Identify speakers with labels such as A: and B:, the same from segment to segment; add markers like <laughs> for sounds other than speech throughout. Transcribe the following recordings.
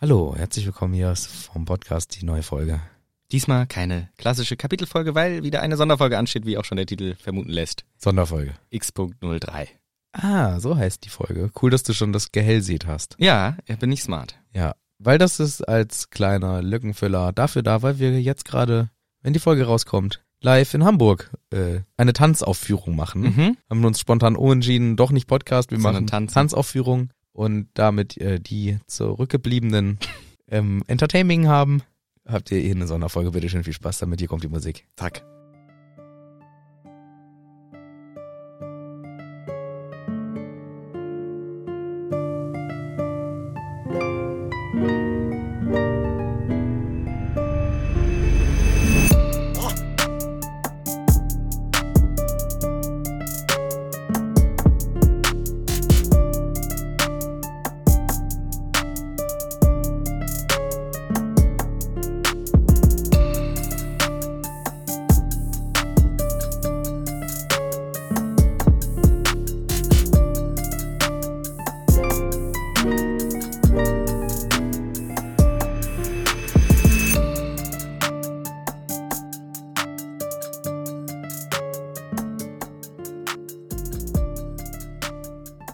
A: Hallo, herzlich willkommen hier vom Podcast, die neue Folge.
B: Diesmal keine klassische Kapitelfolge, weil wieder eine Sonderfolge ansteht, wie auch schon der Titel vermuten lässt.
A: Sonderfolge.
B: X.03.
A: Ah, so heißt die Folge. Cool, dass du schon das Gehellseht hast.
B: Ja, ja, bin ich smart.
A: Ja, weil das ist als kleiner Lückenfüller dafür da, weil wir jetzt gerade, wenn die Folge rauskommt, live in Hamburg äh, eine Tanzaufführung machen.
B: Mhm.
A: Haben uns spontan umentschieden, doch nicht Podcast, wir
B: Sondern
A: machen
B: tanzen.
A: Tanzaufführung und damit äh, die zurückgebliebenen ähm, Entertaining haben. Habt ihr eh eine Sonderfolge, bitte schön viel Spaß damit, hier kommt die Musik.
B: Zack.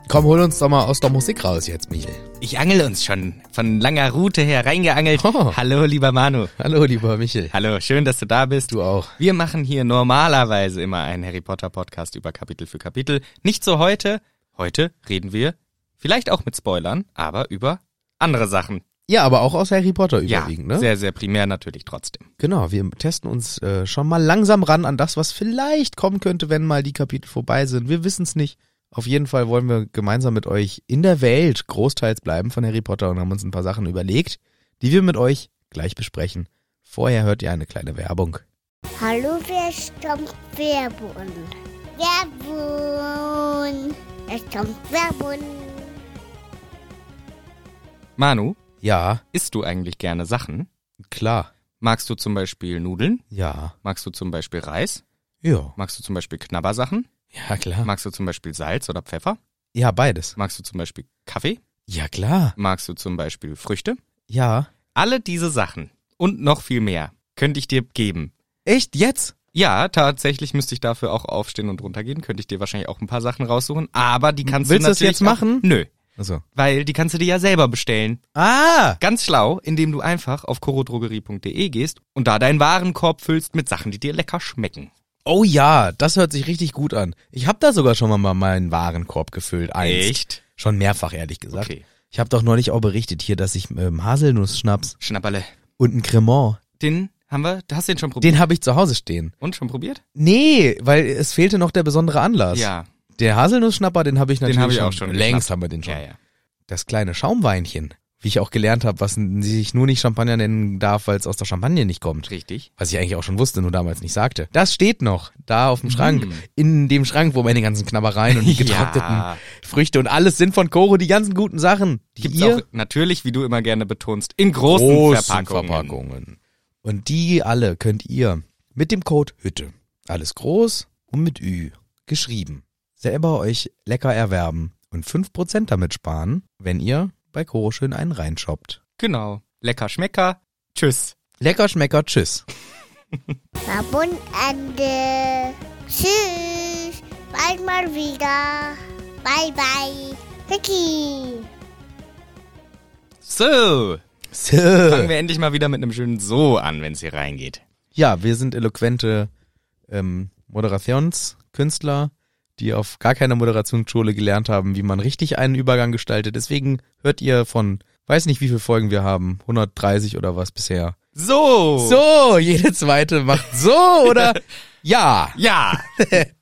A: Komm, hol uns doch mal aus der Musik raus jetzt, Michel.
B: Ich angel uns schon von langer Route her reingeangelt.
A: Oh.
B: Hallo, lieber Manu.
A: Hallo, lieber Michel.
B: Hallo, schön, dass du da bist.
A: Du auch.
B: Wir machen hier normalerweise immer einen Harry Potter Podcast über Kapitel für Kapitel. Nicht so heute. Heute reden wir vielleicht auch mit Spoilern, aber über andere Sachen.
A: Ja, aber auch aus Harry Potter
B: Ja,
A: überwiegend, ne?
B: sehr, sehr primär natürlich trotzdem.
A: Genau, wir testen uns äh, schon mal langsam ran an das, was vielleicht kommen könnte, wenn mal die Kapitel vorbei sind. Wir wissen es nicht. Auf jeden Fall wollen wir gemeinsam mit euch in der Welt großteils bleiben von Harry Potter und haben uns ein paar Sachen überlegt, die wir mit euch gleich besprechen. Vorher hört ihr eine kleine Werbung.
C: Hallo, wer stammt Werbun? Werbun! Es stammt Werbun.
B: Manu,
A: Ja,
B: isst du eigentlich gerne Sachen?
A: klar.
B: Magst du zum Beispiel Nudeln?
A: Ja.
B: Magst du zum Beispiel Reis?
A: Ja.
B: Magst du zum Beispiel Knabbersachen?
A: Ja, klar.
B: Magst du zum Beispiel Salz oder Pfeffer?
A: Ja, beides.
B: Magst du zum Beispiel Kaffee?
A: Ja, klar.
B: Magst du zum Beispiel Früchte?
A: Ja.
B: Alle diese Sachen und noch viel mehr könnte ich dir geben.
A: Echt jetzt?
B: Ja, tatsächlich müsste ich dafür auch aufstehen und runtergehen. Könnte ich dir wahrscheinlich auch ein paar Sachen raussuchen. Aber die kannst
A: Willst
B: du
A: du das
B: natürlich
A: jetzt machen?
B: Auch, nö,
A: Also.
B: weil die kannst du dir ja selber bestellen.
A: Ah!
B: Ganz schlau, indem du einfach auf chorodrogerie.de gehst und da deinen Warenkorb füllst mit Sachen, die dir lecker schmecken.
A: Oh ja, das hört sich richtig gut an. Ich habe da sogar schon mal meinen Warenkorb gefüllt. Eins.
B: Echt?
A: Schon mehrfach, ehrlich gesagt.
B: Okay.
A: Ich habe doch neulich auch berichtet hier, dass ich ähm, Haselnussschnaps
B: Schnapperle.
A: und ein Cremant,
B: Den haben wir, hast du den schon probiert?
A: den habe ich zu Hause stehen.
B: Und schon probiert?
A: Nee, weil es fehlte noch der besondere Anlass.
B: Ja,
A: Der Haselnussschnapper, den habe ich natürlich
B: hab ich auch schon
A: längst
B: geschnappt.
A: haben wir den schon.
B: ja, ja.
A: Das kleine Schaumweinchen, wie ich auch gelernt habe, was n- sich nur nicht Champagner nennen darf, weil es aus der Champagne nicht kommt.
B: Richtig.
A: Was ich eigentlich auch schon wusste, nur damals nicht sagte. Das steht noch da auf dem
B: Mhm.
A: Schrank. In dem Schrank, wo meine ganzen Knabbereien
B: <laughs>
A: und die getrockneten
B: Ja.
A: Früchte und alles sind von Koro, die ganzen guten Sachen. Die
B: Gibt's
A: ihr
B: auch natürlich, wie du immer gerne betonst, in großen, Verpackungen.
A: Verpackungen. Und die alle könnt ihr mit dem Code Hütte, alles groß und mit Ü, geschrieben, selber euch lecker erwerben und 5% damit sparen, wenn ihr bei Koro schön einen reinshoppt.
B: Genau. Lecker Schmecker. Tschüss.
A: Lecker Schmecker,
B: <laughs>
A: tschüss. <laughs>
C: Werbun Ende. Tschüss. Bald mal wieder. Bye, bye. Hickey.
B: So,
A: So.
B: Äh. fangen wir endlich mal wieder mit einem schönen So an, wenn's hier reingeht.
A: Ja, wir sind eloquente ähm, Moderationskünstler, die auf gar keiner Moderationsschule gelernt haben, wie man richtig einen Übergang gestaltet. Deswegen hört ihr von, weiß nicht, wie viele Folgen wir haben, 130 oder was bisher.
B: So.
A: So, jede zweite macht so oder ja.
B: <laughs> Ja,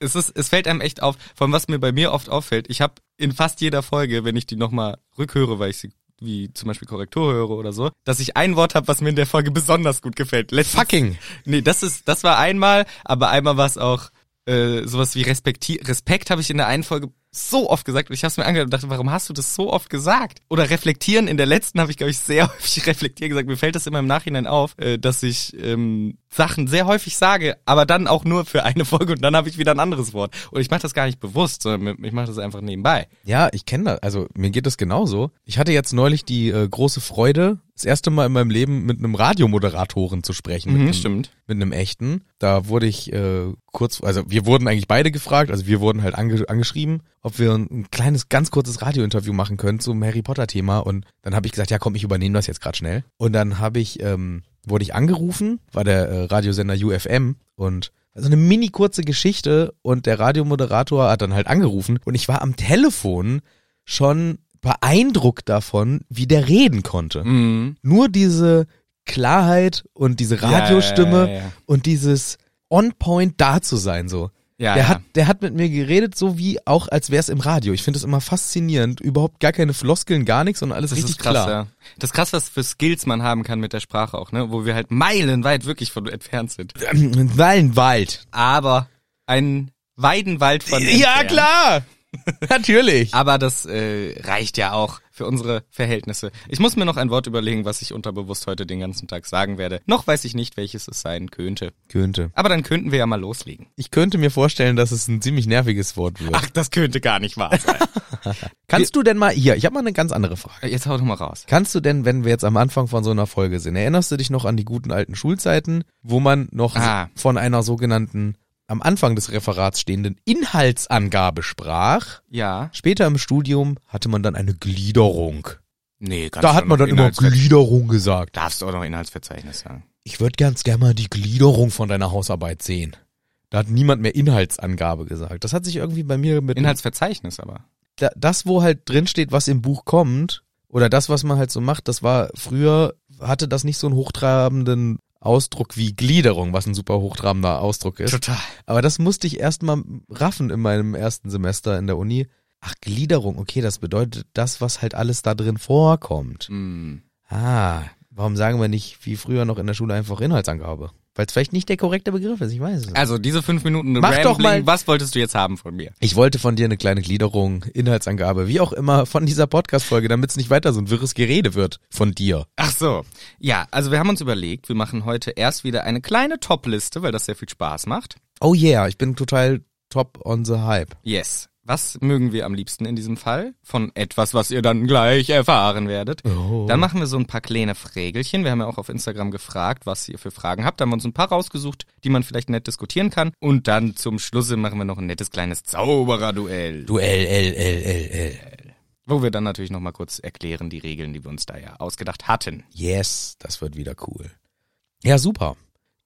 B: es, ist, es fällt einem echt auf, von was mir bei mir oft auffällt. Ich habe in fast jeder Folge, wenn ich die nochmal rückhöre, weil ich sie wie zum Beispiel Korrektur höre oder so, dass ich ein Wort habe, was mir in der Folge besonders gut gefällt. Letztens-
A: Fucking.
B: Nee, das ist, das war einmal, aber einmal war es auch äh, sowas wie Respekti Respekt habe ich in der einen Folge so oft gesagt und ich habe es mir angehört und dachte, warum hast du das so oft gesagt? Oder reflektieren, in der letzten habe ich, glaube ich, sehr <laughs> häufig reflektieren gesagt. Mir fällt das immer im Nachhinein auf, äh, dass ich ähm, Sachen sehr häufig sage, aber dann auch nur für eine Folge und dann habe ich wieder ein anderes Wort. Und ich mache das gar nicht bewusst, sondern ich mache das einfach nebenbei.
A: Ja, ich kenne das. Also mir geht das genauso. Ich hatte jetzt neulich die äh, große Freude, das erste Mal in meinem Leben mit einem Radiomoderatoren zu sprechen.
B: Mhm.
A: mit einem,
B: stimmt.
A: Mit einem echten. Da wurde ich äh, kurz, also wir wurden eigentlich beide gefragt, also wir wurden halt ange angeschrieben, ob wir ein, ein kleines, ganz kurzes Radiointerview machen können zum Harry Potter-Thema. Und dann habe ich gesagt, ja komm, ich übernehme das jetzt gerade schnell. Und dann habe ich, ähm, wurde ich angerufen, war der äh, Radiosender UFM und also eine mini kurze Geschichte und der Radiomoderator hat dann halt angerufen und ich war am Telefon schon beeindruckt davon, wie der reden konnte.
B: Mhm.
A: Nur diese Klarheit und diese Radiostimme
B: Ja, ja, ja, ja.
A: und dieses on point da zu sein so.
B: ja,
A: der
B: ja.
A: hat der hat mit mir geredet, so wie auch als wär's im Radio. Ich finde es immer faszinierend, überhaupt gar keine Floskeln, gar nichts und alles
B: Das
A: richtig
B: ist krass,
A: klar.
B: ja. Das ist krass, was für Skills man haben kann mit der Sprache auch, ne? Wo wir halt meilenweit wirklich von entfernt sind.
A: <clears throat> Wallenwald.
B: Aber ein Weidenwald von Ah.
A: Ja,
B: entfernt.
A: klar. <laughs> Natürlich.
B: Aber das äh, reicht ja auch für unsere Verhältnisse. Ich muss mir noch ein Wort überlegen, was ich unterbewusst heute den ganzen Tag sagen werde. Noch weiß ich nicht, welches es sein könnte.
A: Könnte.
B: Aber dann könnten wir ja mal loslegen.
A: Ich könnte mir vorstellen, dass es ein ziemlich nerviges Wort wird.
B: Ach, das könnte gar nicht wahr sein.
A: Kannst du denn mal, hier, ich habe mal eine ganz andere Frage.
B: <laughs> Jetzt hau doch mal raus.
A: Kannst du denn, wenn wir jetzt am Anfang von so einer Folge sind, erinnerst du dich noch an die guten alten Schulzeiten, wo man noch
B: Ah.
A: so- von einer sogenannten am Anfang des Referats stehenden Inhaltsangabe sprach?
B: Ja.
A: Später im Studium hatte man dann eine Gliederung.
B: Nee, ganz
A: Da hat man dann immer Gliederung gesagt.
B: Darfst du auch noch Inhaltsverzeichnis sagen.
A: Ich würde ganz gerne mal die Gliederung von deiner Hausarbeit sehen. Da hat niemand mehr Inhaltsangabe gesagt. Das hat sich irgendwie bei mir mit
B: Inhaltsverzeichnis aber.
A: da, das, wo halt drin steht, was im Buch kommt, oder das, was man halt so macht, das war früher, hatte das nicht so einen hochtrabenden Ausdruck wie Gliederung, was ein super hochtrabender Ausdruck ist.
B: Total.
A: Aber das musste ich erstmal raffen in meinem ersten Semester in der Uni. Ach, Gliederung, okay, das bedeutet das, was halt alles da drin vorkommt.
B: Hm.
A: Ah, warum sagen wir nicht wie früher noch in der Schule einfach Inhaltsangabe? Weil es vielleicht nicht der korrekte Begriff ist, ich weiß es. nicht.
B: Also diese fünf Minuten
A: Mach
B: Rambling,
A: doch mal-
B: was wolltest du jetzt haben von mir?
A: Ich wollte von dir eine kleine Gliederung, Inhaltsangabe, wie auch immer, von dieser Podcast-Folge, damit es nicht weiter so ein wirres Gerede wird von dir.
B: Ach so. Ja, also wir haben uns überlegt, wir machen heute erst wieder eine kleine Top-Liste, weil das sehr viel Spaß macht.
A: Oh yeah, ich bin total top on the hype.
B: Yes. Was mögen wir am liebsten in diesem Fall? Von etwas, was ihr dann gleich erfahren werdet.
A: Oh.
B: Dann machen wir so ein paar kleine Frägelchen. Wir haben ja auch auf Instagram gefragt, was ihr für Fragen habt. Da haben wir uns ein paar rausgesucht, die man vielleicht nett diskutieren kann. Und dann zum Schluss machen wir noch ein nettes kleines Zaubererduell.
A: Duell, L, L, L, L.
B: Wo wir dann natürlich nochmal kurz erklären, die Regeln, die wir uns da ja ausgedacht hatten.
A: Yes, das wird wieder cool. Ja, super.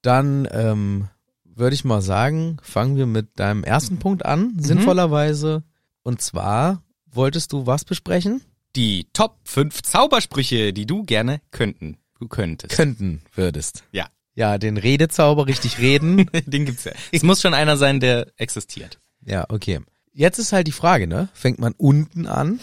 A: Dann ähm, würde ich mal sagen, fangen wir mit deinem ersten Punkt an, sinnvollerweise. Und zwar, wolltest du was besprechen?
B: Die Top 5 Zaubersprüche, die du gerne könnten. Du könntest.
A: Könnten würdest.
B: Ja.
A: Ja, den Redezauber, richtig reden.
B: <laughs> Den gibt's ja. Es muss schon einer sein, der existiert.
A: Ja, okay. Jetzt ist halt die Frage, ne? Fängt man unten an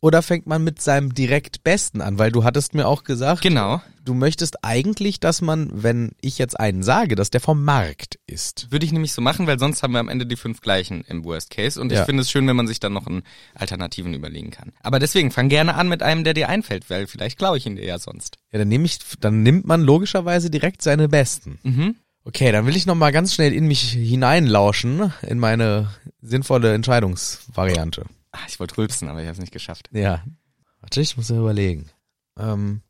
A: oder fängt man mit seinem direkt Besten an? Weil du hattest mir auch gesagt,
B: Genau.
A: du möchtest eigentlich, dass man, wenn ich jetzt einen sage, dass der vom Markt ist.
B: Würde ich nämlich so machen, weil sonst haben wir am Ende die fünf gleichen im Worst Case. Und
A: Ja.
B: ich finde es schön, wenn man sich dann noch einen Alternativen überlegen kann. Aber deswegen, fang gerne an mit einem, der dir einfällt, weil vielleicht klaue ich ihn dir ja sonst.
A: Ja, dann nehme ich, dann nimmt man logischerweise direkt seine Besten.
B: Mhm.
A: Okay, dann will ich nochmal ganz schnell in mich hineinlauschen, in meine sinnvolle Entscheidungsvariante.
B: Ah, ich wollte rülpsen, aber ich habe es nicht geschafft.
A: Ja. Warte, ich muss mir überlegen. Ähm,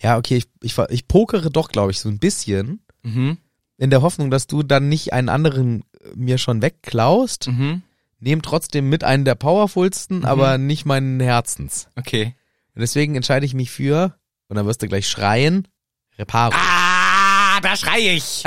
A: ja, okay, ich, ich, ver- ich pokere doch, glaube ich, so ein bisschen.
B: Mhm.
A: in der Hoffnung, dass du dann nicht einen anderen äh, mir schon wegklaust.
B: Mhm.
A: Nehm trotzdem mit einen der powerfulsten, aber nicht meinen Herzens.
B: Okay.
A: Und deswegen entscheide ich mich für, und dann wirst du gleich schreien,
B: <laughs>
A: Reparo.
B: Ah, da schreie ich.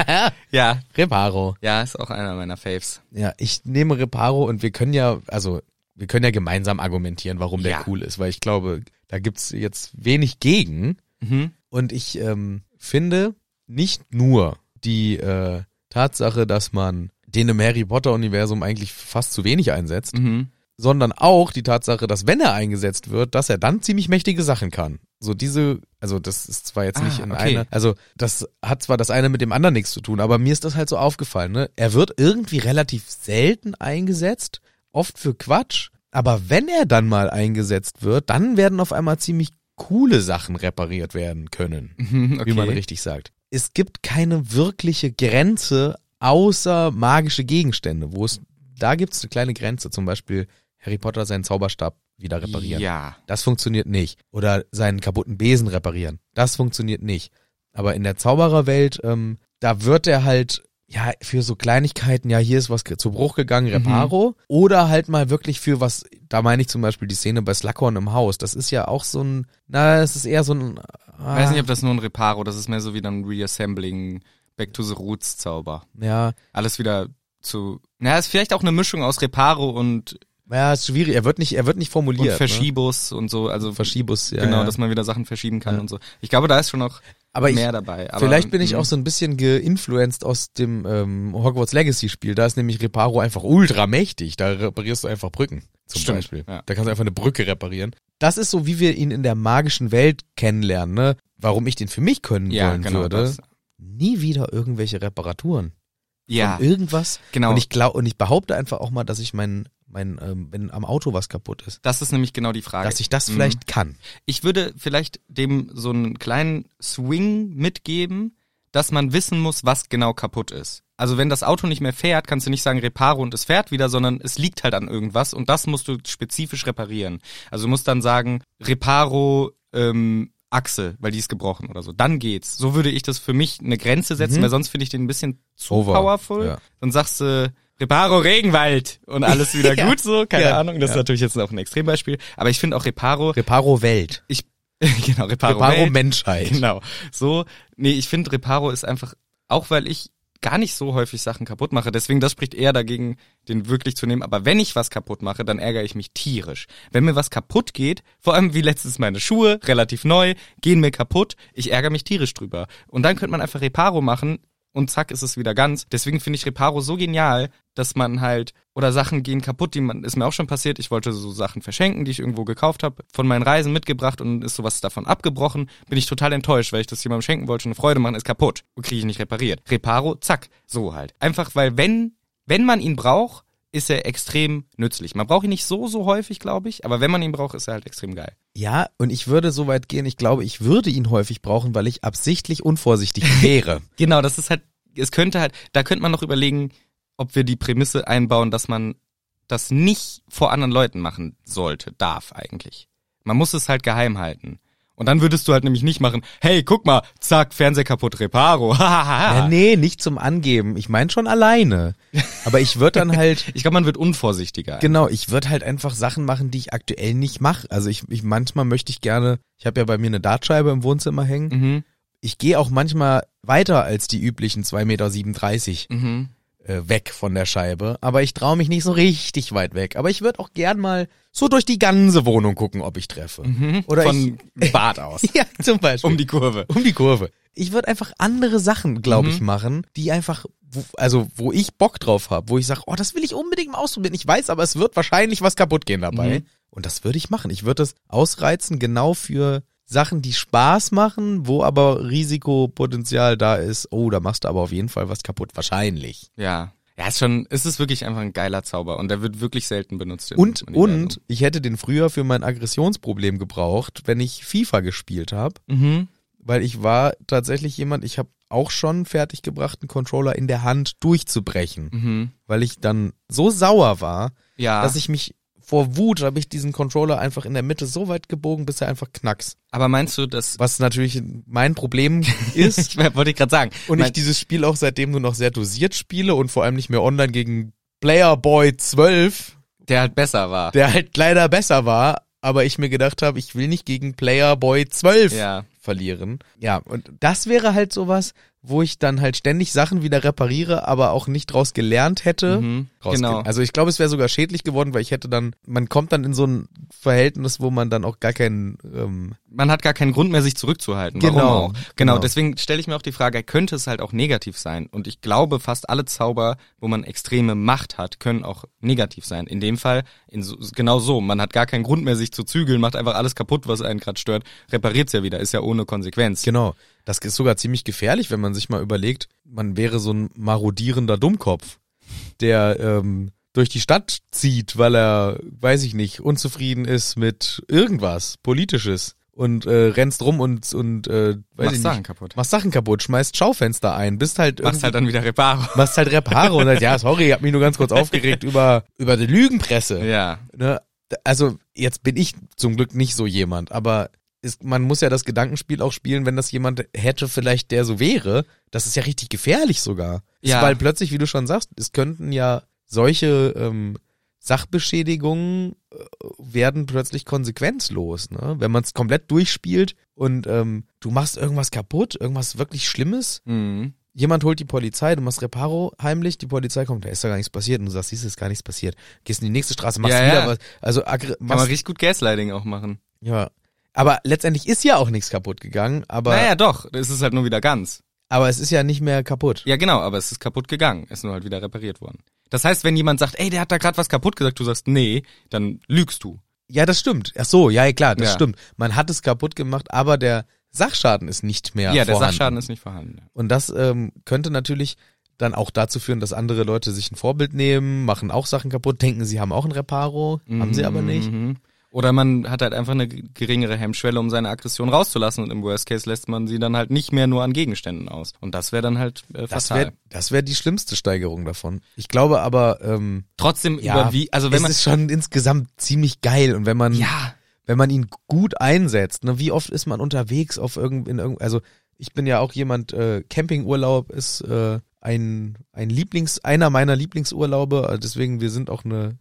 B: ja.
A: Reparo.
B: Ja, ist auch einer meiner Faves.
A: Ja, ich nehme Reparo und wir können ja, also wir können ja gemeinsam argumentieren, warum der
B: Ja.
A: cool ist, weil ich glaube, da gibt's jetzt wenig gegen.
B: Mhm.
A: Und ich ähm, finde nicht nur die äh, Tatsache, dass man den im Harry Potter-Universum eigentlich fast zu wenig einsetzt,
B: Mhm.
A: sondern auch die Tatsache, dass wenn er eingesetzt wird, dass er dann ziemlich mächtige Sachen kann. So diese, also das ist zwar jetzt
B: Ah,
A: nicht in
B: okay.
A: einer, also das hat zwar das eine mit dem anderen nichts zu tun, aber mir ist das halt so aufgefallen, ne? Er wird irgendwie relativ selten eingesetzt, oft für Quatsch, aber wenn er dann mal eingesetzt wird, dann werden auf einmal ziemlich coole Sachen repariert werden können
B: Mhm.
A: wie man
B: Okay.
A: richtig sagt. Es gibt keine wirkliche Grenze außer magische Gegenstände, wo es, da gibt es eine kleine Grenze, zum Beispiel Harry Potter, sein Zauberstab wieder reparieren.
B: Ja.
A: Das funktioniert nicht. Oder seinen kaputten Besen reparieren. Das funktioniert nicht. Aber in der Zaubererwelt, ähm, da wird er halt, ja, für so Kleinigkeiten, ja, hier ist was ge- zu Bruch gegangen, Reparo. Oder halt mal wirklich für was, da meine ich zum Beispiel die Szene bei Slughorn im Haus. Das ist ja auch so ein, na, es ist eher so ein,
B: Ich weiß nicht, ob das nur ein Reparo, das ist mehr so wie dann Reassembling, Back to the Roots Zauber.
A: ah, ja,
B: Alles wieder zu. Na, ist vielleicht auch eine Mischung aus Reparo und,
A: ja, ist schwierig. Er wird nicht, er wird nicht
B: und
A: formuliert.
B: Verschiebus und so. Also
A: Ne? Verschiebus, ne? ja.
B: genau,
A: ja.
B: dass man wieder Sachen verschieben kann
A: Ja.
B: und so. Ich glaube, da ist schon noch
A: Aber ich,
B: mehr mhm. dabei. Aber, mm.
A: Vielleicht bin ich
B: mh,
A: auch so ein bisschen geinfluenced aus dem ähm, Hogwarts Legacy Spiel. Da ist nämlich Reparo einfach ultra mächtig. Da reparierst du einfach Brücken zum
B: Stimmt,
A: Beispiel.
B: ja.
A: Da kannst du einfach eine Brücke reparieren. Das ist so, wie wir ihn in der magischen Welt kennenlernen. Ne? Warum ich den für mich können
B: ja,
A: wollen
B: genau,
A: würde.
B: Das.
A: Nie wieder irgendwelche Reparaturen
B: Ja,
A: von irgendwas.
B: genau.
A: Und ich glaube und ich behaupte einfach auch mal, dass ich mein mein ähm, wenn am Auto was kaputt ist,
B: das ist nämlich genau die Frage.
A: dass ich das
B: Mhm.
A: vielleicht kann.
B: ich würde vielleicht dem so einen kleinen Swing mitgeben, dass man wissen muss, was genau kaputt ist. Also wenn das Auto nicht mehr fährt, kannst du nicht sagen Reparo und es fährt wieder, sondern es liegt halt an irgendwas und das musst du spezifisch reparieren. Also du musst dann sagen Reparo ähm, Achse, weil die ist gebrochen oder so. Dann geht's. So würde ich das für mich eine Grenze setzen,
A: Mhm.
B: weil sonst finde ich den ein bisschen zu
A: Over,
B: powerful.
A: ja.
B: Dann sagst du Reparo Regenwald und alles wieder
A: <laughs> Ja.
B: gut so. Keine
A: Ja.
B: Ahnung, das ist natürlich jetzt auch ein Extrembeispiel. Aber ich finde auch Reparo
A: Reparo Welt.
B: ich <laughs> genau Reparo,
A: Reparo
B: Welt.
A: Menschheit.
B: genau so nee ich finde Reparo ist einfach auch weil ich gar nicht so häufig Sachen kaputt mache deswegen das spricht eher dagegen den wirklich zu nehmen aber wenn ich was kaputt mache dann ärgere ich mich tierisch wenn mir was kaputt geht vor allem wie letztens meine Schuhe relativ neu gehen mir kaputt ich ärgere mich tierisch drüber und dann könnte man einfach Reparo machen und zack ist es wieder ganz. Deswegen finde ich Reparo so genial, dass man halt oder Sachen gehen kaputt, die man ist mir auch schon passiert. Ich wollte so Sachen verschenken, die ich irgendwo gekauft habe, von meinen Reisen mitgebracht und ist sowas davon abgebrochen. Bin ich total enttäuscht, weil ich das jemandem schenken wollte, eine Freude machen, ist kaputt und kriege ich nicht repariert. Reparo, zack, so halt. Einfach weil wenn wenn man ihn braucht, ist er extrem nützlich. Man braucht ihn nicht so so häufig, glaube ich, aber wenn man ihn braucht, ist er halt extrem geil.
A: Ja, und ich würde so weit gehen, ich glaube, ich würde ihn häufig brauchen, weil ich absichtlich unvorsichtig <laughs> wäre.
B: Genau, das ist halt, es könnte halt, da könnte man noch überlegen, ob wir die Prämisse einbauen, dass man das nicht vor anderen Leuten machen sollte, darf eigentlich. Man muss es halt geheim halten. Und dann würdest du halt nämlich nicht machen, hey, guck mal, zack, Fernseher kaputt, Reparo, <laughs>
A: Ja,
B: hahaha.
A: nee, nicht zum Angeben. Ich meine schon alleine. Aber ich würde dann halt,
B: Ich glaube, man wird unvorsichtiger.
A: genau, ich würde halt einfach Sachen machen, die ich aktuell nicht mache. Also ich, ich manchmal möchte ich gerne, ich habe ja bei mir eine Dartscheibe im Wohnzimmer hängen.
B: Mhm,
A: Ich gehe auch manchmal weiter als die üblichen 2,37 Meter
B: mhm.
A: äh, weg von der Scheibe. Aber ich traue mich nicht so richtig weit weg. Aber ich würde auch gern mal so durch die ganze Wohnung gucken, ob ich treffe. Oder
B: Mhm. Von
A: ich, <laughs>
B: Bad aus.
A: Ja, zum Beispiel.
B: um die Kurve.
A: <laughs> um die Kurve. Ich würde einfach andere Sachen, glaube ich,
B: Mhm.
A: machen, die einfach, wo, also wo ich Bock drauf habe, wo ich sage, oh, das will ich unbedingt mal ausprobieren. Ich weiß, aber es wird wahrscheinlich was kaputt gehen dabei.
B: Mhm.
A: Und das würde ich machen. Ich würde das ausreizen, genau für Sachen, die Spaß machen, wo aber Risikopotenzial da ist. Oh, da machst du aber auf jeden Fall was kaputt. Wahrscheinlich.
B: Ja. Ja, ist schon, es ist wirklich einfach ein geiler Zauber und der wird wirklich selten benutzt. im
A: Und,
B: Universum.
A: und ich hätte den früher für mein Aggressionsproblem gebraucht, wenn ich FIFA gespielt habe.
B: Mhm.
A: weil ich war tatsächlich jemand, ich habe auch schon fertig gebracht, einen Controller in der Hand durchzubrechen,
B: Mhm.
A: weil ich dann so sauer war,
B: Ja.
A: dass ich mich vor Wut habe ich diesen Controller einfach in der Mitte so weit gebogen, bis er einfach knacks.
B: aber meinst du, dass <laughs>
A: Was natürlich mein Problem ist
B: Ich wollte ich gerade sagen.
A: und
B: mein,
A: ich dieses Spiel auch seitdem nur noch sehr dosiert spiele und vor allem nicht mehr online gegen Playerboy 12,
B: der halt besser war.
A: der halt leider besser war, aber ich mir gedacht habe, ich will nicht gegen Playerboy 12
B: ja.
A: verlieren. Ja, und das wäre halt sowas, wo ich dann halt ständig Sachen wieder repariere, aber auch nicht draus gelernt hätte.
B: Mhm.
A: Draus
B: Genau.
A: ge- Also ich glaube, es wäre sogar schädlich geworden, weil ich hätte dann, man kommt dann in so ein Verhältnis, wo man dann auch gar keinen, ähm,
B: Man hat gar keinen Grund mehr, sich zurückzuhalten. Warum
A: Genau.
B: auch? Genau.
A: Genau.
B: Deswegen stelle ich mir auch die Frage, könnte es halt auch negativ sein? Und ich glaube, fast alle Zauber, wo man extreme Macht hat, können auch negativ sein. In dem Fall in so, genau so. Man hat gar keinen Grund mehr, sich zu zügeln, macht einfach alles kaputt, was einen gerade stört, repariert's ja wieder, ist ja ohne Konsequenz.
A: genau. Das ist sogar ziemlich gefährlich, wenn man sich mal überlegt, man wäre so ein marodierender Dummkopf, der ähm, durch die Stadt zieht, weil er, weiß ich nicht, unzufrieden ist mit irgendwas Politisches und äh, rennst rum und, und äh, weiß
B: Macht
A: ich
B: Sachen
A: nicht,
B: kaputt.
A: machst Sachen kaputt, schmeißt Schaufenster ein, bist halt irgendwie,
B: Machst halt dann wieder Reparo.
A: machst halt Repare und sagst, ja, sorry, ich hab mich nur ganz kurz aufgeregt über, über die Lügenpresse.
B: Ja.
A: Ne? d- also jetzt bin ich zum Glück nicht so jemand, aber ist, man muss ja das Gedankenspiel auch spielen, wenn das jemand hätte, vielleicht der so wäre. Das ist ja richtig gefährlich sogar.
B: Ja.
A: Ist, weil plötzlich, wie du schon sagst, es könnten ja solche ähm, Sachbeschädigungen äh, werden plötzlich konsequenzlos, ne? Wenn man es komplett durchspielt und ähm, du machst irgendwas kaputt, irgendwas wirklich Schlimmes,
B: Mhm.
A: jemand holt die Polizei, du machst Reparo heimlich, die Polizei kommt, da ist ja gar nichts passiert und du sagst, siehst du, ist gar nichts passiert. Gehst in die nächste Straße, machst
B: Ja,
A: wieder
B: ja.
A: was. Also aggr-
B: Kann man
A: machst,
B: richtig gut Gaslighting auch machen.
A: ja. Aber letztendlich ist ja auch nichts kaputt gegangen, aber,
B: naja, doch. Es ist halt nur wieder ganz.
A: aber es ist ja nicht mehr kaputt.
B: Ja, genau, aber es ist kaputt gegangen. Ist nur halt wieder repariert worden. Das heißt, wenn jemand sagt, ey, der hat da gerade was kaputt gesagt, du sagst, nee, dann lügst du.
A: Ja, das stimmt. Ach so, ja, klar, das
B: Ja.
A: stimmt. Man hat es kaputt gemacht, aber der Sachschaden ist nicht mehr
B: Ja, der
A: vorhanden.
B: Sachschaden ist nicht vorhanden.
A: Und das ähm, könnte natürlich dann auch dazu führen, dass andere Leute sich ein Vorbild nehmen, machen auch Sachen kaputt, denken, sie haben auch ein Reparo, haben sie aber nicht.
B: Mhm. Oder man hat halt einfach eine g- geringere Hemmschwelle, um seine Aggression rauszulassen und im Worst Case lässt man sie dann halt nicht mehr nur an Gegenständen aus. Und das wäre dann halt äh,
A: Das
B: fatal.
A: wäre das wär die schlimmste Steigerung davon. Ich glaube aber, ähm,
B: Trotzdem
A: ja,
B: überwie, also wenn
A: es
B: man
A: ist schon insgesamt ziemlich geil und wenn man,
B: ja,
A: wenn man ihn gut einsetzt, ne, wie oft ist man unterwegs auf irgend, in irgend, also ich bin ja auch jemand, äh, Campingurlaub ist äh, ein, ein Lieblings, einer meiner Lieblingsurlaube, äh, deswegen wir sind auch eine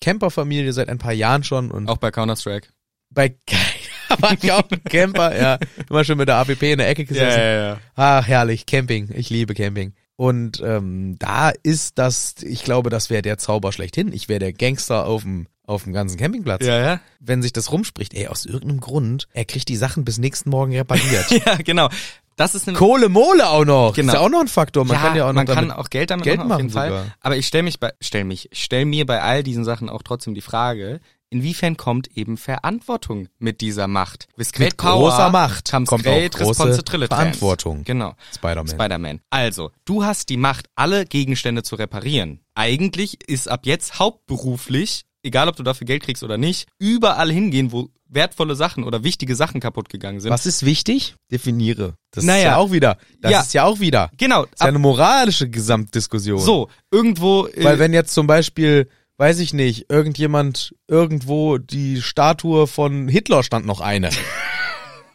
A: Camperfamilie seit ein paar Jahren schon und
B: auch bei Counter Strike.
A: bei <laughs> war ich auch ein Camper, ja, immer schon mit der APP in der Ecke gesessen.
B: ja,
A: Ach, herrlich, Camping. Ich liebe Camping. Und ähm, da ist das, ich glaube, das wäre der Zauber schlechthin. Ich wäre der Gangster auf dem auf dem ganzen Campingplatz.
B: ja, <laughs> ja.
A: Wenn sich das rumspricht, ey, aus irgendeinem Grund, er kriegt die Sachen bis nächsten Morgen
B: <laughs>
A: repariert.
B: Ja, genau. Das ist nämlich
A: Kohle Mole auch noch.
B: Genau.
A: Ist ja auch noch ein Faktor. Man kann ja auch noch
B: man kann
A: damit,
B: auch Geld damit
A: Geld
B: machen, auf jeden
A: machen
B: Fall.
A: sogar.
B: Aber ich stelle mich bei, stell mich, stell mir bei all diesen Sachen auch trotzdem die Frage, inwiefern kommt eben Verantwortung mit dieser Macht? With great
A: Mit großer Macht
B: comes
A: kommt auch
B: great
A: große
B: responsibility.
A: Verantwortung.
B: Genau.
A: Spider-Man.
B: Spider-Man. Also, du hast die Macht, alle Gegenstände zu reparieren. Eigentlich ist ab jetzt hauptberuflich, egal ob du dafür Geld kriegst oder nicht, überall hingehen, wo wertvolle Sachen oder wichtige Sachen kaputt gegangen sind.
A: Was ist wichtig? Definiere. Das ist
B: Naja.
A: ja auch wieder. Das
B: Ja.
A: ist ja auch wieder.
B: Genau.
A: ist ja
B: Ab,
A: eine moralische Gesamtdiskussion.
B: so, irgendwo. äh,
A: Weil wenn jetzt zum Beispiel, weiß ich nicht, irgendjemand irgendwo die Statue von Hitler stand noch
B: <laughs>
A: eine.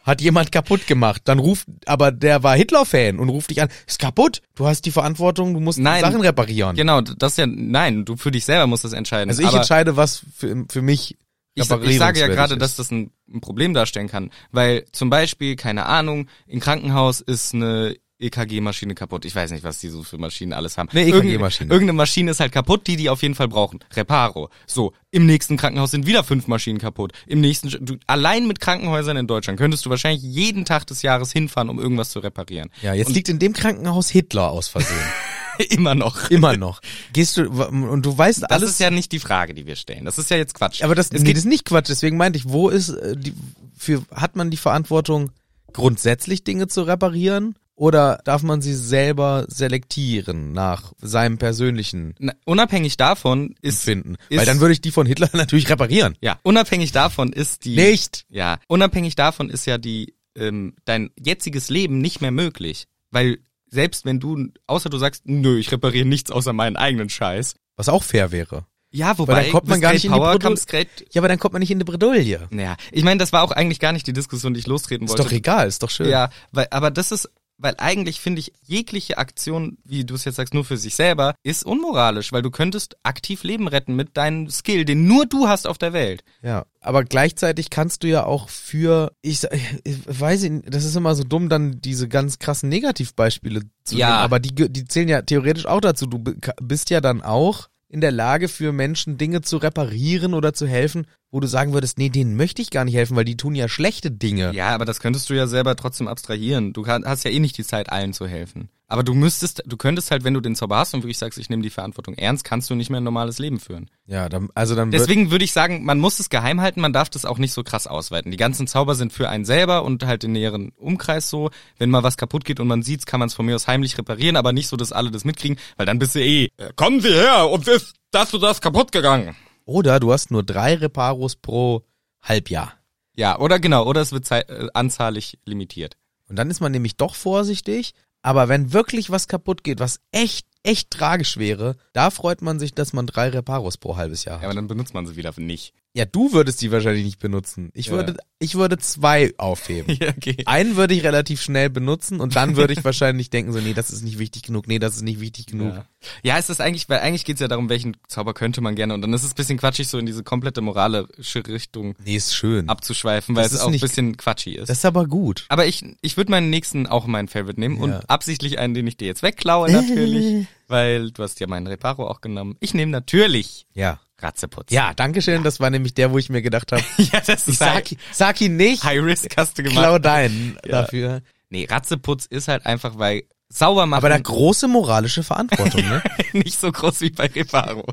A: Hat jemand kaputt gemacht, dann ruft, aber der war Hitler-Fan und ruft dich an, ist kaputt, du hast die Verantwortung, du musst
B: Nein.
A: Sachen reparieren.
B: Genau, das ist ja, nein, du für dich selber musst das entscheiden.
A: Also ich
B: Aber
A: entscheide, was für, für mich
B: ich, ich sage ja
A: reparierungswürdig
B: gerade,
A: ist.
B: dass das ein, ein Problem darstellen kann, weil zum Beispiel, keine Ahnung, im Krankenhaus ist eine EKG-Maschine kaputt. Ich weiß nicht, was die so für Maschinen alles haben.
A: Eine E
B: Irgende-
A: EKG-Maschine.
B: Irgendeine Maschine ist halt kaputt, die die auf jeden Fall brauchen. Reparo. So, im nächsten Krankenhaus sind wieder fünf Maschinen kaputt. Im nächsten, du, allein mit Krankenhäusern in Deutschland könntest du wahrscheinlich jeden Tag des Jahres hinfahren, um irgendwas zu reparieren.
A: Ja, jetzt liegt in dem Krankenhaus Hitler aus Versehen.
B: <laughs> Immer noch.
A: Immer noch. Gehst du, und du weißt
B: Das
A: alles.
B: ist ja nicht die Frage, die wir stellen. Das ist ja jetzt Quatsch.
A: Aber das,
B: es
A: nee,
B: geht
A: das ist nicht Quatsch. Deswegen meinte ich, wo ist äh, die, für hat man die Verantwortung, grundsätzlich Dinge zu reparieren? Oder darf man sie selber selektieren nach seinem persönlichen
B: Na, unabhängig davon ist,
A: Empfinden?
B: ist
A: Weil dann würde ich die von Hitler <laughs> natürlich reparieren.
B: ja unabhängig davon ist die
A: Nicht!
B: ja unabhängig davon ist ja die ähm, dein jetziges Leben nicht mehr möglich, weil selbst wenn du außer du sagst nö ich repariere nichts außer meinen eigenen Scheiß
A: Was auch fair wäre.
B: ja wobei
A: dann kommt man
B: with
A: gar
B: great
A: nicht in die
B: Power
A: Produ-
B: comes great
A: Ja, aber dann kommt man nicht in die Bredouille.
B: ja ich meine das war auch eigentlich gar nicht die Diskussion die ich lostreten
A: Ist
B: wollte
A: doch egal, ist doch schön.
B: Ja, weil, aber das ist, weil eigentlich finde ich, jegliche Aktion, wie du es jetzt sagst, nur für sich selber, ist unmoralisch, weil du könntest aktiv Leben retten mit deinem Skill, den nur du hast auf der Welt.
A: Ja, aber gleichzeitig kannst du ja auch für, ich, sa- ich weiß nicht, das ist immer so dumm, dann diese ganz krassen Negativbeispiele zu
B: Ja.
A: nehmen, aber die, ge- die zählen ja theoretisch auch dazu. Du be- ka- bist ja dann auch in der Lage für Menschen Dinge zu reparieren oder zu helfen, wo du sagen würdest, nee, denen möchte ich gar nicht helfen, weil die tun ja schlechte Dinge.
B: Ja, aber das könntest du ja selber trotzdem abstrahieren. Du kann, hast ja eh nicht die Zeit, allen zu helfen. Aber du müsstest, du könntest halt, wenn du den Zauber hast und wirklich sagst, ich nehme die Verantwortung ernst, kannst du nicht mehr ein normales Leben führen.
A: Ja, dann, also dann wird,
B: Deswegen würde ich sagen, man muss es geheim halten, man darf das auch nicht so krass ausweiten. Die ganzen Zauber sind für einen selber und halt den näheren Umkreis so. Wenn mal was kaputt geht und man sieht's, kann man es von mir aus heimlich reparieren, aber nicht so, dass alle das mitkriegen, weil dann bist du eh, äh, kommen Sie her, und ist das und das kaputt gegangen.
A: oder du hast nur drei Reparos pro Halbjahr.
B: Ja, oder genau, oder es wird zei- äh, anzahlig limitiert.
A: Und dann ist man nämlich doch vorsichtig. Aber wenn wirklich was kaputt geht, was echt echt tragisch wäre, da freut man sich, dass man drei Reparos pro halbes Jahr
B: Ja,
A: hat.
B: aber dann benutzt man sie wieder nicht. <laughs>
A: Ja, du würdest die wahrscheinlich nicht benutzen. Ich
B: Ja.
A: würde, ich würde zwei aufheben.
B: <laughs> Ja, okay.
A: Einen würde ich relativ schnell benutzen und dann würde ich <laughs> wahrscheinlich denken so, nee, das ist nicht wichtig genug, nee, das ist nicht wichtig genug.
B: Ja. ja, es ist eigentlich, weil eigentlich geht's ja darum, welchen Zauber könnte man gerne. Und dann ist es ein bisschen quatschig, so in diese komplette moralische Richtung
A: Nee, ist schön.
B: abzuschweifen,
A: Mhm.
B: weil
A: Das
B: es
A: ist
B: auch ein
A: nicht-
B: bisschen quatschig ist.
A: Das ist aber gut.
B: aber ich, ich würde meinen nächsten auch meinen Favorite nehmen
A: Ja.
B: und absichtlich einen, den ich dir jetzt wegklaue natürlich,
A: <laughs>
B: weil du hast ja meinen Reparo auch genommen. Ich nehme natürlich
A: Ja.
B: Ratzeputz.
A: Ja, Dankeschön. Das war nämlich der, wo ich mir gedacht habe,
B: <laughs> ja das
A: ich
B: ist halt
A: sag, sag ihn nicht,
B: High Risk hast du gemacht.
A: klau deinen dafür.
B: Nee, Ratzeputz ist halt einfach, weil sauber machen <laughs>
A: Aber da große moralische Verantwortung, ne?
B: nicht so groß wie bei Reparo.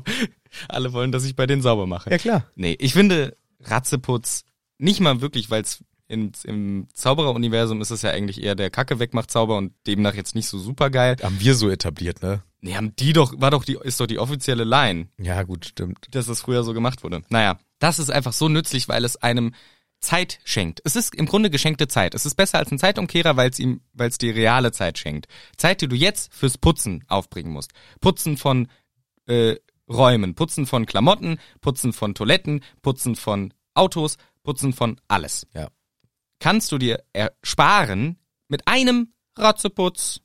B: Alle wollen, dass ich bei denen sauber mache.
A: Ja, klar.
B: Nee, ich finde Ratzeputz nicht mal wirklich, weil es im, im Zauberer-Universum ist es ja eigentlich eher der Kacke wegmacht Zauber und demnach jetzt nicht so super geil.
A: Haben wir so etabliert, ne?
B: Nee, haben die doch, war doch die, ist doch die offizielle Line,
A: Ja, gut, stimmt.
B: dass das früher so gemacht wurde. Naja, das ist einfach so nützlich, weil es einem Zeit schenkt. Es ist im Grunde geschenkte Zeit. Es ist besser als ein Zeitumkehrer, weil es ihm, weil es die reale Zeit schenkt. Zeit, die du jetzt fürs Putzen aufbringen musst. Putzen von äh, Räumen, Putzen von Klamotten, Putzen von Toiletten, Putzen von Autos, Putzen von alles.
A: Ja.
B: Kannst du dir ersparen mit einem Ratzeputz.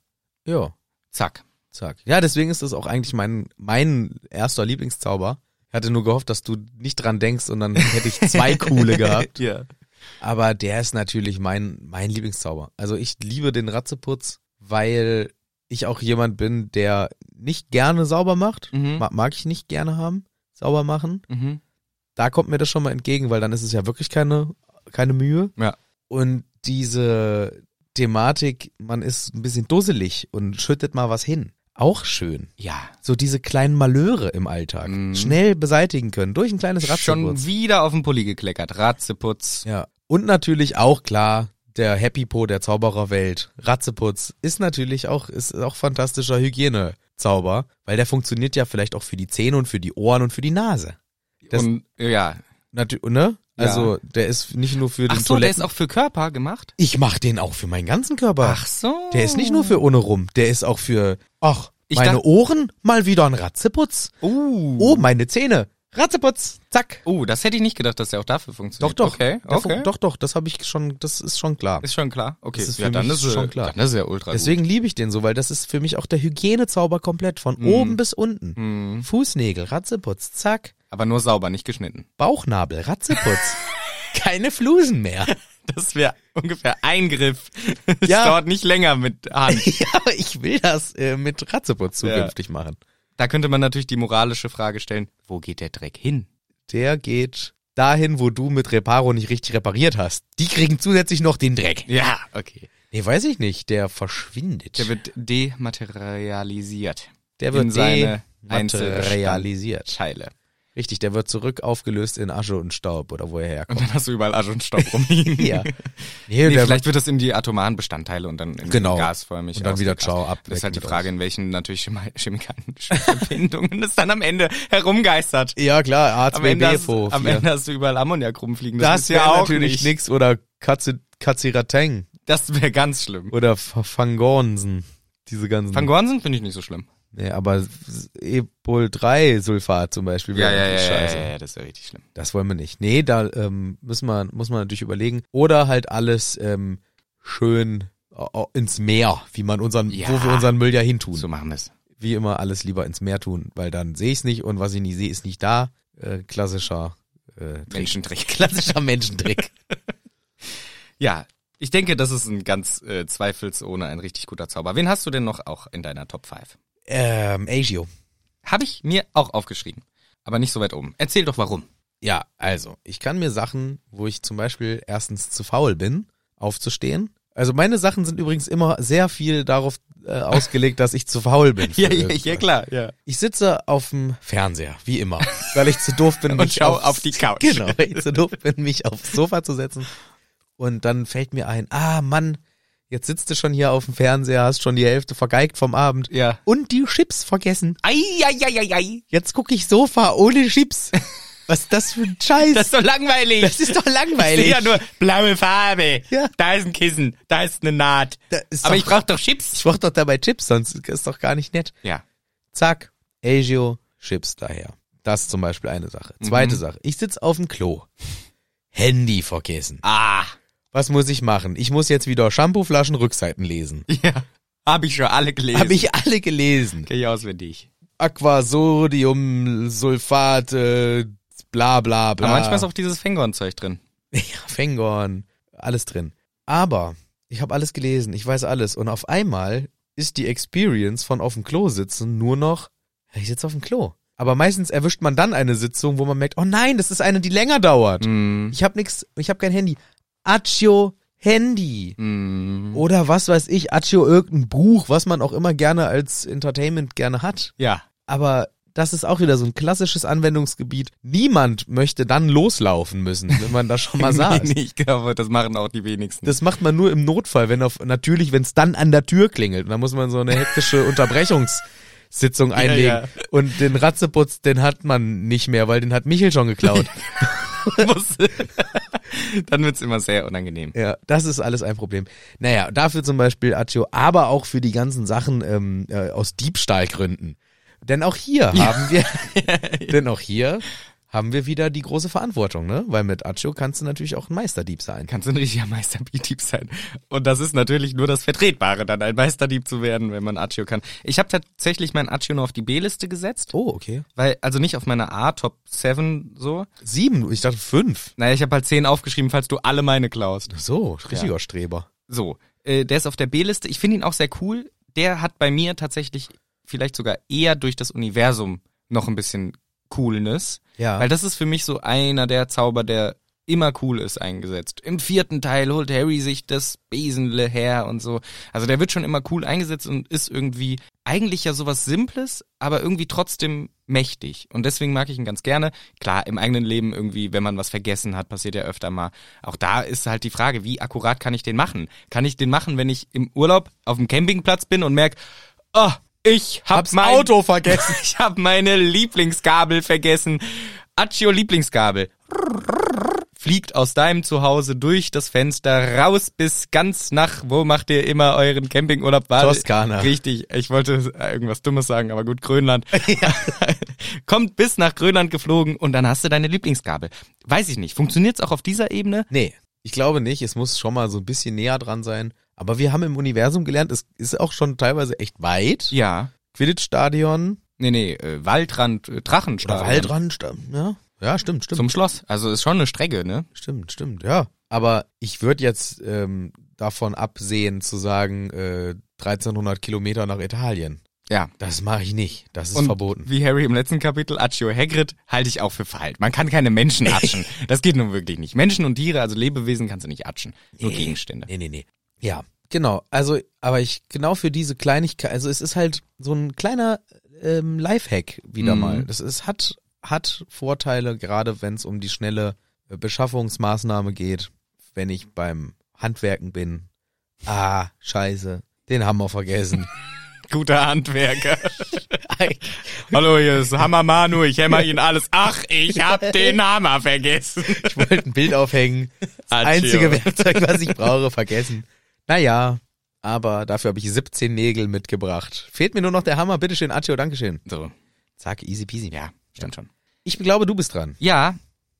A: Ja,
B: Zack.
A: zack. Ja, deswegen ist das auch eigentlich mein, mein erster Lieblingszauber. Ich hatte nur gehofft, dass du nicht dran denkst und dann hätte ich <laughs> zwei
B: <laughs>
A: coole gehabt.
B: Ja.
A: Aber der ist natürlich mein, mein Lieblingszauber. Also ich liebe den Ratzeputz, weil ich auch jemand bin, der nicht gerne sauber macht.
B: Mhm.
A: Ma- Mag ich nicht gerne haben, sauber machen.
B: Mhm.
A: Da kommt mir das schon mal entgegen, weil dann ist es ja wirklich keine, keine Mühe.
B: Ja.
A: Und diese Thematik, man ist ein bisschen dusselig und schüttet mal was hin. Auch schön.
B: Ja.
A: So diese kleinen Malöre im Alltag
B: Mhm.
A: schnell beseitigen können durch ein kleines Ratzeputz.
B: Schon wieder auf den Pulli gekleckert. Ratzeputz.
A: Ja. Und natürlich auch klar, der Happy Po der Zaubererwelt, Ratzeputz, ist natürlich auch, ist auch fantastischer Hygienezauber, weil der funktioniert ja vielleicht auch für die Zähne und für die Ohren und für die Nase. Das-
B: und ja.
A: Natürlich, ne?
B: Ja.
A: Also, der ist nicht nur für den
B: Ach so, der
A: Toiletten.
B: ist auch für Körper gemacht.
A: ich mach den auch für meinen ganzen Körper.
B: Ach so.
A: Der ist nicht nur für ohne rum, der ist auch für, ach,
B: Ich
A: meine
B: dacht-
A: Ohren, mal wieder ein Ratzeputz.
B: Uh.
A: Oh, meine Zähne, Ratzeputz, zack.
B: Oh, das hätte ich nicht gedacht, dass der auch dafür
A: Doch,
B: funktioniert.
A: doch.
B: Okay,
A: Der fun-
B: okay.
A: Doch, doch, das habe ich schon, das ist schon klar.
B: Ist schon klar. Okay,
A: Das ist
B: ja,
A: für
B: dann
A: mich
B: ist er-
A: schon klar.
B: Dann ist er ultra
A: Deswegen liebe ich den so, weil das ist für mich auch der Hygienezauber komplett von
B: Mhm.
A: oben bis unten.
B: gut. Hm.
A: Fußnägel, Ratzeputz, zack.
B: Aber nur sauber,
A: <laughs>
B: nicht geschnitten.
A: Bauchnabel,
B: <laughs>
A: Ratzeputz. Keine Flusen mehr. <laughs>
B: Das wäre ungefähr ein <laughs> Griff. Das
A: Ja.
B: dauert nicht länger mit Hand.
A: ja, aber ich will das äh, mit Ratzeputz
B: Ja.
A: zukünftig machen.
B: <laughs> Da könnte man natürlich die moralische Frage stellen, wo geht der Dreck hin?
A: Der geht dahin, wo du mit Reparo nicht richtig repariert hast. Die kriegen zusätzlich noch den Dreck.
B: Ja, okay.
A: Nee, weiß ich nicht. Der verschwindet.
B: Der wird dematerialisiert.
A: der
B: in seine
A: realisiert.
B: Teile.
A: Richtig, der wird zurück aufgelöst in Asche und Staub oder wo er herkommt.
B: <laughs> Und dann hast du überall Asche
A: <laughs>
B: und Staub rumliegen.
A: Ja.
B: Nee,
A: der
B: vielleicht wird das in die atomaren Bestandteile und dann in
A: Genau.
B: gasförmig.
A: Und dann wieder
B: ausgegas.
A: ciao, ab,
B: Das
A: weg
B: ist halt die
A: mit
B: Frage, in welchen natürlich Chemi- <laughs> chemikalischen Verbindungen es dann am Ende herumgeistert.
A: Ja, klar,
B: Am Ende, hast,
A: H2B-Fo.
B: am Ende hast du überall Ammoniak rumfliegen.
A: Das,
B: wär
A: wäre ja natürlich nix. Oder Katze, Katzirateng.
B: Das wäre ganz schlimm.
A: Oder F- Fangornsen. Diese ganzen.
B: Van Gornsen finde ich nicht so schlimm.
A: nee, aber Epol-3-Sulfat zum Beispiel. wäre natürlich scheiße.
B: das wäre richtig schlimm.
A: Das wollen wir nicht. Nee, da ähm, müssen wir, muss man natürlich überlegen. Oder halt alles ähm, schön äh, ins Meer, wie man unseren,
B: Ja.
A: wo wir unseren Müll ja hintun.
B: So machen wir es.
A: Wie immer alles lieber ins Meer tun, weil dann sehe ich es nicht und was ich nie sehe, ist nicht da. Äh, klassischer, äh, <laughs> Trick.
B: <laughs> Menschentrick.
A: klassischer Menschentrick.
B: Ja, ich denke, das ist ein ganz äh, zweifelsohne ein richtig guter Zauber. Wen hast du denn noch auch in deiner Top 5?
A: ähm, Agio.
B: Habe ich mir auch aufgeschrieben, aber nicht so weit oben. Erzähl doch warum. <laughs>
A: Ja, also, ich kann mir Sachen, wo ich zum Beispiel erstens zu faul bin, aufzustehen. Also meine Sachen sind übrigens immer sehr viel darauf äh, ausgelegt, dass ich zu faul
B: <laughs>
A: bin. für irgendwas.
B: klar, ja.
A: Ich sitze auf dem Fernseher, wie
B: <laughs>
A: immer, weil ich zu doof bin,
B: Und
A: mich
B: schau
A: aufs-
B: auf die Couch.
A: <laughs> Genau, weil ich zu doof bin, mich aufs Sofa zu setzen. Und dann fällt mir ein, ah Mann, jetzt sitzt du schon hier auf dem Fernseher, hast schon die Hälfte vergeigt vom Abend.
B: <laughs> Ja.
A: Und die Chips vergessen.
B: Eieieiei.
A: Jetzt gucke ich Sofa ohne
B: <laughs>
A: Chips. Was ist das für ein Scheiß?
B: Das ist doch langweilig.
A: Das ist doch langweilig.
B: Ja, nur blaue Farbe.
A: Ja.
B: Da ist ein Kissen. Da ist eine Naht.
A: Da ist
B: Aber
A: doch-
B: ich brauche doch Chips.
A: ich brauche doch dabei Chips, sonst ist doch gar nicht nett.
B: Ja.
A: Zack, Agio Chips daher. Das ist zum Beispiel eine Sache. Zweite
B: Mhm.
A: Sache. Ich sitze auf dem Klo. Handy vergessen.
B: Ah,
A: Was muss ich machen? Ich muss jetzt wieder Shampooflaschen Rückseiten lesen.
B: ja. Habe ich schon alle gelesen.
A: Habe ich alle gelesen.
B: Kenn ich auswendig.
A: Aquasodium, Sulfat, äh, bla bla bla.
B: Aber manchmal ist auch dieses Fengon-Zeug drin.
A: Ja, Fengorn, alles drin. Aber ich habe alles gelesen, ich weiß alles. Und auf einmal ist die Experience von auf dem Klo sitzen nur noch, ja, ich sitze auf dem Klo. Aber meistens erwischt man dann eine Sitzung, wo man merkt, oh nein, das ist eine, die länger dauert.
B: Mm.
A: Ich habe nix, ich habe kein Handy. Accio Handy.
B: Mm.
A: Oder was weiß ich, Accio irgendein Buch, was man auch immer gerne als Entertainment gerne hat.
B: Ja.
A: Aber das ist auch wieder so ein klassisches Anwendungsgebiet. Niemand möchte dann loslaufen müssen, wenn man das
B: <laughs>
A: schon mal saß.
B: Nee, ich glaube, das machen auch die wenigsten. <laughs>
A: Das macht man nur im Notfall, wenn auf, natürlich, wenn es dann an der Tür klingelt. Und dann muss man so eine
B: <laughs>
A: hektische Unterbrechungssitzung einlegen.
B: ja.
A: Und den Ratzeputz, den hat man nicht mehr, weil den hat Michel schon geklaut.
B: muss. <laughs> Dann wird's immer sehr unangenehm.
A: Ja, das ist alles ein Problem. Naja, dafür zum Beispiel Accio, aber auch für die ganzen Sachen ähm, äh, aus Diebstahlgründen. Denn auch hier haben <laughs> wir, denn auch hier haben wir wieder die große Verantwortung, ne? Weil mit Accio kannst du natürlich auch ein Meisterdieb sein.
B: Kannst du ein richtiger Meisterdieb sein. Und das ist natürlich nur das Vertretbare, dann ein Meisterdieb zu werden, wenn man Accio kann. Ich habe tatsächlich meinen Accio nur auf die B-Liste gesetzt,
A: Oh, okay.
B: weil, also nicht auf meine A-Top 7 so.
A: Sieben, ich dachte fünf.
B: Naja, ich habe halt 10 aufgeschrieben, falls du alle meine klaust.
A: So, richtiger Streber.
B: So, äh, der ist auf der B-Liste. Ich finde ihn auch sehr cool. Der hat bei mir tatsächlich vielleicht sogar eher durch das Universum noch ein bisschen Coolness.
A: Ja.
B: Weil das ist für mich so einer der Zauber, der immer cool ist eingesetzt. Im vierten Teil holt Harry sich das Besenle her und so. Also der wird schon immer cool eingesetzt und ist irgendwie eigentlich ja sowas Simples, aber irgendwie trotzdem mächtig. Und deswegen mag ich ihn ganz gerne. Klar, im eigenen Leben irgendwie, wenn man was vergessen hat, passiert ja öfter mal. Auch da ist halt die Frage, wie akkurat kann ich den machen? Kann ich den machen, wenn ich im Urlaub auf dem Campingplatz bin und merk, oh, ich hab
A: Hab's
B: mein
A: Auto vergessen.
B: ich habe meine Lieblingsgabel vergessen. Accio Lieblingsgabel. Fliegt aus deinem Zuhause durch das Fenster raus bis ganz nach, wo macht ihr immer euren Campingurlaub? War-
A: Toskana.
B: Richtig, ich wollte äh, irgendwas Dummes sagen, aber gut, Grönland. <laughs> Kommt bis nach Grönland geflogen und dann hast du deine Lieblingsgabel. Weiß ich nicht, funktioniert's auch auf dieser Ebene?
A: Nee, ich glaube nicht. Es muss schon mal so ein bisschen näher dran sein. Aber wir haben im Universum gelernt, es ist auch schon teilweise echt weit.
B: Ja.
A: Quidditch-Stadion.
B: Nee, nee, äh, Waldrand, äh, Drachenstadion.
A: ja. Ja, halt stimmt, stimmt.
B: Zum Schloss. Also ist schon eine Strecke, ne?
A: Stimmt, stimmt, ja. Aber ich würde jetzt ähm, davon absehen zu sagen, äh, 1300 Kilometer nach Italien.
B: Ja.
A: Das mache ich nicht. Das ist
B: Und
A: verboten.
B: Wie Harry im letzten Kapitel, Accio Hagrid, halte ich auch für verhalten. Man kann
A: <laughs>
B: keine Menschen atschen. Das geht nun wirklich nicht. Menschen und Tiere, also Lebewesen, kannst du nicht atschen. Nur
A: Nee.
B: Gegenstände.
A: Nee, nee, nee. Ja, genau. Also, aber ich, genau für diese Kleinigkeit, also es ist halt so ein kleiner ähm, Lifehack wieder
B: Mhm.
A: mal. Das ist, hat, hat Vorteile, gerade wenn es um die schnelle äh, Beschaffungsmaßnahme geht, wenn ich beim Handwerken bin. Ah, scheiße. Den haben wir
B: <laughs>
A: vergessen.
B: Guter Handwerker. <laughs> Hallo, hier ist Hammer Manu. Ich hämmer Ihnen alles. Ach, ich hab den Hammer vergessen.
A: Ich wollte ein Bild aufhängen. Das
B: Accio.
A: einzige Werkzeug, was
B: <laughs>
A: ich brauche, vergessen. Naja, aber dafür habe ich 17 Nägel mitgebracht. Fehlt mir nur noch der Hammer. Bitteschön, Accio, Dankeschön.
B: So,
A: Zack, easy peasy.
B: ja, stimmt schon.
A: Ich glaube, du bist dran.
B: Ja,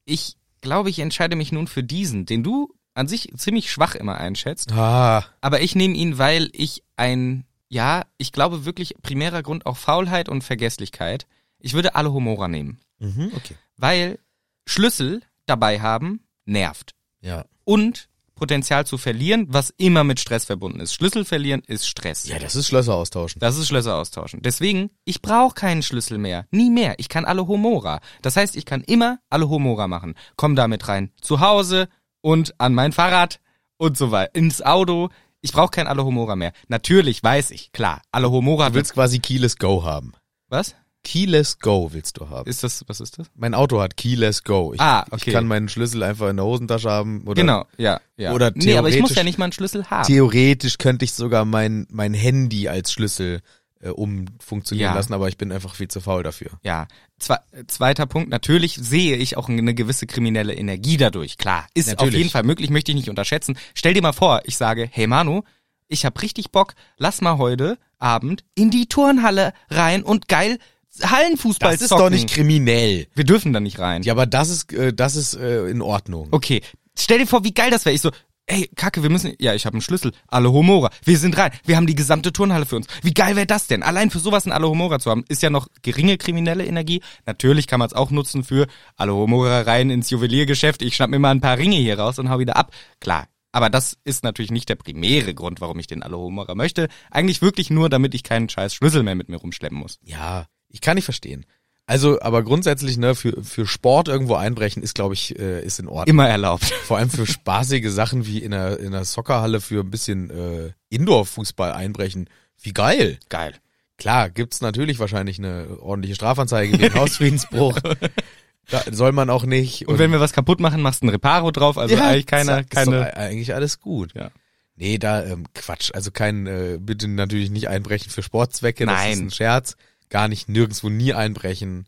B: ich glaube, ich entscheide mich nun für diesen, den du an sich ziemlich schwach immer einschätzt.
A: Ah,
B: Aber ich nehme ihn, weil ich ein, ja, ich glaube wirklich primärer Grund auch Faulheit und Vergesslichkeit. Ich würde Alohomora nehmen,
A: mhm, okay.
B: weil Schlüssel dabei haben nervt
A: Ja.
B: und Potenzial zu verlieren, was immer mit Stress verbunden ist. Schlüssel verlieren ist Stress.
A: Ja, das ist Schlösser austauschen.
B: Das ist Schlösser austauschen. Deswegen, ich brauche keinen Schlüssel mehr. Nie mehr. Ich kann Alohomora. Das heißt, ich kann immer Alohomora machen. Komm damit rein. Zu Hause und an mein Fahrrad und so weiter. Ins Auto. Ich brauche kein Alohomora mehr. Natürlich, weiß ich. Klar. Alohomora
A: Du willst quasi Keyless Go haben.
B: Was?
A: Keyless Go willst du haben.
B: Ist das, was ist das?
A: mein Auto hat Keyless Go. Ich,
B: Ah, okay.
A: ich kann meinen Schlüssel einfach in der Hosentasche haben. Oder
B: genau, ja, ja.
A: oder
B: nee, aber ich muss
A: theoretisch-
B: ja nicht mal einen Schlüssel haben.
A: Theoretisch könnte ich sogar mein, mein Handy als Schlüssel äh, umfunktionieren
B: Ja.
A: lassen, aber ich bin einfach viel zu faul dafür.
B: Ja, Zwe zweiter Punkt, natürlich sehe ich auch eine gewisse kriminelle Energie dadurch, klar. Ist auf
A: Natürlich.
B: jeden Fall möglich, möchte ich nicht unterschätzen. Stell dir mal vor, ich sage, hey Manu, ich hab richtig Bock, lass mal heute Abend in die Turnhalle rein und geil Hallenfußball
A: Das ist
B: zocken.
A: doch nicht kriminell.
B: Wir dürfen da nicht rein.
A: Ja, aber das ist, äh, das ist äh, in Ordnung.
B: Okay, stell dir vor, wie geil das wäre. Ich so, ey, Kacke, wir müssen, ja, ich habe einen Schlüssel. Alle Homora, wir sind rein. Wir haben die gesamte Turnhalle für uns. Wie geil wäre das denn? Allein für sowas ein Alle Homora zu haben, ist ja noch geringe kriminelle Energie. Natürlich kann man es auch nutzen für Alle Homora rein ins Juweliergeschäft. Ich schnapp mir mal ein paar Ringe hier raus und hau wieder ab. Klar. Aber das ist natürlich nicht der primäre Grund, warum ich den Alle Homora möchte. Eigentlich wirklich nur, damit ich keinen scheiß Schlüssel mehr mit mir rumschleppen muss.
A: Ja, ich kann nicht verstehen. Also, aber grundsätzlich, ne, für, für Sport irgendwo einbrechen ist, glaube ich, äh, ist in Ordnung.
B: Immer erlaubt.
A: Vor allem für spaßige Sachen wie in einer, in einer Soccerhalle für ein bisschen äh, Indoor-Fußball einbrechen. Wie geil.
B: Geil.
A: Klar, gibt's natürlich wahrscheinlich eine ordentliche Strafanzeige
B: <laughs>
A: wegen Hausfriedensbruch. Da soll man auch nicht.
B: Und wenn wir was kaputt machen, machst du ein Reparo drauf. Also
A: Ja,
B: eigentlich keiner,
A: ist doch
B: keine,
A: Eigentlich alles gut.
B: Ja.
A: Nee, da ähm, Quatsch. Also kein, äh, bitte natürlich nicht einbrechen für Sportzwecke. Das
B: Nein.
A: ist ein Scherz. Gar nicht, nirgendwo nie einbrechen.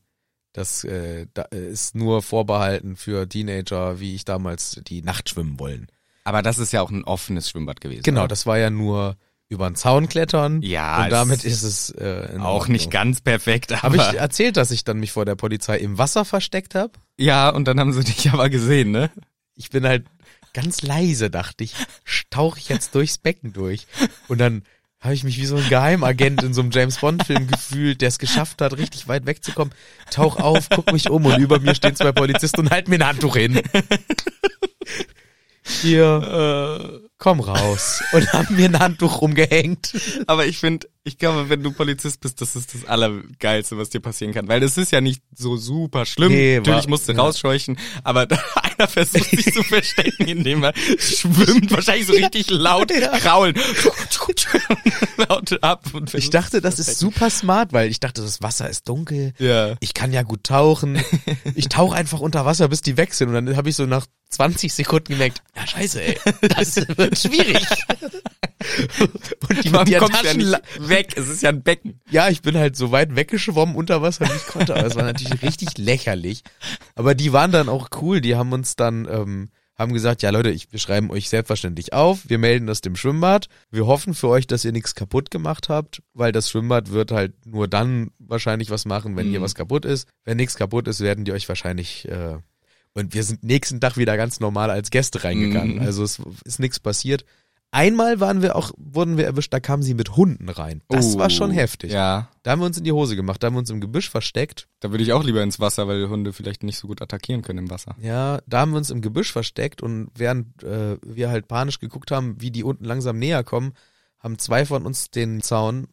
A: Das äh, da äh, ist nur vorbehalten für Teenager, wie ich damals, die Nacht schwimmen wollen.
B: Aber das ist ja auch ein offenes Schwimmbad gewesen.
A: Genau,
B: oder?
A: das war ja nur über den Zaun klettern.
B: ne? Ja,
A: Und
B: es
A: damit ist es äh, in
B: auch
A: Ordnung.
B: nicht ganz perfekt,
A: Habe
B: aber
A: ich äh, erzählt, dass ich dann mich vor der Polizei im Wasser versteckt habe?
B: ja, und dann haben sie dich <laughs> aber gesehen, ne?
A: ich bin halt ganz leise, dachte ich, stauche ich jetzt durchs Becken durch. Und dann habe ich mich wie so ein Geheimagent in so einem James Bond-Film gefühlt, der es geschafft hat, richtig weit wegzukommen. Tauch auf, guck mich um und über mir stehen zwei Polizisten und halten mir ein Handtuch hin. Hier,
B: Äh.
A: komm raus. Und haben mir ein Handtuch rumgehängt.
B: Aber ich finde, ich glaube, wenn du Polizist bist, das ist das Allergeilste, was dir passieren kann. Weil das ist ja nicht so super schlimm.
A: Nee,
B: Natürlich
A: war-
B: musst du
A: ja.
B: rausscheuchen, aber <laughs> da, einer versucht sich zu verstecken, indem er schwimmt, wahrscheinlich so richtig laut
A: Ja.
B: kraulen. <laughs> laut ab. Und
A: Ich
B: versucht
A: dachte,
B: zu
A: das ist super smart, weil ich dachte, das Wasser ist dunkel.
B: verstecken. Ja.
A: ich kann ja gut tauchen. Ich tauche einfach unter Wasser, bis die weg sind. Und dann habe ich so nach 20 Sekunden gemerkt, ja scheiße, ey, das wird schwierig. Und die mit
B: Man
A: ihren
B: kommt ja
A: Taschenla-
B: nicht weg. Es ist ja ein Becken.
A: ja, ich bin halt so weit weggeschwommen unter Wasser, wie ich konnte. Aber es war
B: <laughs>
A: natürlich richtig lächerlich. Aber die waren dann auch cool. Die haben uns dann, ähm, haben gesagt, ja Leute, ich, wir schreiben euch selbstverständlich auf. Wir melden das dem Schwimmbad. Wir hoffen für euch, dass ihr nichts kaputt gemacht habt, weil das Schwimmbad wird halt nur dann wahrscheinlich was machen, wenn hier
B: Mhm.
A: was kaputt ist. Wenn nichts kaputt ist, werden die euch wahrscheinlich, äh, und wir sind nächsten Tag wieder ganz normal als Gäste reingegangen.
B: Mhm.
A: Also es ist nichts passiert. Einmal waren wir auch, wurden wir erwischt, da kamen sie mit Hunden rein. Das war schon
B: Oh,
A: heftig.
B: Ja.
A: Da haben wir uns in die Hose gemacht, da haben wir uns im Gebüsch versteckt.
B: Da würde ich auch lieber ins Wasser, weil Hunde vielleicht nicht so gut attackieren können im Wasser.
A: Ja, da haben wir uns im Gebüsch versteckt und während äh, wir halt panisch geguckt haben, wie die unten langsam näher kommen, haben zwei von uns den Zaun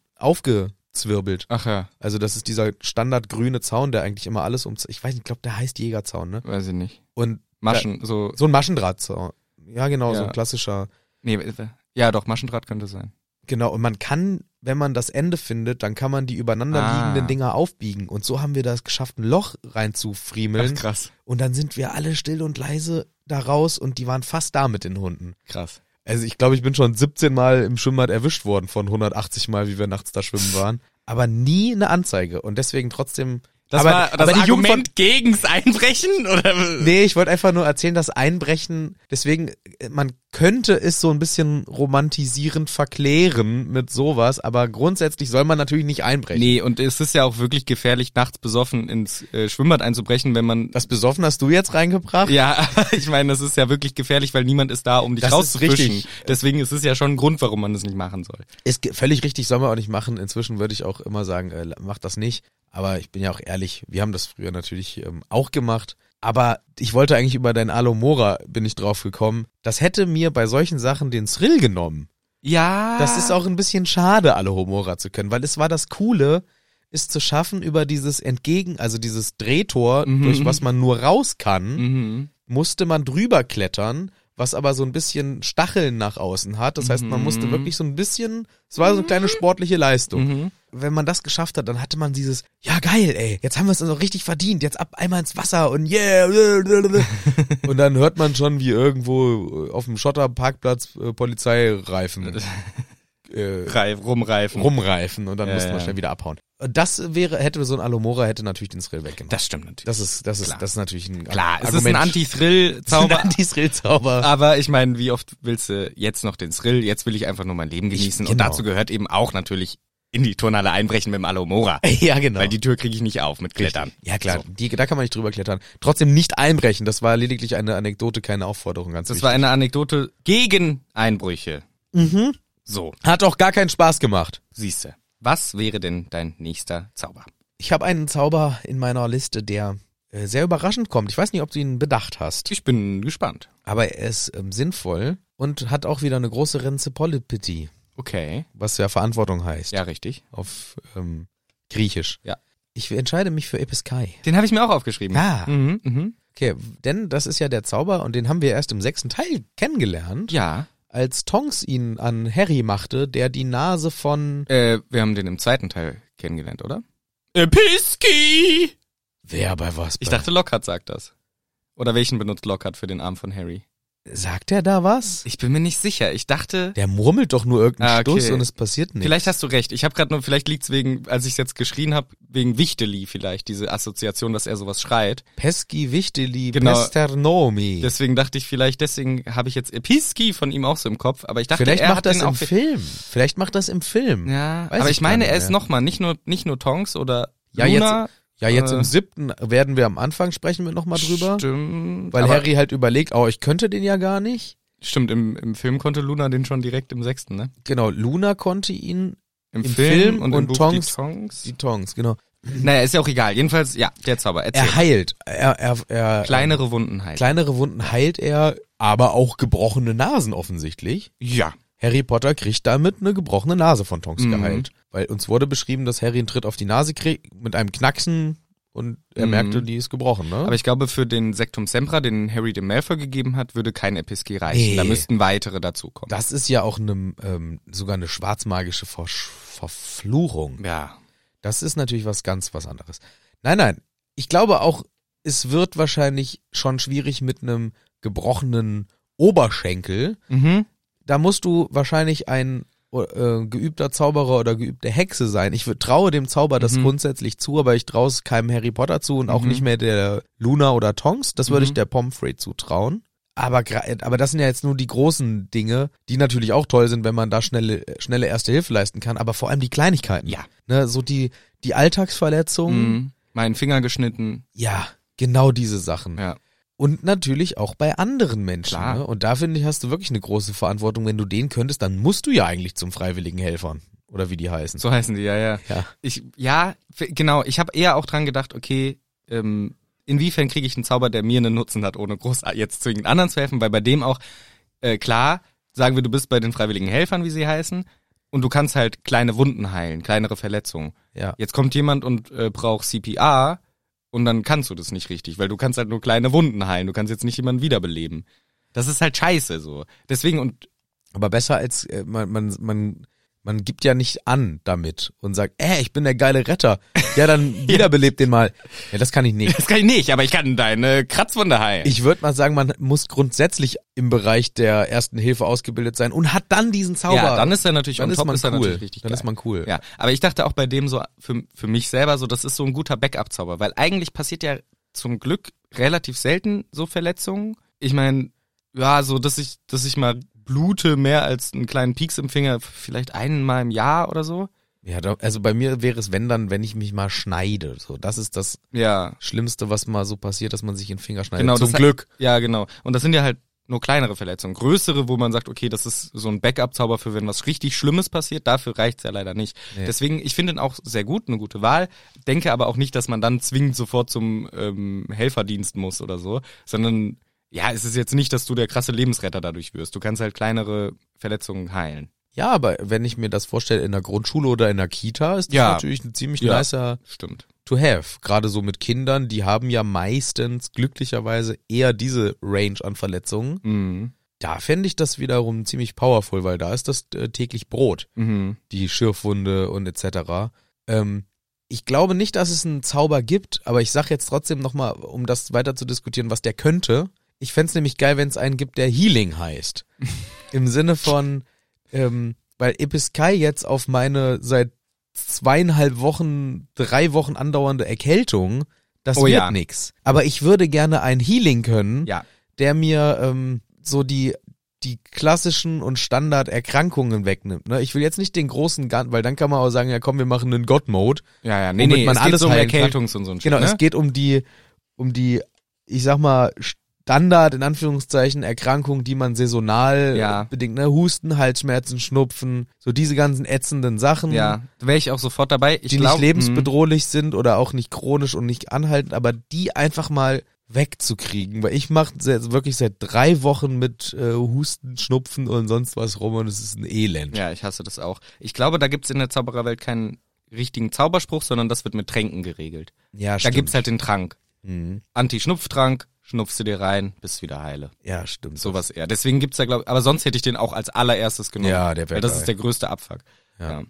A: aufgezwirbelt.
B: Ach ja,
A: Also das ist dieser standardgrüne Zaun, der eigentlich immer alles um... Ich weiß nicht, ich glaube, der heißt Jägerzaun, ne?
B: weiß ich nicht.
A: Und
B: Maschen, so.
A: so ein Maschendrahtzaun. Ja, genau, so
B: Ja.
A: ein klassischer.
B: Nee, äh, ja doch, Maschendraht könnte sein.
A: Genau, und man kann, wenn man das Ende findet, dann kann man die übereinander
B: Ah.
A: liegenden Dinger aufbiegen. Und so haben wir das geschafft, ein Loch reinzufriemeln.
B: krass.
A: Und dann sind wir alle still und leise da raus und die waren fast da mit den Hunden.
B: Krass.
A: Also ich glaube, ich bin schon 17 Mal im Schwimmbad erwischt worden von 180 Mal, wie wir nachts da schwimmen waren. Aber nie eine Anzeige und deswegen trotzdem.
B: Das
A: aber,
B: war das
A: aber die Jugend
B: Argument gegens Einbrechen? Oder?
A: Von, nee, ich wollte einfach nur erzählen, dass Einbrechen, deswegen, äh, man könnte es so ein bisschen romantisierend verklären mit sowas, aber grundsätzlich soll man natürlich nicht einbrechen.
B: Nee, und es ist ja auch wirklich gefährlich, nachts besoffen ins äh, Schwimmbad einzubrechen, wenn <laughs> man...
A: Das Besoffen hast du jetzt reingebracht?
B: ja, <laughs> ich meine, das ist ja wirklich gefährlich, weil niemand ist da, um dich
A: Das ist
B: rauszufischen.
A: richtig.
B: Deswegen ist es ja schon ein Grund, warum man das nicht machen soll.
A: Ist ge- völlig richtig, soll man auch nicht machen. Inzwischen würde ich auch immer sagen, äh, macht das nicht. Aber ich bin ja auch ehrlich, wir haben das früher natürlich ähm, auch gemacht. Aber ich wollte eigentlich über dein Alomora, bin ich drauf gekommen. Das hätte mir bei solchen Sachen den Thrill genommen.
B: Ja.
A: Das ist auch ein bisschen schade, Alomora zu können, weil es war das Coole, es zu schaffen, über dieses Entgegen, also dieses Drehtor,
B: Mhm.
A: durch was man nur raus kann,
B: Mhm.
A: musste man drüber klettern, was aber so ein bisschen Stacheln nach außen hat. Das heißt, man musste wirklich so ein bisschen, es war so eine kleine sportliche Leistung.
B: Mhm.
A: Wenn man das geschafft hat, dann hatte man dieses, ja geil, ey, jetzt haben wir es also richtig verdient, jetzt ab einmal ins Wasser und yeah. und dann hört
B: <laughs>
A: man schon, wie irgendwo auf dem Schotterparkplatz äh, Polizeireifen äh,
B: Reif, rumreifen.
A: rumreifen und dann
B: Ja,
A: mussten wir
B: ja.
A: schnell wieder abhauen. Und Das wäre, hätte so ein Alomora, hätte natürlich den Thrill weggenommen.
B: Das stimmt natürlich.
A: das ist, das ist,
B: Klar.
A: das ist natürlich ein
B: Klar, es ist
A: Argument.
B: ein <laughs>
A: ein
B: Anti-Thrill-Zauber.
A: Anti-Thrill-Zauber.
B: Aber ich meine, wie oft willst du jetzt noch den Thrill? Jetzt will ich einfach nur mein Leben genießen. Und
A: genau.
B: dazu gehört eben auch natürlich in die Turnhalle einbrechen mit dem Alomora.
A: Ja, genau.
B: Weil die Tür kriege ich nicht auf mit Klettern.
A: Ja, klar,
B: So.
A: die, da kann man nicht drüber klettern. Trotzdem nicht einbrechen, das war lediglich eine Anekdote, keine Aufforderung. Ganz
B: Das war eine Anekdote gegen Einbrüche.
A: Mhm.
B: So,
A: Hat auch gar keinen Spaß gemacht.
B: siehste. Was wäre denn dein nächster Zauber?
A: Ich habe einen Zauber in meiner Liste, der äh, sehr überraschend kommt. Ich weiß nicht, ob du ihn bedacht hast,
B: Ich bin gespannt.
A: aber er ist ähm, sinnvoll und hat auch wieder eine große Renze Polypity,
B: Okay.
A: was ja Verantwortung heißt
B: Ja, richtig.
A: auf ähm, Griechisch.
B: Ja.
A: Ich entscheide mich für Episkai.
B: Den habe ich mir auch aufgeschrieben.
A: Ah.
B: Mhm, mhm.
A: Okay, denn das ist ja der Zauber und den haben wir erst im sechsten Teil kennengelernt,
B: Ja.
A: als Tonks ihn an Harry machte, der die Nase von
B: Äh, wir haben den im zweiten Teil kennengelernt, oder? Episki!
A: Wer bei was?
B: Ich dachte, Lockhart sagt das. Oder welchen benutzt Lockhart für den Arm von Harry?
A: sagt er da was?
B: Ich bin mir nicht sicher. Ich dachte,
A: Der murmelt doch nur irgendeinen
B: Ah, okay.
A: Stuss und es passiert nichts.
B: vielleicht hast du recht. Ich habe gerade nur, vielleicht liegt's wegen, als ich jetzt geschrien habe, wegen Wichteli vielleicht, diese Assoziation, dass er sowas schreit.
A: Pesky Wichteli
B: Genau.
A: Pesternomi.
B: Deswegen dachte ich vielleicht, deswegen habe ich jetzt Episki von ihm auch so im Kopf. Aber ich dachte,
A: Vielleicht
B: er
A: macht
B: hat
A: das
B: den
A: im
B: auch
A: Film. Vielleicht macht das im Film.
B: Ja,
A: Weiß
B: aber
A: ich
B: ich meine,
A: gar
B: er
A: nicht
B: ist
A: mehr.
B: nochmal nicht nur nicht nur Tonks oder
A: Ja,
B: Luna.
A: Ja, jetzt
B: Äh.
A: im siebten werden wir am Anfang sprechen wir nochmal drüber.
B: Stimmt.
A: Weil
B: aber,
A: Harry halt überlegt, oh, ich könnte den ja gar nicht.
B: Stimmt, im, im Film konnte Luna den schon direkt im sechsten, ne?
A: Genau, Luna konnte ihn,
B: Im,
A: Im
B: Film,
A: Film
B: und,
A: und
B: im Buch
A: Tonks-
B: die Tonks.
A: die Tongs, genau.
B: Naja, ist ja auch egal. Jedenfalls, ja, der Zauber. Erzähl.
A: Er heilt. Er, er, er,
B: Kleinere Wunden halt. heilen.
A: kleinere Wunden heilt er, aber auch gebrochene Nasen offensichtlich.
B: ja.
A: Harry Potter kriegt damit eine gebrochene Nase von Tonks
B: Mhm.
A: geheilt. Weil uns wurde beschrieben, dass Harry einen Tritt auf die Nase kriegt mit einem Knacksen und er
B: Mhm.
A: merkte, die ist gebrochen, ne?
B: Aber ich glaube, für den Sektum Sempra, den Harry dem Malfoy gegeben hat, würde kein Episki reichen.
A: Nee.
B: Da müssten weitere dazukommen.
A: das ist ja auch eine, ähm, sogar eine schwarzmagische Ver Verfluchung.
B: ja.
A: Das ist natürlich was ganz was anderes. Nein, nein. Ich glaube auch, es wird wahrscheinlich schon schwierig mit einem gebrochenen Oberschenkel.
B: Mhm.
A: Da musst du wahrscheinlich ein äh, geübter Zauberer oder geübte Hexe sein. Ich wür- traue dem Zauber das
B: Mhm.
A: grundsätzlich zu, aber ich traue es keinem Harry Potter zu und auch
B: Mhm.
A: nicht mehr der Luna oder Tonks. Das würde ich
B: Mhm.
A: der Pomfrey zutrauen. Aber, gra- aber das sind ja jetzt nur die großen Dinge, die natürlich auch toll sind, wenn man da schnelle, schnelle erste Hilfe leisten kann, aber vor allem die Kleinigkeiten.
B: Ja.
A: Ne, so die, die Alltagsverletzungen.
B: Mhm. Meinen Finger geschnitten.
A: Ja, genau diese Sachen
B: Ja.
A: und natürlich auch bei anderen Menschen.
B: Klar.
A: Ne? Und da finde ich, hast du wirklich eine große Verantwortung. Wenn du den könntest, dann musst du ja eigentlich zum freiwilligen Helfern oder wie die heißen.
B: So heißen die, ja, ja.
A: Ja.
B: Ich, ja, f- genau. Ich habe eher auch dran gedacht, okay, ähm, inwiefern kriege ich einen Zauber, der mir einen Nutzen hat, ohne groß jetzt zwingend anderen zu helfen, weil bei dem auch, äh, klar, sagen wir, du bist bei den freiwilligen Helfern, wie sie heißen, und du kannst halt kleine Wunden heilen, kleinere Verletzungen.
A: Ja.
B: Jetzt kommt jemand und äh, braucht CPR und dann kannst du das nicht richtig, weil du kannst halt nur kleine Wunden heilen, du kannst jetzt nicht jemanden wiederbeleben. Das ist halt scheiße so. Deswegen und
A: Aber besser als äh, man, man, man, man gibt ja nicht an damit und sagt, äh, ich bin der geile Retter. Ja,
B: <laughs>
A: dann wiederbelebt den mal. Ja, das kann ich nicht.
B: das kann ich nicht, aber ich kann deine Kratzwunde heilen.
A: Ich würde mal sagen, man muss grundsätzlich im Bereich der ersten Hilfe ausgebildet sein und hat dann diesen Zauber.
B: Ja, dann ist er natürlich
A: Dann
B: on
A: ist
B: top,
A: man
B: ist er
A: cool.
B: natürlich richtig
A: Dann
B: geil.
A: ist man cool.
B: Ja, aber ich dachte auch bei dem so für, für mich selber so, das ist so ein guter Backup-Zauber, weil eigentlich passiert ja zum Glück relativ selten so Verletzungen. Ich meine, ja, so dass ich, dass ich mal blute mehr als einen kleinen Pieks im Finger, vielleicht einmal im Jahr oder so.
A: ja da, also bei mir wäre es, wenn dann, wenn ich mich mal schneide. So, das ist das
B: Ja,
A: Schlimmste, was mal so passiert, dass man sich in den Finger schneidet.
B: genau.
A: Äh, Zum
B: das-
A: Glück.
B: Ja, genau. Und das sind ja halt nur kleinere Verletzungen. Größere, wo man sagt, okay, das ist so ein Backup-Zauber für, wenn was richtig Schlimmes passiert, dafür reicht's ja leider nicht.
A: Nee.
B: Deswegen, ich finde ihn auch sehr gut, eine gute Wahl. Denke aber auch nicht, dass man dann zwingend sofort zum ähm, Helferdienst muss oder so, sondern ja, es ist jetzt nicht, dass du der krasse Lebensretter dadurch wirst. Du kannst halt kleinere Verletzungen heilen.
A: Ja, aber wenn ich mir das vorstelle in der Grundschule oder in der Kita, ist das
B: Ja.
A: natürlich ein ziemlich
B: Ja.
A: nicer
B: Stimmt.
A: to have. Gerade so mit Kindern, die haben ja meistens glücklicherweise eher diese Range an Verletzungen.
B: Mhm.
A: Da fände ich das wiederum ziemlich powerful, weil da ist das äh, täglich Brot,
B: Mhm.
A: die Schürfwunde und etc. Ähm, ich glaube nicht, dass es einen Zauber gibt, aber ich sage jetzt trotzdem nochmal, um das weiter zu diskutieren, was der könnte.
B: <laughs>
A: Ich fänd's nämlich geil, wenn es einen gibt, der Healing heißt. Im Sinne von, ähm, weil Episkai jetzt auf meine seit zweieinhalb Wochen, drei Wochen andauernde Erkältung, das
B: Oh
A: wird
B: ja.
A: nix. Aber ich würde gerne ein Healing können,
B: Ja.
A: der mir ähm, so die die klassischen und Standarderkrankungen wegnimmt. Ne? Ich will jetzt nicht den großen, Gan- weil dann kann man auch sagen, ja komm, wir machen einen God-Mode.
B: Ja, ja, nee,
A: Womit
B: nee,
A: man
B: es geht
A: alles
B: so um
A: heilen kann.
B: Erkältungs- und so ein
A: Genau,
B: Shit, ne?
A: es geht um die, um die, ich sag mal, Standard, in Anführungszeichen, Erkrankungen, die man saisonal
B: Ja.
A: äh, bedingt, ne, Husten, Halsschmerzen, Schnupfen, so diese ganzen ätzenden Sachen,
B: Ja, wäre ich auch sofort dabei. Ich
A: die
B: glaub, mhm.
A: nicht lebensbedrohlich sind oder auch nicht chronisch und nicht anhaltend, aber die einfach mal wegzukriegen, weil ich mache wirklich seit drei Wochen mit äh, Husten, Schnupfen und sonst was rum und es ist ein Elend.
B: mh, Ja, ich hasse das auch. Ich glaube, da gibt's in der Zaubererwelt keinen richtigen Zauberspruch, sondern das wird mit Tränken geregelt.
A: Ja,
B: Da
A: stimmt.
B: gibt's halt den Trank.
A: Mhm.
B: Anti-Schnupftrank, schnupfst du dir rein, bist wieder heile.
A: Ja, stimmt.
B: Sowas eher. Deswegen gibt's da, glaube ich, aber sonst hätte ich den auch als allererstes genommen.
A: Ja, der wär
B: Weil das
A: geil.
B: ist der größte Abfuck.
A: Ja.
B: Ja.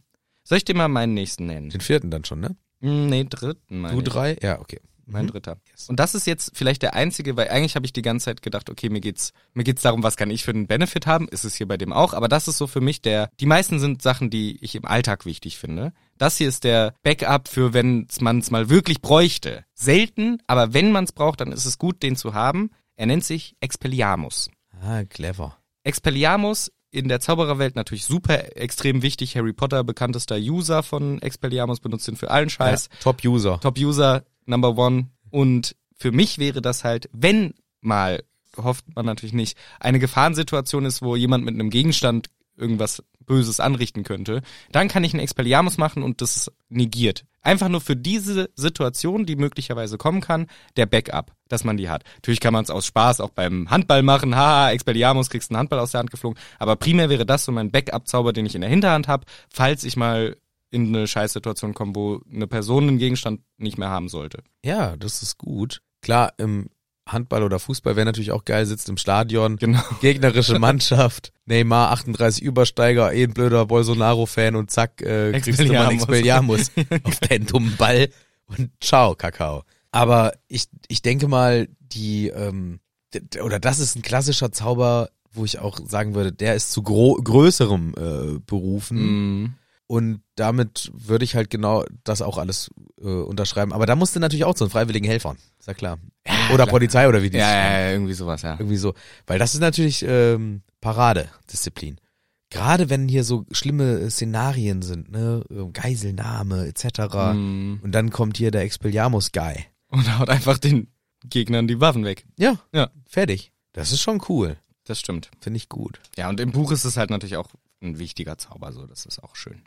B: Soll ich dir mal meinen nächsten nennen?
A: Den vierten dann schon, ne?
B: Hm, Nee, dritten meine
A: Du
B: ich.
A: drei? Ja, okay. Mhm.
B: Mein dritter. Und das ist jetzt vielleicht der einzige, weil eigentlich habe ich die ganze Zeit gedacht, okay, mir geht's, mir geht's darum, was kann ich für einen Benefit haben, ist es hier bei dem auch, aber das ist so für mich der, die meisten sind Sachen, die ich im Alltag wichtig finde. Das hier ist der Backup für, wenn man es mal wirklich bräuchte. Selten, aber wenn man es braucht, dann ist es gut, den zu haben. Er nennt sich Expelliarmus.
A: Ah, clever.
B: Expelliarmus in der Zaubererwelt natürlich super extrem wichtig. Harry Potter, bekanntester User von Expelliarmus, benutzt ihn für allen Scheiß.
A: Ja, Top-User.
B: Top-User, Number One. Und für mich wäre das halt, wenn mal, hofft man natürlich nicht, eine Gefahrensituation ist, wo jemand mit einem Gegenstand irgendwas Böses anrichten könnte, dann kann ich einen Expelliarmus machen und das ist negiert. Einfach nur für diese Situation, die möglicherweise kommen kann, der Backup, dass man die hat. Natürlich kann man es aus Spaß auch beim Handball machen, haha, Expelliarmus, kriegst einen Handball aus der Hand geflogen, aber primär wäre das so mein Backup-Zauber, den ich in der Hinterhand habe, falls ich mal in eine Scheißsituation kommen, wo eine Person einen Gegenstand nicht mehr haben sollte.
A: Ja, das ist gut. Klar, im Handball oder Fußball wäre natürlich auch geil, sitzt im Stadion,
B: Genau.
A: gegnerische Mannschaft, Neymar 38 Übersteiger, eh ein blöder Bolsonaro-Fan und zack, äh, kriegst du mal einen Expelliarmus auf deinen dummen Ball und ciao, Kakao. Aber ich, ich denke mal, die, ähm, d- d- oder das ist ein klassischer Zauber, wo ich auch sagen würde, der ist zu gro größerem äh, berufen.
B: Mhm.
A: Und damit würde ich halt genau das auch alles äh, unterschreiben. Aber da musst du natürlich auch zu den freiwilligen Helfern. Ist ja klar. oder Polizei oder wie die
B: Ja,
A: sich nennen.
B: ja, ja, irgendwie sowas, ja.
A: Irgendwie so. Weil das ist natürlich ähm, Paradedisziplin. Gerade wenn hier so schlimme äh, Szenarien sind, ne? Ähm, Geiselnahme etc.
B: Mhm.
A: Und dann kommt hier der Expelliarmus-Guy.
B: Und haut einfach den Gegnern die Waffen weg.
A: Ja,
B: Ja.
A: fertig. Das ist schon cool.
B: Das stimmt.
A: Finde ich gut.
B: Ja, und im Buch ist es halt natürlich auch ein wichtiger Zauber, so, das ist auch schön.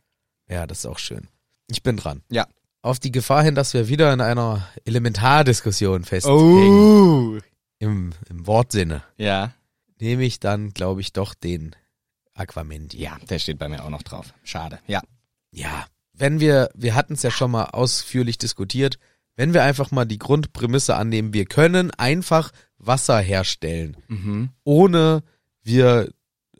A: Ja, das ist auch schön. Ich bin dran.
B: Ja.
A: Auf die Gefahr hin, dass wir wieder in einer Elementardiskussion festhängen.
B: Oh!
A: Im, im Wortsinne.
B: Ja.
A: nehme ich dann, glaube ich, doch den Aquamenti.
B: Ja, der steht bei mir auch noch drauf. Schade. Ja.
A: Ja. Wenn wir, wir hatten es ja schon mal ausführlich diskutiert, wenn wir einfach mal die Grundprämisse annehmen, wir können einfach Wasser herstellen,
B: Mhm.
A: ohne wir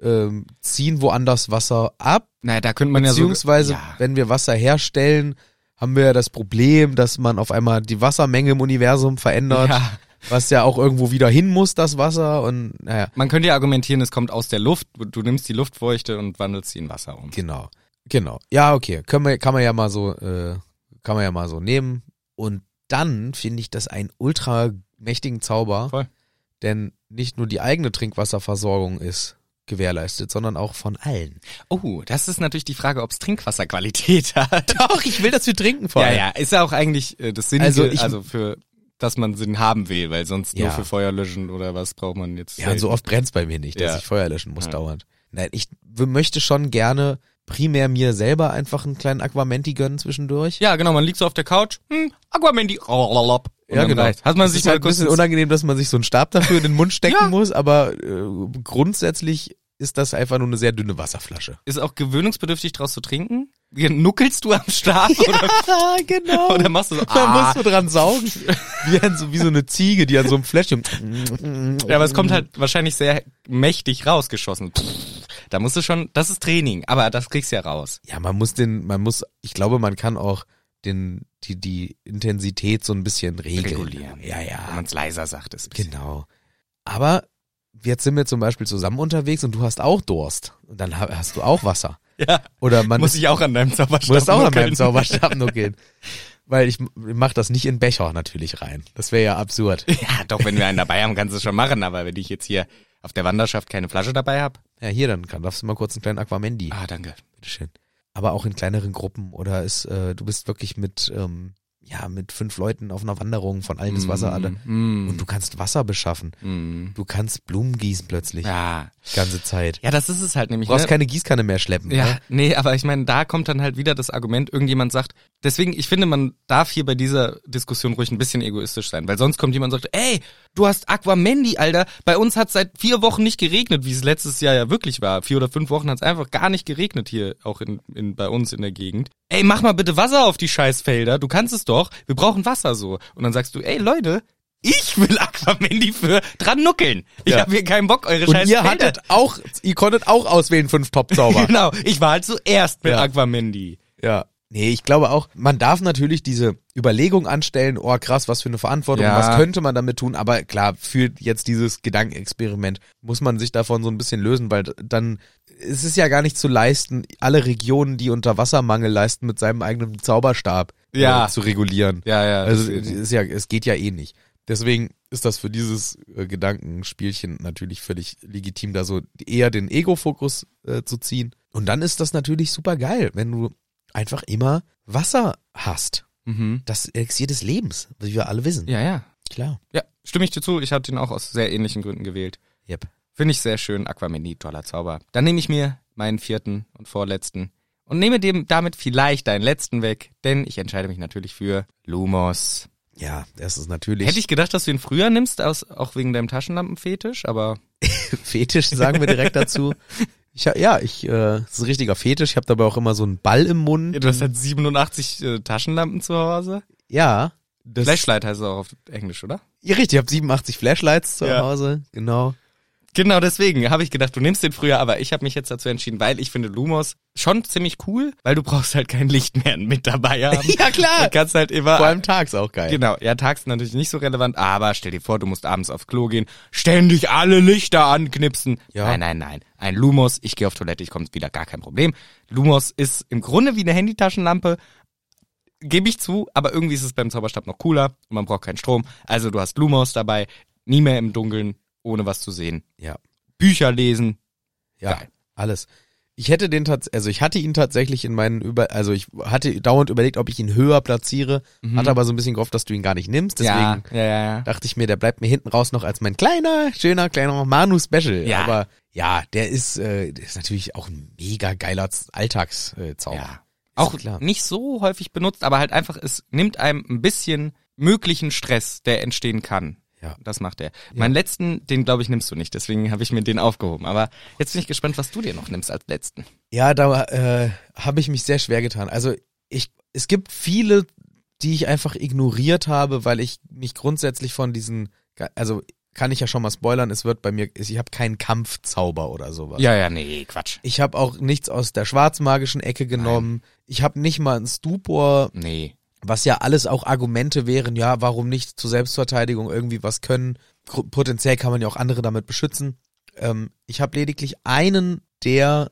A: ähm, ziehen woanders Wasser ab,
B: Naja, da könnte man ja so.
A: beziehungsweise
B: ja.
A: wenn wir Wasser herstellen, haben wir ja das Problem, dass man auf einmal die Wassermenge im Universum verändert,
B: Ja.
A: was ja auch irgendwo wieder hin muss, das Wasser und naja,
B: Man könnte ja argumentieren, es kommt aus der Luft, du nimmst die Luftfeuchte und wandelst sie in Wasser um.
A: Genau. Genau. Ja, okay. Können wir, kann man ja mal so, äh, kann man ja mal so nehmen. Und dann finde ich das einen ultra mächtigen Zauber.
B: Voll.
A: Denn nicht nur die eigene Trinkwasserversorgung ist gewährleistet, sondern auch von <laughs> allen.
B: Oh, das ist natürlich die Frage, ob es Trinkwasserqualität <laughs> hat.
A: Doch, ich will, dass wir trinken vor
B: Ja, ja, ist ja auch eigentlich äh, das Sinn,
A: Also
B: also,
A: ich-
B: also für, dass man Sinn haben will, weil sonst
A: Ja.
B: nur für Feuer löschen oder was braucht man jetzt.
A: Ja, und so oft brennt's bei mir nicht, dass
B: Ja.
A: ich Feuer löschen muss
B: Ja.
A: dauernd. Nein, ich w- möchte schon gerne primär mir selber einfach einen kleinen Aquamenti gönnen zwischendurch.
B: ja, genau, man liegt so auf der Couch, hm, Aquamendi, ralalop. Und dann reicht's. Hat man
A: Es
B: sich
A: ist
B: mal
A: halt ein
B: kurz
A: bisschen
B: ins-
A: unangenehm, dass man sich so einen Stab dafür in den Mund stecken
B: <laughs> Ja.
A: muss, aber äh, grundsätzlich ist das einfach nur eine sehr dünne
B: <laughs>
A: Wasserflasche.
B: ist auch gewöhnungsbedürftig draus zu trinken? Nuckelst du am Stab
A: <laughs>
B: oder,
A: Ah, genau.
B: oder machst du
A: <laughs>
B: so,
A: da
B: ah.
A: musst du dran saugen. Wie, an so, wie so eine Ziege, die an so einem Fläschchen.
B: Ja, aber es kommt halt wahrscheinlich sehr mächtig rausgeschossen. Pff, Da musst du schon, das ist Training, aber das kriegst du ja raus.
A: Ja, man muss den, man muss, ich glaube, man kann auch den, die, die Intensität so ein bisschen regeln. Ja,
B: Wenn
A: ja.
B: man es leiser sagt, ist ein bisschen-
A: Genau. Aber jetzt sind wir zum Beispiel zusammen unterwegs und du hast auch Durst. Und dann ha- hast du auch Wasser.
B: <laughs> Ja.
A: Oder man
B: muss ich auch an deinem Zauberstab.
A: musst auch an meinem
B: nuckeln.
A: Zauberstab nur gehen. Weil ich m- mach das nicht in Becher natürlich rein. Das wäre ja absurd.
B: Ja, doch, wenn wir einen dabei haben, kannst du es schon machen. Aber wenn ich jetzt hier auf der Wanderschaft keine Flasche dabei habe.
A: Ja, hier dann kann, darfst du mal kurz einen kleinen Aquamendi.
B: Ah, danke.
A: Bitteschön. Aber auch in kleineren Gruppen oder ist, äh, du bist wirklich mit, ähm, ja, mit fünf Leuten auf einer Wanderung von allen das Wasser alle.
B: Mm,
A: Und du kannst Wasser beschaffen.
B: mm.
A: Du kannst Blumen gießen plötzlich.
B: Ja.
A: Die ganze Zeit.
B: Ja, das ist es halt nämlich.
A: Du brauchst
B: ne?
A: keine Gießkanne mehr schleppen.
B: Ja,
A: Ne?
B: nee, aber ich meine, da kommt dann halt wieder das Argument, irgendjemand sagt, deswegen, ich finde, man darf hier bei dieser Diskussion ruhig ein bisschen egoistisch sein, weil sonst kommt jemand und sagt, ey, du hast Aquamendi, Alter, bei uns hat seit vier Wochen nicht geregnet, wie es letztes Jahr ja wirklich war. Vier oder fünf Wochen hat es einfach gar nicht geregnet hier, auch in, in, bei uns in der Gegend. Ey, mach mal bitte Wasser auf die Scheißfelder, du kannst es doch, wir brauchen Wasser so. Und dann sagst du, ey, Leute, ich will Aquamendi für dran nuckeln. Ich
A: Ja.
B: hab hier keinen Bock, eure
A: Und
B: scheiß
A: ihr
B: Felder
A: hattet auch, ihr konntet auch auswählen fünf Top-Zauber.
B: Genau, ich war halt zuerst mit
A: Ja.
B: Aquamendi.
A: ja. Nee, ich glaube auch, man darf natürlich diese Überlegung anstellen, oh krass, was für eine Verantwortung,
B: Ja.
A: was könnte man damit tun, aber klar, für jetzt dieses Gedankenexperiment muss man sich davon so ein bisschen lösen, weil dann, es ist ja gar nicht zu leisten, alle Regionen, die unter Wassermangel leisten, mit seinem eigenen Zauberstab äh,
B: Ja.
A: zu regulieren.
B: Ja, ja.
A: Also
B: das-
A: es ist ja, es geht ja eh nicht. Deswegen ist das für dieses äh, Gedankenspielchen natürlich völlig legitim, da so eher den Ego-Fokus äh, zu ziehen. Und dann ist das natürlich super geil, wenn du einfach immer Wasser hast.
B: mhm.
A: Das Elixier des Lebens, wie wir alle wissen.
B: Ja, ja.
A: Klar.
B: Ja, stimme ich dir zu. Ich hatte ihn auch aus sehr ähnlichen Gründen gewählt.
A: Yep.
B: Finde ich sehr schön. Aquamendi, toller Zauber. Dann nehme ich mir meinen vierten und vorletzten und nehme dem damit vielleicht deinen letzten weg, denn ich entscheide mich natürlich für Lumos.
A: Ja, das ist natürlich
B: Hätte ich gedacht, dass du ihn früher nimmst, aus, auch wegen deinem Taschenlampenfetisch, aber
A: Fetisch, sagen wir direkt <laughs> dazu. Ich, ha- ja, ich, äh, das ist ein richtiger Fetisch. Ich habe dabei auch immer so einen Ball im Mund.
B: du hast halt 87 äh, Taschenlampen zu Hause.
A: Ja. Das,
B: Flashlight heißt es auch auf Englisch, oder?
A: Ja, richtig, ich habe 87 Flashlights zu
B: Ja.
A: Hause. Genau.
B: Genau deswegen habe ich gedacht, du nimmst den früher, aber ich habe mich jetzt dazu entschieden, weil ich finde Lumos schon ziemlich cool, weil du brauchst halt kein Licht mehr mit dabei haben.
A: <laughs> Ja, klar.
B: Du kannst halt immer
A: Vor allem tags auch geil.
B: Genau, ja, tags natürlich nicht so relevant, aber stell dir vor, du musst abends aufs Klo gehen, ständig alle Lichter anknipsen.
A: Ja.
B: Nein, nein, nein. Ein Lumos, ich gehe auf Toilette, ich komme wieder, gar kein Problem. Lumos ist im Grunde wie eine Handytaschenlampe, gebe ich zu, aber irgendwie ist es beim Zauberstab noch cooler und man braucht keinen Strom. Also du hast Lumos dabei, nie mehr im Dunkeln, ohne was zu sehen.
A: Ja.
B: Bücher lesen.
A: Ja,
B: Geil.
A: alles. Ich hätte den tats also ich hatte ihn tatsächlich in meinen über also ich hatte dauernd überlegt, ob ich ihn höher platziere, hatte aber so ein bisschen gehofft, dass du ihn gar nicht nimmst, deswegen
B: ja, ja, ja.
A: dachte ich mir, der bleibt mir hinten raus noch als mein kleiner, schöner kleiner Manu Special,
B: Ja.
A: aber ja, der ist äh, der ist natürlich auch ein mega geiler Z- Alltagszauber. Äh, Zauber.
B: Ja. Auch
A: klar.
B: nicht so häufig benutzt, aber halt einfach, es nimmt einem ein bisschen möglichen Stress, der entstehen kann.
A: Ja.
B: Das macht er. Meinen letzten, den glaube ich, nimmst du nicht, deswegen habe ich mir den aufgehoben. Aber jetzt bin ich gespannt, was du dir noch nimmst als letzten.
A: Ja, da äh, habe ich mich sehr schwer getan. Also ich, es gibt viele, die ich einfach ignoriert habe, weil ich mich grundsätzlich von diesen, also kann ich ja schon mal spoilern, es wird bei mir, ich habe keinen Kampfzauber oder sowas.
B: Ja, ja, nee, Quatsch.
A: Ich habe auch nichts aus der schwarzmagischen Ecke genommen. Ich habe nicht mal einen Stupor,
B: Nee.
A: was ja alles auch Argumente wären, ja, warum nicht zur Selbstverteidigung irgendwie was können. Gru- Potenziell kann man ja auch andere damit beschützen. Ähm, ich habe lediglich einen, der,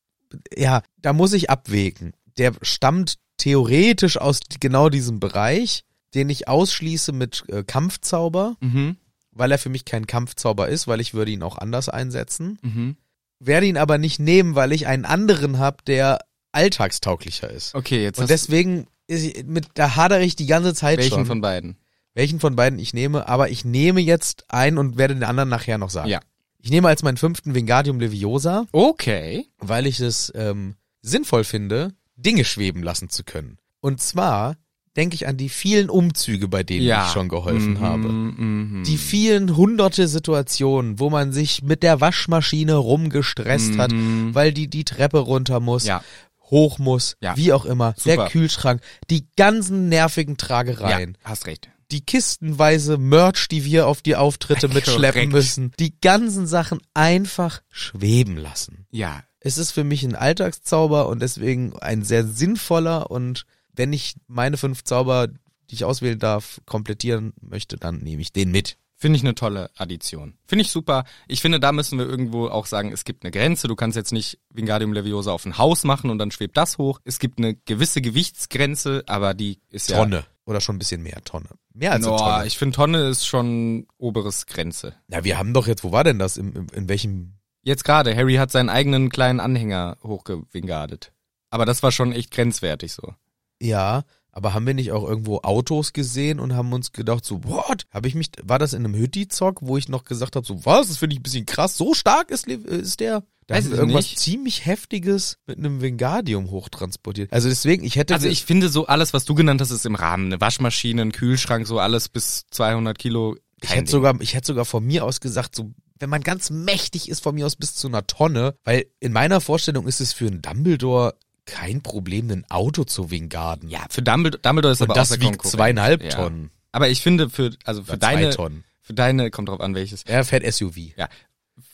A: ja, da muss ich abwägen. Der stammt theoretisch aus d- genau diesem Bereich, den ich ausschließe mit äh, Kampfzauber,
B: Mhm.
A: weil er für mich kein Kampfzauber ist, weil ich würde ihn auch anders einsetzen.
B: Mhm.
A: Werde ihn aber nicht nehmen, weil ich einen anderen habe, der alltagstauglicher ist.
B: Okay, jetzt
A: Und
B: hast
A: deswegen ist ich mit, da hadere ich die ganze Zeit
B: welchen
A: schon
B: von beiden?
A: welchen von beiden ich nehme, aber ich nehme jetzt einen und werde den anderen nachher noch sagen.
B: Ja.
A: Ich nehme als meinen fünften Vingardium Leviosa,
B: Okay.
A: weil ich es ähm, sinnvoll finde, Dinge schweben lassen zu können. Und zwar denke ich an die vielen Umzüge, bei denen ich schon geholfen
B: Mhm,
A: habe.
B: Mhm.
A: Die vielen hunderte Situationen, wo man sich mit der Waschmaschine rumgestresst hat,
B: Mhm.
A: weil die die Treppe runter muss,
B: Ja.
A: hoch muss,
B: Ja.
A: wie auch immer, der
B: Super.
A: Kühlschrank, die ganzen nervigen
B: ja,
A: Tragereien
B: hast recht.
A: die kistenweise Merch, die wir auf die Auftritte mitschleppen
B: <laughs> Korrekt.
A: müssen, die ganzen Sachen einfach schweben lassen.
B: Ja.
A: Es ist für mich ein Alltagszauber und deswegen ein sehr sinnvoller und wenn ich meine fünf Zauber, die ich auswählen darf, komplettieren möchte, dann nehme ich den mit.
B: Finde ich eine tolle Addition. Finde ich super. Ich finde, da müssen wir irgendwo auch sagen, es gibt eine Grenze. Du kannst jetzt nicht Wingardium Leviosa auf ein Haus machen und dann schwebt das hoch. Es gibt eine gewisse Gewichtsgrenze, aber die ist ja...
A: Tonne. Oder schon ein bisschen mehr Tonne. Mehr als eine
B: Boah,
A: Tonne.
B: ich finde Tonne ist schon oberes Grenze.
A: Na, wir haben doch jetzt, wo war denn das? Im, im, in welchem?
B: Jetzt gerade, Harry hat seinen eigenen kleinen Anhänger hochgewingardet. Aber das war schon echt grenzwertig so.
A: Ja, aber haben wir nicht auch irgendwo Autos gesehen und haben uns gedacht, so, what? Habe ich mich, war das in einem Hütti-Zock, wo ich noch gesagt habe, so, was? Das finde ich ein bisschen krass. So stark ist, Le- äh, ist der. Da
B: Weiß
A: haben wir
B: ich
A: irgendwas
B: nicht.
A: ziemlich Heftiges mit einem Vingardium hochtransportiert. Also deswegen, ich hätte.
B: Also ich finde so alles, was du genannt hast, ist im Rahmen. Eine Waschmaschine, ein Kühlschrank, so alles bis 200 Kilo.
A: Ich
B: kein
A: hätte
B: Ding.
A: sogar, ich hätte sogar von mir aus gesagt, so, wenn man ganz mächtig ist, von mir aus bis zu einer Tonne, weil in meiner Vorstellung ist es für einen Dumbledore kein Problem, ein Auto zu wingarden.
B: Ja, für Dumbledore, Dumbledore ist
A: Und
B: aber
A: das
B: außer
A: wiegt
B: Konkurrenz.
A: zweieinhalb
B: Ja.
A: Tonnen.
B: Aber ich finde für, also für
A: oder zwei
B: deine,
A: Tonnen.
B: für deine, kommt drauf an welches.
A: Er fährt SUV.
B: Ja.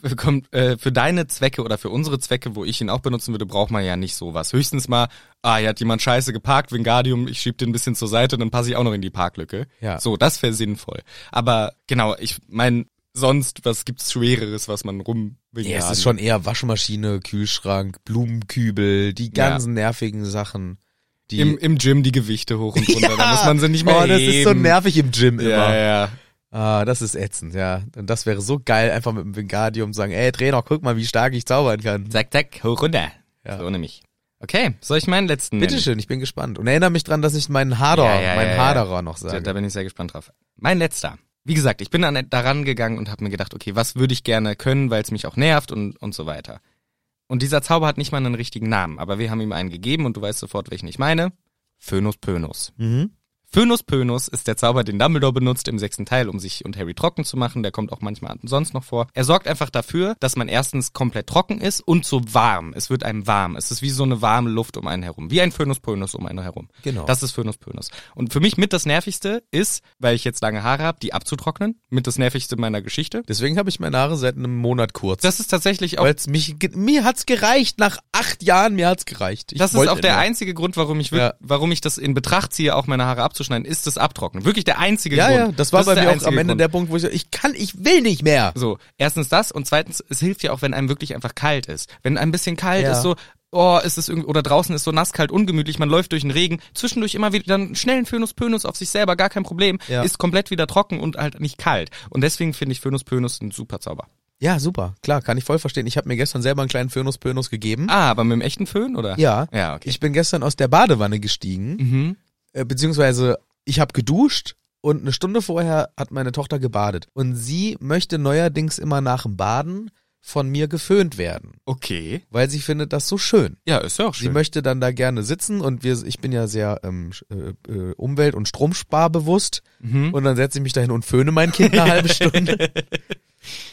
B: Für, kommt, äh, für deine Zwecke oder für unsere Zwecke, wo ich ihn auch benutzen würde, braucht man ja nicht sowas. Höchstens mal, ah, hier hat jemand scheiße geparkt, Wingardium, ich schieb den ein bisschen zur Seite, dann passe ich auch noch in die Parklücke.
A: Ja.
B: So, das wäre sinnvoll. Aber genau, ich mein, sonst, was gibt's Schwereres, was man rum
A: Ja, es ist schon eher Waschmaschine, Kühlschrank, Blumenkübel, die ganzen nervigen Sachen. Die
B: Im, Im Gym die Gewichte hoch und
A: <laughs>
B: runter, da muss man sie nicht mehr
A: Oh, das
B: heben.
A: ist so nervig im Gym immer.
B: Ja, ja.
A: Ah, das ist ätzend, ja. Und das wäre so geil, einfach mit dem Wingardium sagen, ey Trainer, guck mal, wie stark ich zaubern kann.
B: Zack, zack, hoch runter.
A: Ja.
B: So nämlich. Okay, soll ich meinen letzten nennen?
A: Bitteschön, ich bin gespannt. Und erinnere mich dran, dass ich meinen Hader,
B: Ja, ja,
A: meinen
B: ja, ja.
A: Haderer noch
B: Da,
A: sage.
B: da bin ich sehr gespannt drauf. Mein letzter. Wie gesagt, ich bin an, daran gegangen und habe mir gedacht, okay, was würde ich gerne können, weil es mich auch nervt und, und so weiter. Und dieser Zauber hat nicht mal einen richtigen Namen, aber wir haben ihm einen gegeben und du weißt sofort, welchen ich meine. Phönus Pönus.
A: Mhm.
B: Phönus Pönus ist der Zauber, den Dumbledore benutzt im sechsten Teil, um sich und Harry trocken zu machen. Der kommt auch manchmal sonst noch vor. Er sorgt einfach dafür, dass man erstens komplett trocken ist und so warm. Es wird einem warm. Es ist wie so eine warme Luft um einen herum. Wie ein Phönus Pönus um einen herum.
A: Genau.
B: Das ist Phönus Pönus. Und für mich mit das Nervigste ist, weil ich jetzt lange Haare habe, die abzutrocknen. Mit das Nervigste meiner Geschichte.
A: Deswegen habe ich meine Haare seit einem Monat kurz.
B: Das ist tatsächlich auch
A: Weil es mich, ge- mir hat's gereicht. Nach acht Jahren, mir hat's gereicht. Ich
B: Das ist
A: wollte
B: auch der
A: immer.
B: einzige Grund, warum ich, wirk-
A: Ja.
B: warum ich das in Betracht ziehe, auch meine Haare abzuschneiden, ist das Abtrocknen. Wirklich der einzige
A: Ja,
B: Grund.
A: ja, das war
B: ist
A: bei
B: der
A: mir auch
B: einzige
A: am Ende
B: Grund.
A: der Punkt, wo ich so, ich kann, ich will nicht mehr.
B: So, erstens das und zweitens, es hilft ja auch, wenn einem wirklich einfach kalt ist. Wenn einem ein bisschen kalt
A: Ja.
B: ist, so, oh, ist es irgendwie, oder draußen ist so nass, kalt, ungemütlich, man läuft durch den Regen, zwischendurch immer wieder einen schnellen Phönus Pönus auf sich selber, gar kein Problem,
A: Ja.
B: ist komplett wieder trocken und halt nicht kalt. Und deswegen finde ich Phönus Pönus ein super Zauber.
A: Ja, super, klar, kann ich voll verstehen. Ich habe mir gestern selber einen kleinen Föhnus-Pönus gegeben.
B: Ah, aber mit dem echten Föhn, oder?
A: Ja.
B: Ja, okay.
A: Ich bin gestern aus der Badewanne gestiegen,
B: mhm.
A: äh, beziehungsweise ich habe geduscht und eine Stunde vorher hat meine Tochter gebadet. Und sie möchte neuerdings immer nach dem Baden von mir geföhnt werden,
B: Okay.
A: weil sie findet das so schön.
B: Ja, ist ja auch
A: Sie
B: schön.
A: möchte dann da gerne sitzen und wir, ich bin ja sehr ähm, sch- äh, äh, umwelt- und stromsparbewusst.
B: Mhm.
A: Und dann setze ich mich dahin und föhne mein Kind eine halbe
B: <laughs>
A: Stunde.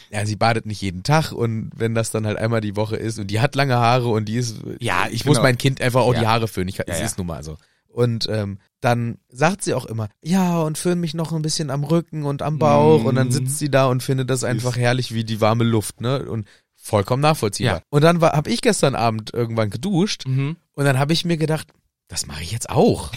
A: Ja, sie badet nicht jeden Tag und wenn das dann halt einmal die Woche ist und die hat lange Haare und die ist,
B: Ja,
A: ich
B: ich genau.
A: muss
B: bin auch-
A: mein Kind einfach auch die
B: Ja.
A: Haare föhnen. Ich kann,
B: Ja,
A: es
B: ja.
A: ist nun mal so. Und ähm, dann sagt sie auch immer, ja, und föhn mich noch ein bisschen am Rücken und am Bauch. Und
B: Mhm.
A: dann sitzt sie da und findet das einfach herrlich wie die warme Luft, ne? Und vollkommen nachvollziehbar.
B: Ja.
A: Und dann war, habe ich gestern Abend irgendwann geduscht
B: mhm.
A: und dann habe ich mir gedacht, das mache ich jetzt
B: <laughs>
A: auch.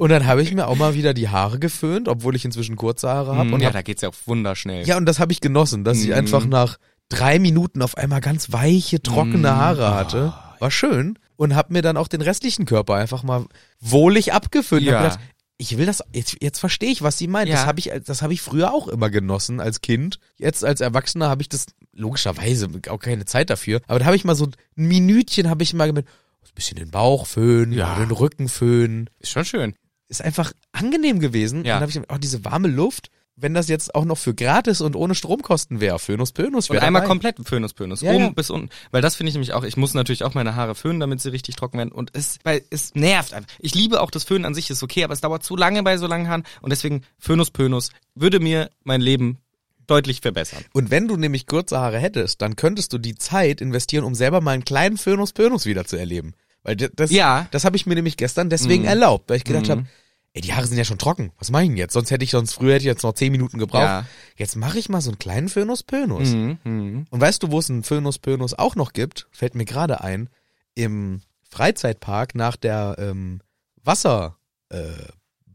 A: und dann habe ich mir auch mal wieder die Haare geföhnt, obwohl ich inzwischen kurze Haare habe.
B: Mhm,
A: Und
B: ja,
A: hab
B: da geht's ja auch wunderschnell.
A: ja, und das habe ich genossen, dass ich
B: Mhm.
A: einfach nach drei Minuten auf einmal ganz weiche, trockene
B: Mhm.
A: Haare hatte. War schön. Und habe mir dann auch den restlichen Körper einfach mal wohlig abgefüllt. Und hab
B: Ja.
A: gedacht, ich will das, jetzt, jetzt verstehe ich, was sie meint.
B: Ja.
A: Das habe ich, das habe ich früher auch immer genossen als Kind. Jetzt als Erwachsener habe ich das logischerweise auch keine Zeit dafür. Aber da habe ich mal so ein Minütchen, habe ich mal gemerkt, ein bisschen den Bauch föhnen,
B: Ja.
A: den Rücken föhnen
B: Ist schon schön.
A: ist einfach angenehm gewesen.
B: Ja.
A: Und dann habe ich gedacht, oh, diese warme Luft, wenn das jetzt auch noch für gratis und ohne Stromkosten wäre, Föhnus Pönus
B: Und
A: wäre
B: einmal
A: dabei.
B: komplett Föhnus, Föhnus.
A: Ja,
B: oben
A: ja.
B: bis unten. Weil das finde ich nämlich auch, ich muss natürlich auch meine Haare föhnen, damit sie richtig trocken werden. Und es, weil es nervt einfach. Ich liebe auch das Föhnen an sich, ist okay, aber es dauert zu lange bei so langen Haaren. Und deswegen Föhnus, Pönus würde mir mein Leben deutlich verbessern.
A: Und wenn du nämlich kurze Haare hättest, dann könntest du die Zeit investieren, um selber mal einen kleinen Föhnus Pönus wieder zu erleben. Weil d- das,
B: Ja. Mhm.
A: das habe ich mir nämlich gestern deswegen erlaubt, weil ich gedacht habe, ey, die Haare sind ja schon trocken. Was mache ich denn jetzt? Sonst hätte ich sonst früher hätte ich jetzt noch zehn Minuten gebraucht.
B: Ja.
A: Jetzt mache ich mal so einen kleinen Föhnus Pönus.
B: Mhm.
A: Und weißt du, wo es einen Föhnus Pönus auch noch gibt? Fällt mir gerade ein. Im Freizeitpark nach der ähm, Wasserbahn. Äh,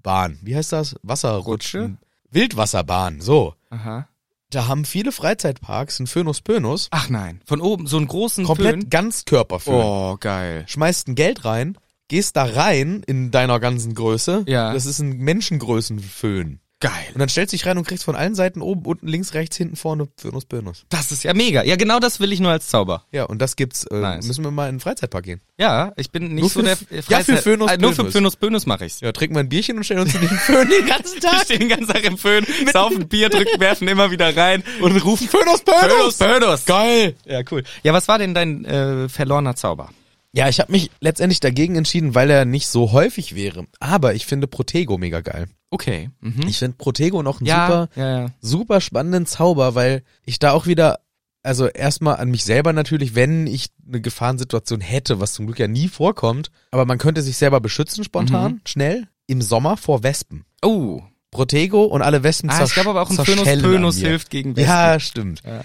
A: Bahn. Wie heißt das? Wasserrutschen.
B: Rutsche?
A: Wildwasserbahn, so.
B: Aha.
A: Da haben viele Freizeitparks einen Föhn-Pönus.
B: Ach nein, von oben so einen großen
A: Komplett
B: Föhn.
A: Ganzkörperföhn.
B: Oh, geil.
A: Schmeißt ein Geld rein, gehst da rein in deiner ganzen Größe.
B: Ja.
A: Das ist ein Menschengrößenföhn.
B: Geil.
A: Und dann stellst du dich rein und kriegst von allen Seiten oben, unten, links, rechts, hinten, vorne Föhnus, Pönus.
B: Das ist ja mega. Ja, genau das will ich nur als Zauber.
A: Ja, und das gibt's. Äh,
B: Nice.
A: Müssen wir mal in den Freizeitpark gehen.
B: Ja, ich bin nicht
A: Nur
B: so
A: für
B: der
A: F- ja, für
B: Freizeit-
A: Phönus
B: Äh, nur für
A: Pönus.
B: Phönus Pönus mache ich's.
A: Ja, trinken wir ein Bierchen und stellen uns in den Föhn den
B: <laughs>
A: ganzen
B: Wir
A: Tag.
B: stehen den ganzen Tag
A: <laughs>
B: im Föhn, saufen Bier, drücken, werfen immer wieder rein und rufen
A: Föhnus, Pönus!
B: Pönus.
A: Geil!
B: Ja, cool. Ja, was war denn dein äh, verlorener Zauber?
A: Ja, ich habe mich letztendlich dagegen entschieden, weil er nicht so häufig wäre. Aber ich finde Protego mega geil.
B: Okay. Mhm.
A: Ich finde Protego noch einen
B: ja,
A: super,
B: ja, ja.
A: super spannenden Zauber, weil ich da auch wieder, also erstmal an mich selber natürlich, wenn ich eine Gefahrensituation hätte, was zum Glück ja nie vorkommt, aber man könnte sich selber beschützen
B: Mhm.
A: spontan, schnell, im Sommer vor Wespen.
B: Oh.
A: Protego und alle Wespen
B: Ah,
A: zersch-
B: es gab aber auch einen Pönus,
A: zerschellen an
B: Pönus
A: mir.
B: hilft gegen Wespen.
A: Ja, stimmt.
B: Ja.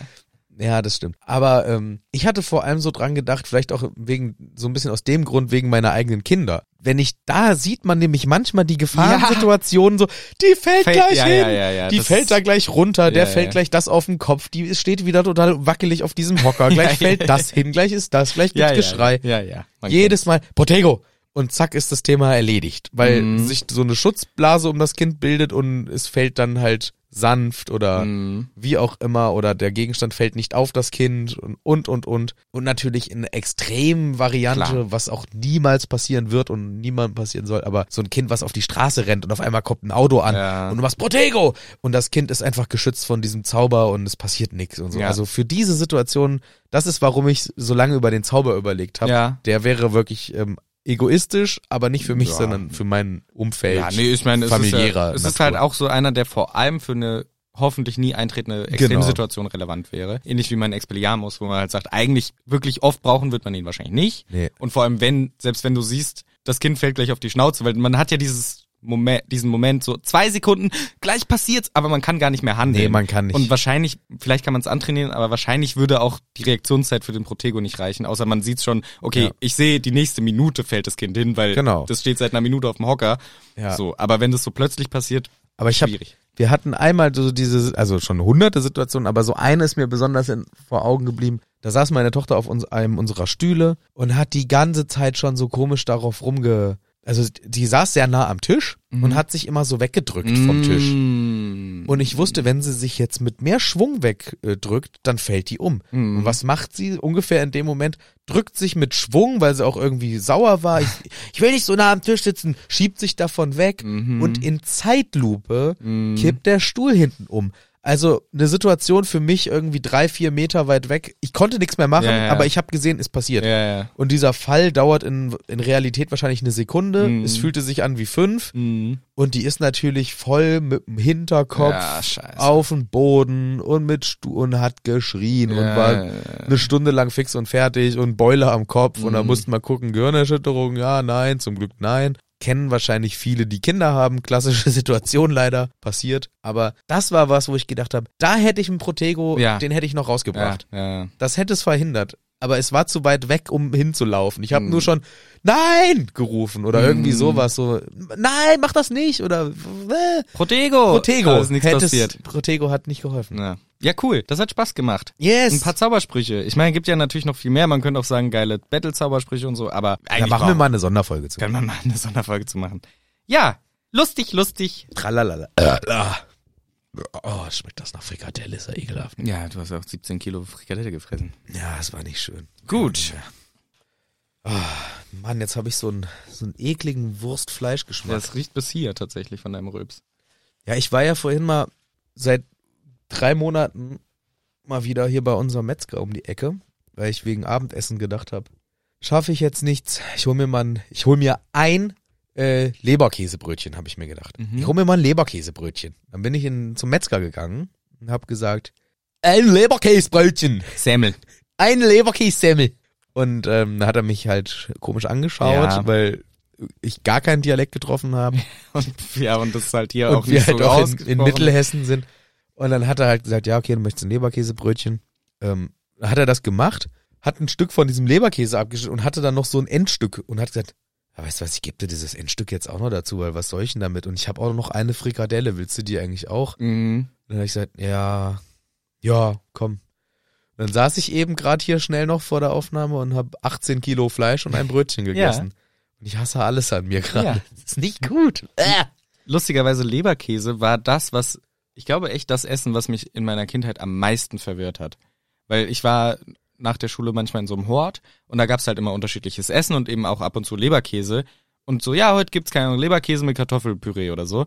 A: Ja. das stimmt. Aber ähm, ich hatte vor allem so dran gedacht, vielleicht auch wegen so ein bisschen aus dem Grund wegen meiner eigenen Kinder. Wenn ich da sieht man nämlich manchmal die Gefahrensituationen so, die fällt,
B: Fällt-
A: gleich
B: ja,
A: hin,
B: ja, ja, ja,
A: die
B: das-
A: fällt da gleich runter, der
B: Ja,
A: fällt
B: ja.
A: gleich das auf den Kopf, die steht wieder total wackelig auf diesem
B: <laughs>
A: Hocker, gleich
B: Ja, ja,
A: fällt das hin, gleich ist das, gleich gibt
B: ja, ja,
A: Geschrei.
B: Ja, ja. Man
A: Jedes Mal, Protego! Und zack ist das Thema erledigt, weil
B: Mhm.
A: sich so eine Schutzblase um das Kind bildet und es fällt dann halt sanft oder
B: kennt's. Mhm.
A: wie auch immer oder der Gegenstand fällt nicht auf das Kind und und und und und natürlich in einer extremen Variante,
B: Klar.
A: was auch niemals passieren wird und niemandem passieren soll, aber so ein Kind, was auf die Straße rennt und auf einmal kommt ein Auto an
B: Ja.
A: und du machst Protego und das Kind ist einfach geschützt von diesem Zauber und es passiert nichts und so.
B: Ja.
A: Also für diese Situation, das ist warum ich so lange über den Zauber überlegt habe.
B: Ja.
A: Der wäre wirklich ähm, egoistisch, aber nicht für mich,
B: Ja.
A: sondern für mein Umfeld.
B: Ja, nee, ich meine, es, ist, ja,
A: familiärer
B: es ist
A: Natur.
B: halt auch so einer, der vor allem für eine hoffentlich nie eintretende extreme
A: Genau.
B: Situation relevant wäre. Ähnlich wie mein Expelliarmus, wo man halt sagt, eigentlich wirklich oft brauchen wird man ihn wahrscheinlich nicht.
A: Nee.
B: Und vor allem, wenn, selbst wenn du siehst, das Kind fällt gleich auf die Schnauze, weil man hat ja dieses Moment, diesen Moment so zwei Sekunden, gleich passiert's, aber man kann gar nicht mehr handeln.
A: Nee, man kann nicht.
B: Und wahrscheinlich, vielleicht kann man es antrainieren, aber wahrscheinlich würde auch die Reaktionszeit für den Protego nicht reichen, außer man sieht schon, okay,
A: Ja.
B: ich sehe, die nächste Minute fällt das Kind hin, weil
A: Genau.
B: das steht seit einer Minute auf dem Hocker.
A: Ja.
B: So, aber wenn das so plötzlich passiert,
A: Aber ich habe,
B: Schwierig.
A: wir hatten einmal so diese, also schon hunderte Situationen, aber so eine ist mir besonders in, vor Augen geblieben. Da saß meine Tochter auf uns, einem unserer Stühle und hat die ganze Zeit schon so komisch darauf rumge, also die saß sehr nah am Tisch und hat sich immer so weggedrückt
B: Mhm.
A: vom Tisch.
B: Mm.
A: Und ich wusste, wenn sie sich jetzt mit mehr Schwung wegdrückt, dann fällt die um.
B: Mhm.
A: Und was macht sie ungefähr in dem Moment? Drückt sich mit Schwung, weil sie auch irgendwie sauer war. Ich, ich will nicht so nah am Tisch sitzen. Schiebt sich davon weg.
B: Mhm.
A: Und in Zeitlupe kippt der Stuhl hinten um. Also eine Situation für mich irgendwie drei, vier Meter weit weg. Ich konnte nichts mehr machen,
B: Ja, ja.
A: aber ich habe gesehen, es passiert.
B: Ja, ja.
A: Und dieser Fall dauert in, in Realität wahrscheinlich eine Sekunde.
B: Mhm.
A: Es fühlte sich an wie fünf.
B: Mm.
A: Und die ist natürlich voll mit dem Hinterkopf
B: Ja, scheiße.
A: auf den Boden und mit Stu und hat geschrien und
B: Ja,
A: war
B: ja, ja.
A: eine Stunde lang fix und fertig und Beule am Kopf und
B: Mhm.
A: da mussten wir gucken, Gehirnerschütterung, ja, nein, zum Glück nein. Kennen wahrscheinlich viele, die Kinder haben, klassische <laughs> Situation leider, passiert. Aber das war was, wo ich gedacht habe, da hätte ich einen Protego,
B: Ja.
A: den hätte ich noch
B: Ja,
A: rausgebracht.
B: ja.
A: Das hätte es verhindert. Aber es war zu weit weg, um hinzulaufen. Ich habe
B: Hm.
A: nur schon Nein gerufen oder irgendwie
B: Hm.
A: sowas. So Nein, mach das nicht oder äh.
B: Protego!
A: Protego.
B: Oh, Da ist nichts
A: Hätte es-
B: passiert.
A: Protego hat nicht geholfen.
B: Ja. ja, cool. Das hat Spaß gemacht.
A: Yes.
B: Ein paar Zaubersprüche. Ich meine, gibt ja natürlich noch viel mehr. Man könnte auch sagen, geile Battle-Zaubersprüche und so, aber
A: da
B: eigentlich
A: machen wir mal eine Sonderfolge zu.
B: können wir mal eine Sonderfolge zu machen. Ja, lustig, lustig.
A: Tralalala. Oh, schmeckt das nach Frikadelle, ist ja ekelhaft.
B: Ja, du hast auch 17 Kilo Frikadelle gefressen.
A: Ja, es war nicht schön.
B: Gut.
A: Mann, jetzt habe ich so einen so einen ekligen Wurstfleischgeschmack.
B: Das riecht bis hier tatsächlich von deinem Röps.
A: Ja, ich war ja vorhin mal seit drei Monaten mal wieder hier bei unserem Metzger um die Ecke, weil ich wegen Abendessen gedacht habe, schaffe ich jetzt nichts. Ich hol mir mal, ein- ich hol mir ein äh, Leberkäsebrötchen, habe ich mir gedacht. Ich hol mir mal ein Leberkäsebrötchen. Dann bin ich in, zum Metzger gegangen und habe gesagt, ein Leberkäsebrötchen,
B: Semmel.
A: ein Leberkässemmel. Und ähm, da hat er mich halt komisch angeschaut,
B: Ja.
A: weil ich gar keinen Dialekt getroffen habe
B: Und, ja, und das ist halt hier auch
A: und wir
B: nicht
A: halt
B: so
A: auch in,
B: ausgesprochen.
A: in Mittelhessen sind. Und dann hat er halt gesagt, ja, okay, du möchtest ein Leberkäsebrötchen. Ähm, hat er das gemacht, hat ein Stück von diesem Leberkäse abgeschnitten und hatte dann noch so ein Endstück und hat gesagt, "Ha, Aber weißt du was, ich gebe dir dieses Endstück jetzt auch noch dazu, weil was soll ich denn damit? Und ich habe auch noch eine Frikadelle, willst du die eigentlich auch?
B: Mhm.
A: Und dann habe ich gesagt, ja, ja, komm. Und dann saß ich eben gerade hier schnell noch vor der Aufnahme und habe 18 Kilo Fleisch
B: <laughs>
A: und ein Brötchen gegessen. Und ich hasse alles an mir gerade.
B: Ja.
A: Das ist nicht gut. Äh.
B: Lustigerweise Leberkäse war das, was ich glaube echt das Essen, was mich in meiner Kindheit am meisten verwirrt hat, weil ich war nach der Schule manchmal in so einem Hort und da gab's halt immer unterschiedliches Essen und eben auch ab und zu Leberkäse und so ja heute gibt's keine Ahnung, Leberkäse mit Kartoffelpüree oder so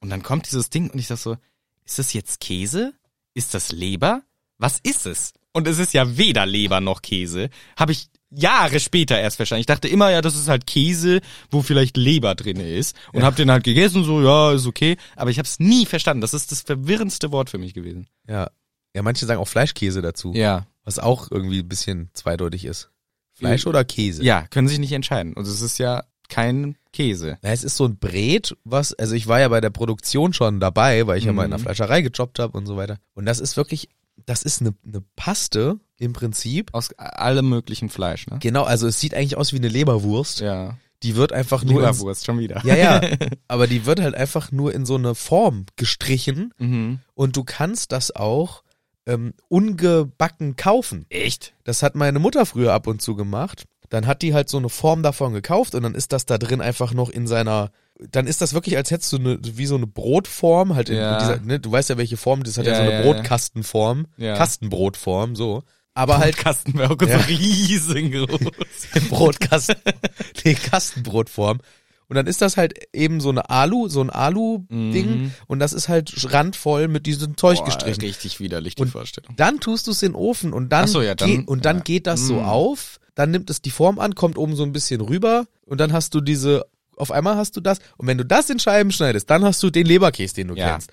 B: und dann kommt dieses Ding und ich sag so ist das jetzt Käse ist das Leber was ist es und es ist ja weder Leber noch Käse habe ich Jahre später erst verstanden. Ich dachte immer, ja, das ist halt Käse, wo vielleicht Leber drin ist. Und hab den halt gegessen, so, ja, ist okay. Aber ich hab's nie verstanden. Das ist das verwirrendste Wort für mich gewesen.
A: Ja. ja, manche sagen auch Fleischkäse dazu,
B: Ja.
A: was auch irgendwie ein bisschen zweideutig ist. Fleisch oder Käse?
B: Äh, Ja, können sich nicht entscheiden. Und es ist ja kein Käse.
A: Na, es ist so ein Brät, was, also ich war ja bei der Produktion schon dabei, weil ich ja mal in der
B: Mhm.
A: Fleischerei gejobbt habe und so weiter. Und das ist wirklich, das ist eine, eine Paste im Prinzip.
B: Aus allem möglichen Fleisch, ne?
A: Genau, also es sieht eigentlich aus wie eine Leberwurst.
B: Ja.
A: Die wird einfach nur. ins-
B: Leberwurst, schon wieder.
A: Ja,
B: <laughs>
A: ja. Aber die wird halt einfach nur in so eine Form gestrichen
B: mhm.
A: und du kannst das auch ähm, ungebacken kaufen.
B: Echt?
A: Das hat meine Mutter früher ab und zu gemacht. Dann hat die halt so eine Form davon gekauft und dann ist das da drin einfach noch in seiner. Dann ist das wirklich, als hättest du eine, wie so eine Brotform, halt in,
B: Ja.
A: in dieser, ne, du weißt ja, welche Form, das hat ja,
B: Ja,
A: so eine
B: ja, ja.
A: Brotkastenform,
B: Ja.
A: Kastenbrotform, so. Aber halt
B: Kasten wäre auch
A: Ja.
B: so riesengroß.
A: <laughs> im
B: <laughs>
A: Brotkasten, nee, Kastenbrotform. Und dann ist das halt eben so eine Alu, so ein Alu-Ding
B: Mhm.
A: und das ist halt randvoll mit diesem Zeug gestrichen.
B: Richtig widerlich,
A: Und
B: Vorstellung.
A: Dann tust du es in den Ofen und dann,
B: Ach so, ja, dann-
A: geht, und dann
B: ja.
A: geht das so
B: Mm.
A: auf, dann nimmt es die Form an, kommt oben so ein bisschen rüber und dann hast du diese, auf einmal hast du das und wenn du das in Scheiben schneidest, dann hast du den Leberkäse, den du
B: Ja.
A: kennst.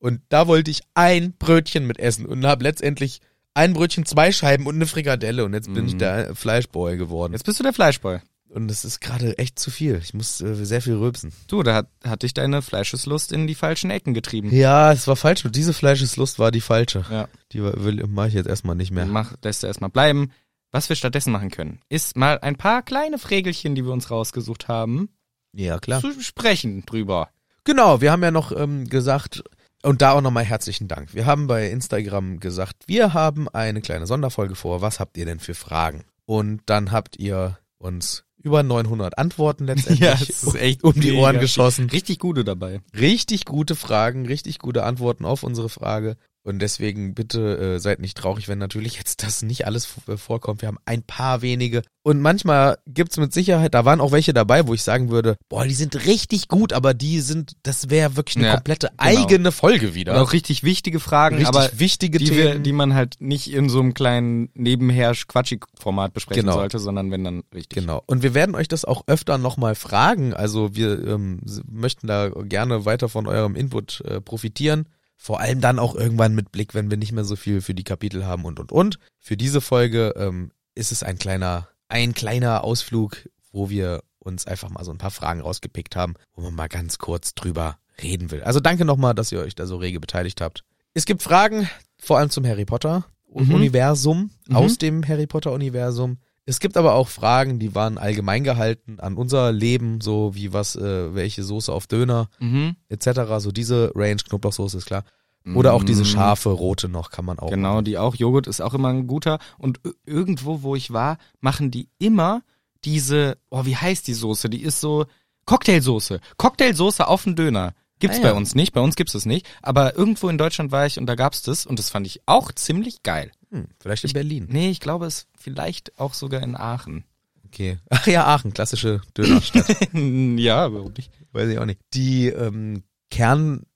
A: Und da wollte ich ein Brötchen mit essen und habe letztendlich ein Brötchen, zwei Scheiben und eine Frikadelle und jetzt bin
B: Mm.
A: ich der Fleischboy geworden.
B: Jetzt bist du der Fleischboy.
A: Und das ist gerade echt zu viel. Ich muss äh, sehr viel rülpsen.
B: Du, da hat, hat dich deine Fleischeslust in die falschen Ecken getrieben.
A: Ja, es war falsch. Und diese Fleischeslust war die falsche.
B: Ja.
A: Die war- will- mache ich jetzt erstmal nicht mehr.
B: Mach, lässt er erstmal bleiben. Was wir stattdessen machen können, ist mal ein paar kleine Frägelchen, die wir uns rausgesucht haben,
A: Ja, klar.
B: zu sprechen
A: <laughs>
B: drüber.
A: Genau, wir haben ja noch ähm, gesagt, und da auch nochmal herzlichen Dank. Wir haben bei Instagram gesagt, wir haben eine kleine Sonderfolge vor. Was habt ihr denn für Fragen? Und dann habt ihr uns über 900 Antworten
B: <laughs>
A: letztendlich
B: echt
A: um die Ohren geschossen.
B: Richtig gute dabei.
A: Richtig gute Fragen, richtig gute Antworten auf unsere Frage. Und deswegen bitte äh, seid nicht traurig, wenn natürlich jetzt das nicht alles v- äh, vorkommt. Wir haben ein paar wenige. Und manchmal gibt's mit Sicherheit, da waren auch welche dabei, wo ich sagen würde, boah, die sind richtig gut, aber die sind, das wäre wirklich eine
B: Ja,
A: komplette
B: genau.
A: eigene Folge wieder.
B: Und auch richtig wichtige Fragen,
A: richtig
B: aber
A: wichtige
B: die, wir,
A: Themen.
B: die man halt nicht in so einem kleinen nebenher quatschig format besprechen
A: Genau.
B: sollte, sondern wenn dann richtig.
A: Genau. Und wir werden euch das auch öfter nochmal fragen. Also wir ähm, s- möchten da gerne weiter von eurem Input äh, profitieren. Vor allem dann auch irgendwann mit Blick, wenn wir nicht mehr so viel für die Kapitel haben und und und. Für diese Folge ähm, ist es ein kleiner, ein kleiner Ausflug, wo wir uns einfach mal so ein paar Fragen rausgepickt haben, wo man mal ganz kurz drüber reden will. Also danke nochmal, dass ihr euch da so rege beteiligt habt. Es gibt Fragen, vor allem zum Harry Potter
B: Mhm.
A: Universum,
B: Mhm.
A: aus dem Harry Potter Universum. Es gibt aber auch Fragen, die waren allgemein gehalten an unser Leben, so wie was, äh, welche Soße auf Döner
B: Mhm.
A: etc. So diese Range Knoblauchsoße ist klar. Oder auch
B: Mhm.
A: diese scharfe rote noch kann man auch.
B: Genau, die auch. Joghurt ist auch immer ein guter. Und i- irgendwo, wo ich war, machen die immer diese, oh, wie heißt die Soße? Die ist so Cocktailsoße. Cocktailsoße auf den Döner. Gibt's
A: Ah ja.
B: bei uns nicht, bei uns gibt's es nicht. Aber irgendwo in Deutschland war ich und da gab's das und das fand ich auch ziemlich geil.
A: Hm, vielleicht in Berlin.
B: Nee, ich glaube es vielleicht auch sogar
A: <laughs>
B: in Aachen.
A: Okay. Ach ja, Aachen, klassische
B: <laughs>
A: Dönerstadt.
B: ja, warum nicht?
A: Weiß ich auch nicht. Die ähm,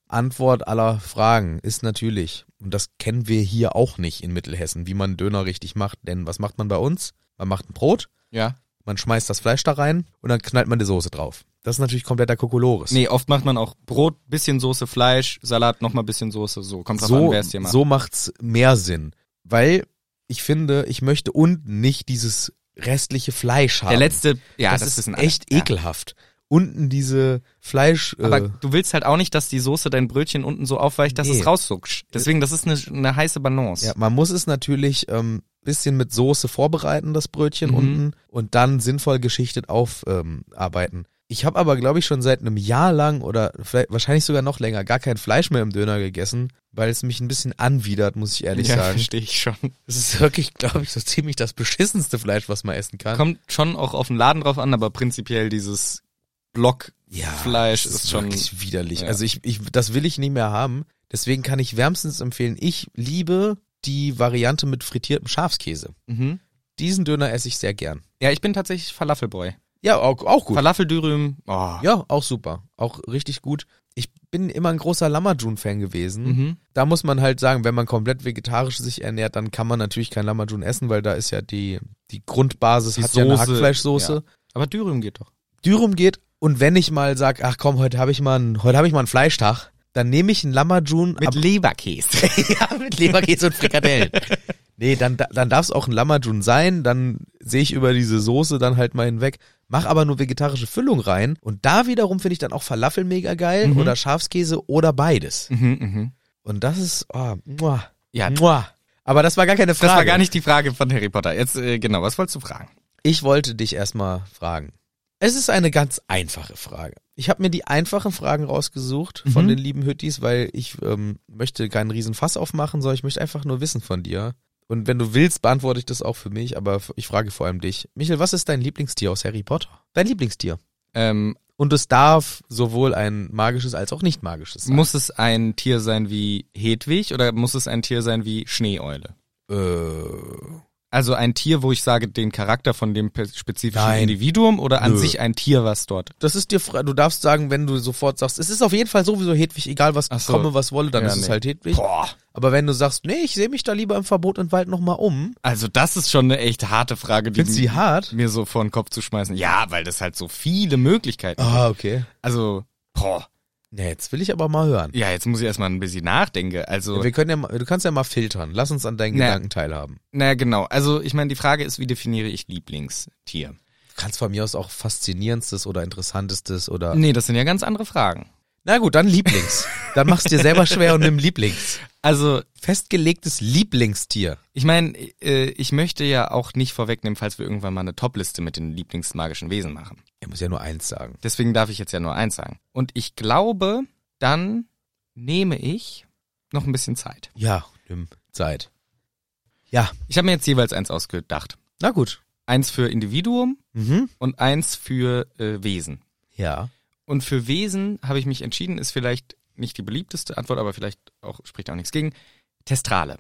A: Kernantwort aller Fragen ist natürlich, und das kennen wir hier auch nicht in Mittelhessen, wie man Döner richtig macht. Denn was macht man bei uns? Man macht ein Brot,
B: Ja.
A: Man schmeißt das Fleisch da rein und dann knallt man die Soße drauf. Das ist natürlich kompletter Kokolores.
B: Nee, oft macht man auch Brot, bisschen Soße, Fleisch, Salat, nochmal bisschen Soße, so. Kommt drauf an,
A: so,
B: wer es dir macht.
A: so macht's mehr Sinn. Weil ich finde, ich möchte unten nicht dieses restliche Fleisch haben.
B: Der letzte, ja, das, ist, ein
A: echt
B: ja.
A: ekelhaft. Unten diese Fleisch.
B: Aber
A: äh,
B: du willst halt auch nicht, dass die Soße dein Brötchen unten so aufweicht, dass
A: Nee.
B: es raussucht. Deswegen, das ist eine, eine heiße Balance.
A: ja, man muss es natürlich ähm, bisschen mit Soße vorbereiten, das Brötchen
B: Mhm.
A: unten, und dann sinnvoll geschichtet aufarbeiten. Ähm, arbeiten. ich habe aber, glaube ich, schon seit einem Jahr lang oder vielleicht, wahrscheinlich sogar noch länger gar kein Fleisch mehr im Döner gegessen, weil es mich ein bisschen anwidert, muss ich ehrlich
B: ja,
A: sagen. Also
B: verstehe ich schon.
A: Es ist wirklich, glaube ich, so ziemlich das beschissenste Fleisch, was man essen kann.
B: Kommt schon auch auf den Laden drauf an, aber prinzipiell dieses Block
A: Ja,
B: Fleisch
A: das
B: ist schon-
A: wirklich widerlich.
B: ja.
A: Also ich, ich, das will ich nie mehr haben. Deswegen kann ich wärmstens empfehlen. Ich liebe die Variante mit frittiertem Schafskäse.
B: Mhm.
A: Diesen Döner esse ich sehr gern.
B: Ja, ich bin tatsächlich Falafelboy.
A: Ja, auch, auch gut.
B: Falafeldürüm. Oh.
A: Ja, auch super. Auch richtig gut. Ich bin immer ein großer Lamajun-Fan gewesen.
B: Mhm.
A: Da muss man halt sagen, wenn man komplett vegetarisch sich ernährt, dann kann man natürlich kein Lamajun essen, weil da ist ja die, die Grundbasis,
B: Die
A: hat ja eine
B: Soße,
A: Hackfleischsoße.
B: ja. Aber Dürüm geht doch.
A: Dürum geht und wenn ich mal sag, ach komm, heute habe ich mal einen, heute habe ich mal einen Fleischtag, dann nehme ich einen Lamajun ab-
B: Leberkäse.
A: ja, <laughs> mit Leberkäse und Frikadellen. nee, dann dann darf es auch ein Lamajun sein, dann sehe ich über diese Soße dann halt mal hinweg. Mach aber nur vegetarische Füllung rein und da wiederum finde ich dann auch Falafel mega geil
B: Mhm.
A: oder Schafskäse oder beides.
B: <laughs> mhm, mhm.
A: Und das ist oh, muah,
B: Ja,
A: muah. aber das war gar keine Frage.
B: das war gar nicht die Frage von Harry Potter. Jetzt, äh, genau, was wolltest du fragen?
A: Ich wollte dich erstmal fragen. Es ist eine ganz einfache Frage. Ich habe mir die einfachen Fragen rausgesucht von
B: Mhm.
A: den lieben Hüttis, weil ich ähm, möchte keinen riesen Fass aufmachen, sondern ich möchte einfach nur wissen von dir. Und wenn du willst, beantworte ich das auch für mich, aber f- ich frage vor allem dich. Michel, was ist dein Lieblingstier aus Harry Potter? Dein Lieblingstier.
B: Ähm,
A: Und es darf sowohl ein magisches als auch nicht magisches sein.
B: muss es ein Tier sein wie Hedwig oder muss es ein Tier sein wie Schneeeule?
A: äh,
B: Also ein Tier, wo ich sage, den Charakter von dem pe- spezifischen
A: Nein.
B: Individuum oder an
A: Nö.
B: sich ein Tier, was dort.
A: das ist dir, frei- du darfst sagen, wenn du sofort sagst, es ist auf jeden Fall sowieso Hedwig, egal was
B: Ach so.
A: komme, was wolle, dann
B: Ja,
A: ist es
B: nee.
A: halt Hedwig.
B: Boah.
A: Aber wenn du sagst, nee, ich sehe mich da lieber im Verbot und Wald nochmal um,
B: Also das ist schon eine echt harte Frage, die
A: findest du die hart?
B: mir so vor den Kopf zu schmeißen. Ja, weil das halt so viele Möglichkeiten gibt.
A: Ah, okay.
B: Also, boah.
A: Nee, jetzt will ich aber mal hören.
B: Ja, jetzt muss ich erstmal ein bisschen nachdenken. Also,
A: Wir können ja, mal- du kannst ja mal filtern. Lass uns an deinen
B: Nee.
A: Gedanken teilhaben.
B: naja, genau. Also, ich meine, die Frage ist, wie definiere ich Lieblingstier?
A: Du kannst von mir aus auch faszinierendstes oder interessantes oder.
B: Nee, das sind ja ganz andere Fragen.
A: Na gut, dann Lieblings. dann machst du dir selber schwer und nimm Lieblings.
B: Also,
A: Festgelegtes Lieblingstier.
B: ich meine, äh, ich möchte ja auch nicht vorwegnehmen, falls wir irgendwann mal eine Topliste mit den Lieblingsmagischen Wesen machen.
A: Er muss ja nur eins sagen.
B: Deswegen darf ich jetzt ja nur eins sagen. Und ich glaube, dann nehme ich noch ein bisschen Zeit.
A: Ja, nimm Zeit. Ja,
B: Ich habe mir jetzt jeweils eins ausgedacht.
A: na gut.
B: Eins für Individuum
A: Mhm.
B: und eins für äh, Wesen.
A: Ja.
B: Und für Wesen habe ich mich entschieden, ist vielleicht nicht die beliebteste Antwort, aber vielleicht auch spricht auch nichts gegen. Testrale.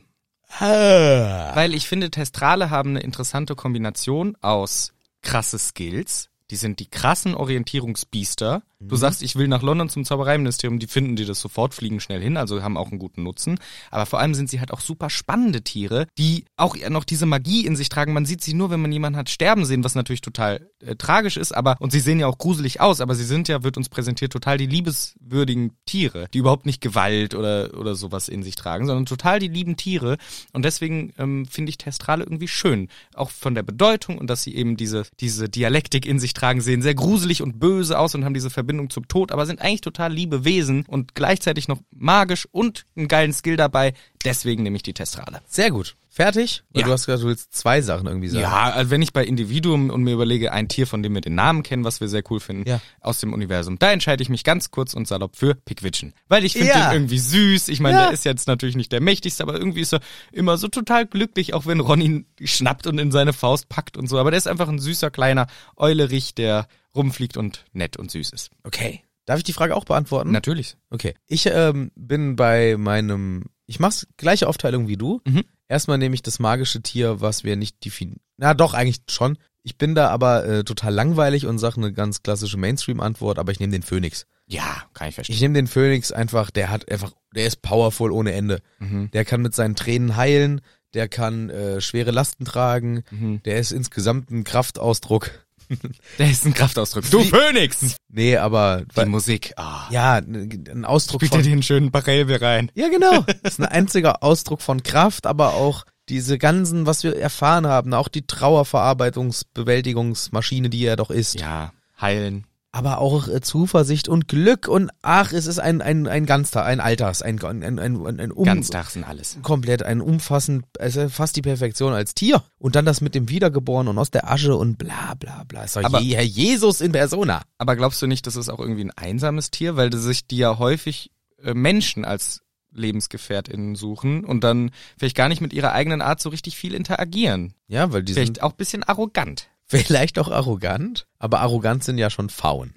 A: Ah.
B: Weil ich finde, Testrale haben eine interessante Kombination aus krasse Skills. Die sind die krassen Orientierungsbiester. Du sagst, ich will nach London zum Zaubereiministerium, die finden dir das sofort, fliegen schnell hin, also haben auch einen guten Nutzen. Aber vor allem sind sie halt auch super spannende Tiere, die auch noch diese Magie in sich tragen. Man sieht sie nur, wenn man jemanden hat sterben sehen, was natürlich total äh, tragisch ist, aber und sie sehen ja auch gruselig aus, aber sie sind ja, wird uns präsentiert, total die liebeswürdigen Tiere, die überhaupt nicht Gewalt oder, oder sowas in sich tragen, sondern total die lieben Tiere. Und deswegen ähm, finde ich Testrale irgendwie schön. Auch von der Bedeutung und dass sie eben diese, diese Dialektik in sich tragen, sehen sehr gruselig und böse aus und haben diese Verbindung zum Tod, aber sind eigentlich total liebe Wesen und gleichzeitig noch magisch und einen geilen Skill dabei. Deswegen nehme ich die Testrale.
A: Sehr gut. Fertig? Weil
B: Ja.
A: Du hast gesagt, du willst zwei Sachen irgendwie sagen.
B: Ja, also wenn ich bei Individuum und mir überlege, ein Tier, von dem wir den Namen kennen, was wir sehr cool finden,
A: Ja.
B: aus dem Universum, da entscheide ich mich ganz kurz und salopp für Pickwitchen. Weil ich finde
A: Ja.
B: den irgendwie süß. Ich meine,
A: Ja.
B: der ist jetzt natürlich nicht der mächtigste, aber irgendwie ist er immer so total glücklich, auch wenn Ron ihn schnappt und in seine Faust packt und so. Aber der ist einfach ein süßer kleiner Eulerich, der rumfliegt und nett und süß ist.
A: Okay. Darf ich die Frage auch beantworten?
B: Natürlich.
A: Okay. Ich ähm, bin bei meinem. Ich mach's gleiche Aufteilung wie du.
B: Mhm.
A: Erstmal nehme ich das magische Tier, was wir nicht definieren. Na doch, eigentlich schon. Ich bin da aber äh, total langweilig und sage eine ganz klassische Mainstream-Antwort, aber ich nehme den Phönix.
B: Ja, kann ich verstehen.
A: Ich nehme den Phönix einfach, der hat einfach, der ist powerful ohne Ende.
B: Mhm.
A: Der kann mit seinen Tränen heilen, der kann äh, schwere Lasten tragen,
B: Mhm.
A: der ist insgesamt ein Kraftausdruck.
B: Der ist ein Kraftausdruck. Du
A: Die-
B: Phönix!
A: Nee, aber
B: Die
A: weil,
B: Musik. Ah.
A: ja, n- ein Ausdruck
B: Spielt
A: von
B: er den schönen Barelbe rein.
A: Ja, genau. Das ist ein einziger Ausdruck von Kraft, aber auch diese ganzen, was wir erfahren haben, auch die Trauerverarbeitungsbewältigungsmaschine, die er doch ist.
B: Ja, heilen.
A: aber auch äh, Zuversicht und Glück und ach, es ist ein, ein, ein Ganztag, ein Alltags, ein, ein, ein, ein, ein um,
B: Ganztags und alles.
A: komplett, ein umfassend, also fast die Perfektion als Tier. Und dann das mit dem Wiedergeboren und aus der Asche und bla bla bla. Ist doch
B: Aber-
A: Je- Herr Jesus in Persona.
B: Aber glaubst du nicht, das ist auch irgendwie ein einsames Tier, weil die sich die ja häufig äh, Menschen als LebensgefährtInnen suchen und dann vielleicht gar nicht mit ihrer eigenen Art so richtig viel interagieren.
A: Ja, weil die sind <laughs>
B: Vielleicht auch ein bisschen arrogant.
A: vielleicht auch arrogant, aber arrogant sind ja schon Faun.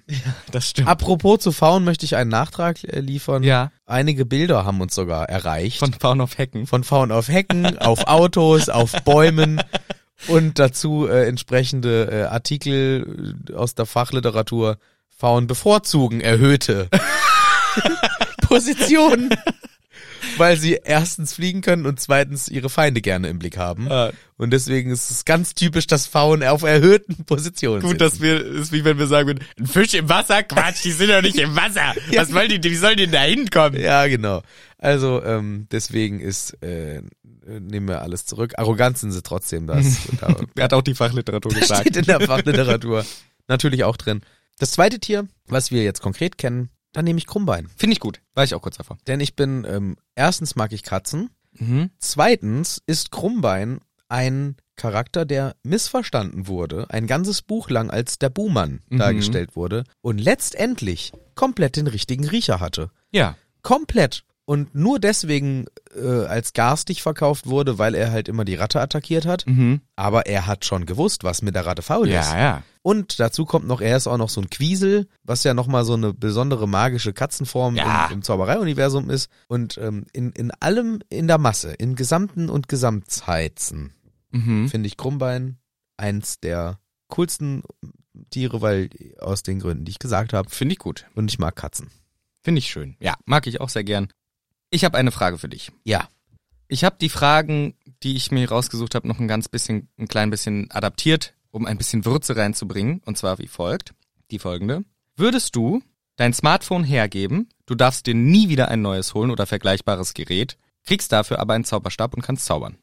B: Das stimmt.
A: Apropos zu Faun möchte ich einen Nachtrag äh, liefern.
B: Ja,
A: Einige Bilder haben uns sogar erreicht.
B: von Faun auf Hecken.
A: von Faun auf Hecken, auf Autos, auf
B: <laughs>
A: Bäumen und dazu äh, entsprechende äh, Artikel äh, aus der Fachliteratur Faun bevorzugen
B: <laughs>
A: erhöhte Positionen, weil sie erstens fliegen können und zweitens ihre Feinde gerne im Blick haben.
B: Ah.
A: Und deswegen ist es ganz typisch, dass Faun auf erhöhten Positionen
B: Gut,
A: sitzen.
B: dass wir, ist wie wenn wir sagen würden, ein Fisch im Wasser? Quatsch, die sind doch nicht im <laughs> Wasser. Was wollen die, wie sollen die denn da hinkommen?
A: Ja, genau. Also ähm, deswegen ist, äh, äh, nehmen wir alles zurück. Arrogant sind sie trotzdem, das, <laughs> da
B: Er hat auch die Fachliteratur gesagt.
A: Steht in der Fachliteratur. Natürlich auch drin. Das zweite Tier, was wir jetzt konkret kennen, dann nehme ich Krummbein.
B: Finde ich gut. War ich auch kurz davor.
A: Denn ich bin, ähm, erstens mag ich Katzen.
B: Mhm.
A: Zweitens ist Krummbein ein Charakter, der missverstanden wurde, ein ganzes Buch lang als der Buhmann
B: Mhm.
A: dargestellt wurde und letztendlich komplett den richtigen Riecher hatte.
B: Ja.
A: Komplett. Und nur deswegen äh, als garstig verkauft wurde, weil er halt immer die Ratte attackiert hat.
B: Mhm.
A: Aber er hat schon gewusst, was mit der Ratte faul ist.
B: Ja, ja.
A: Und dazu kommt noch, er ist auch noch so ein Quiesel, was ja nochmal so eine besondere magische Katzenform
B: Ja.
A: im, im Zauberei-Universum ist. Und ähm, in, in allem in der Masse, in Gesamten und Gesamtheiten,
B: Mhm.
A: finde ich Krummbein eins der coolsten Tiere, weil aus den Gründen, die ich gesagt habe.
B: Finde ich gut.
A: Und ich mag Katzen.
B: Finde ich schön. Ja, mag ich auch sehr gern. Ich habe eine Frage für dich.
A: Ja.
B: Ich habe die Fragen, die ich mir rausgesucht habe, noch ein ganz bisschen, ein klein bisschen adaptiert, um ein bisschen Würze reinzubringen. Und zwar wie folgt. Die folgende. Würdest du dein Smartphone hergeben, du darfst dir nie wieder ein neues holen oder vergleichbares Gerät, kriegst dafür aber einen Zauberstab und kannst zaubern.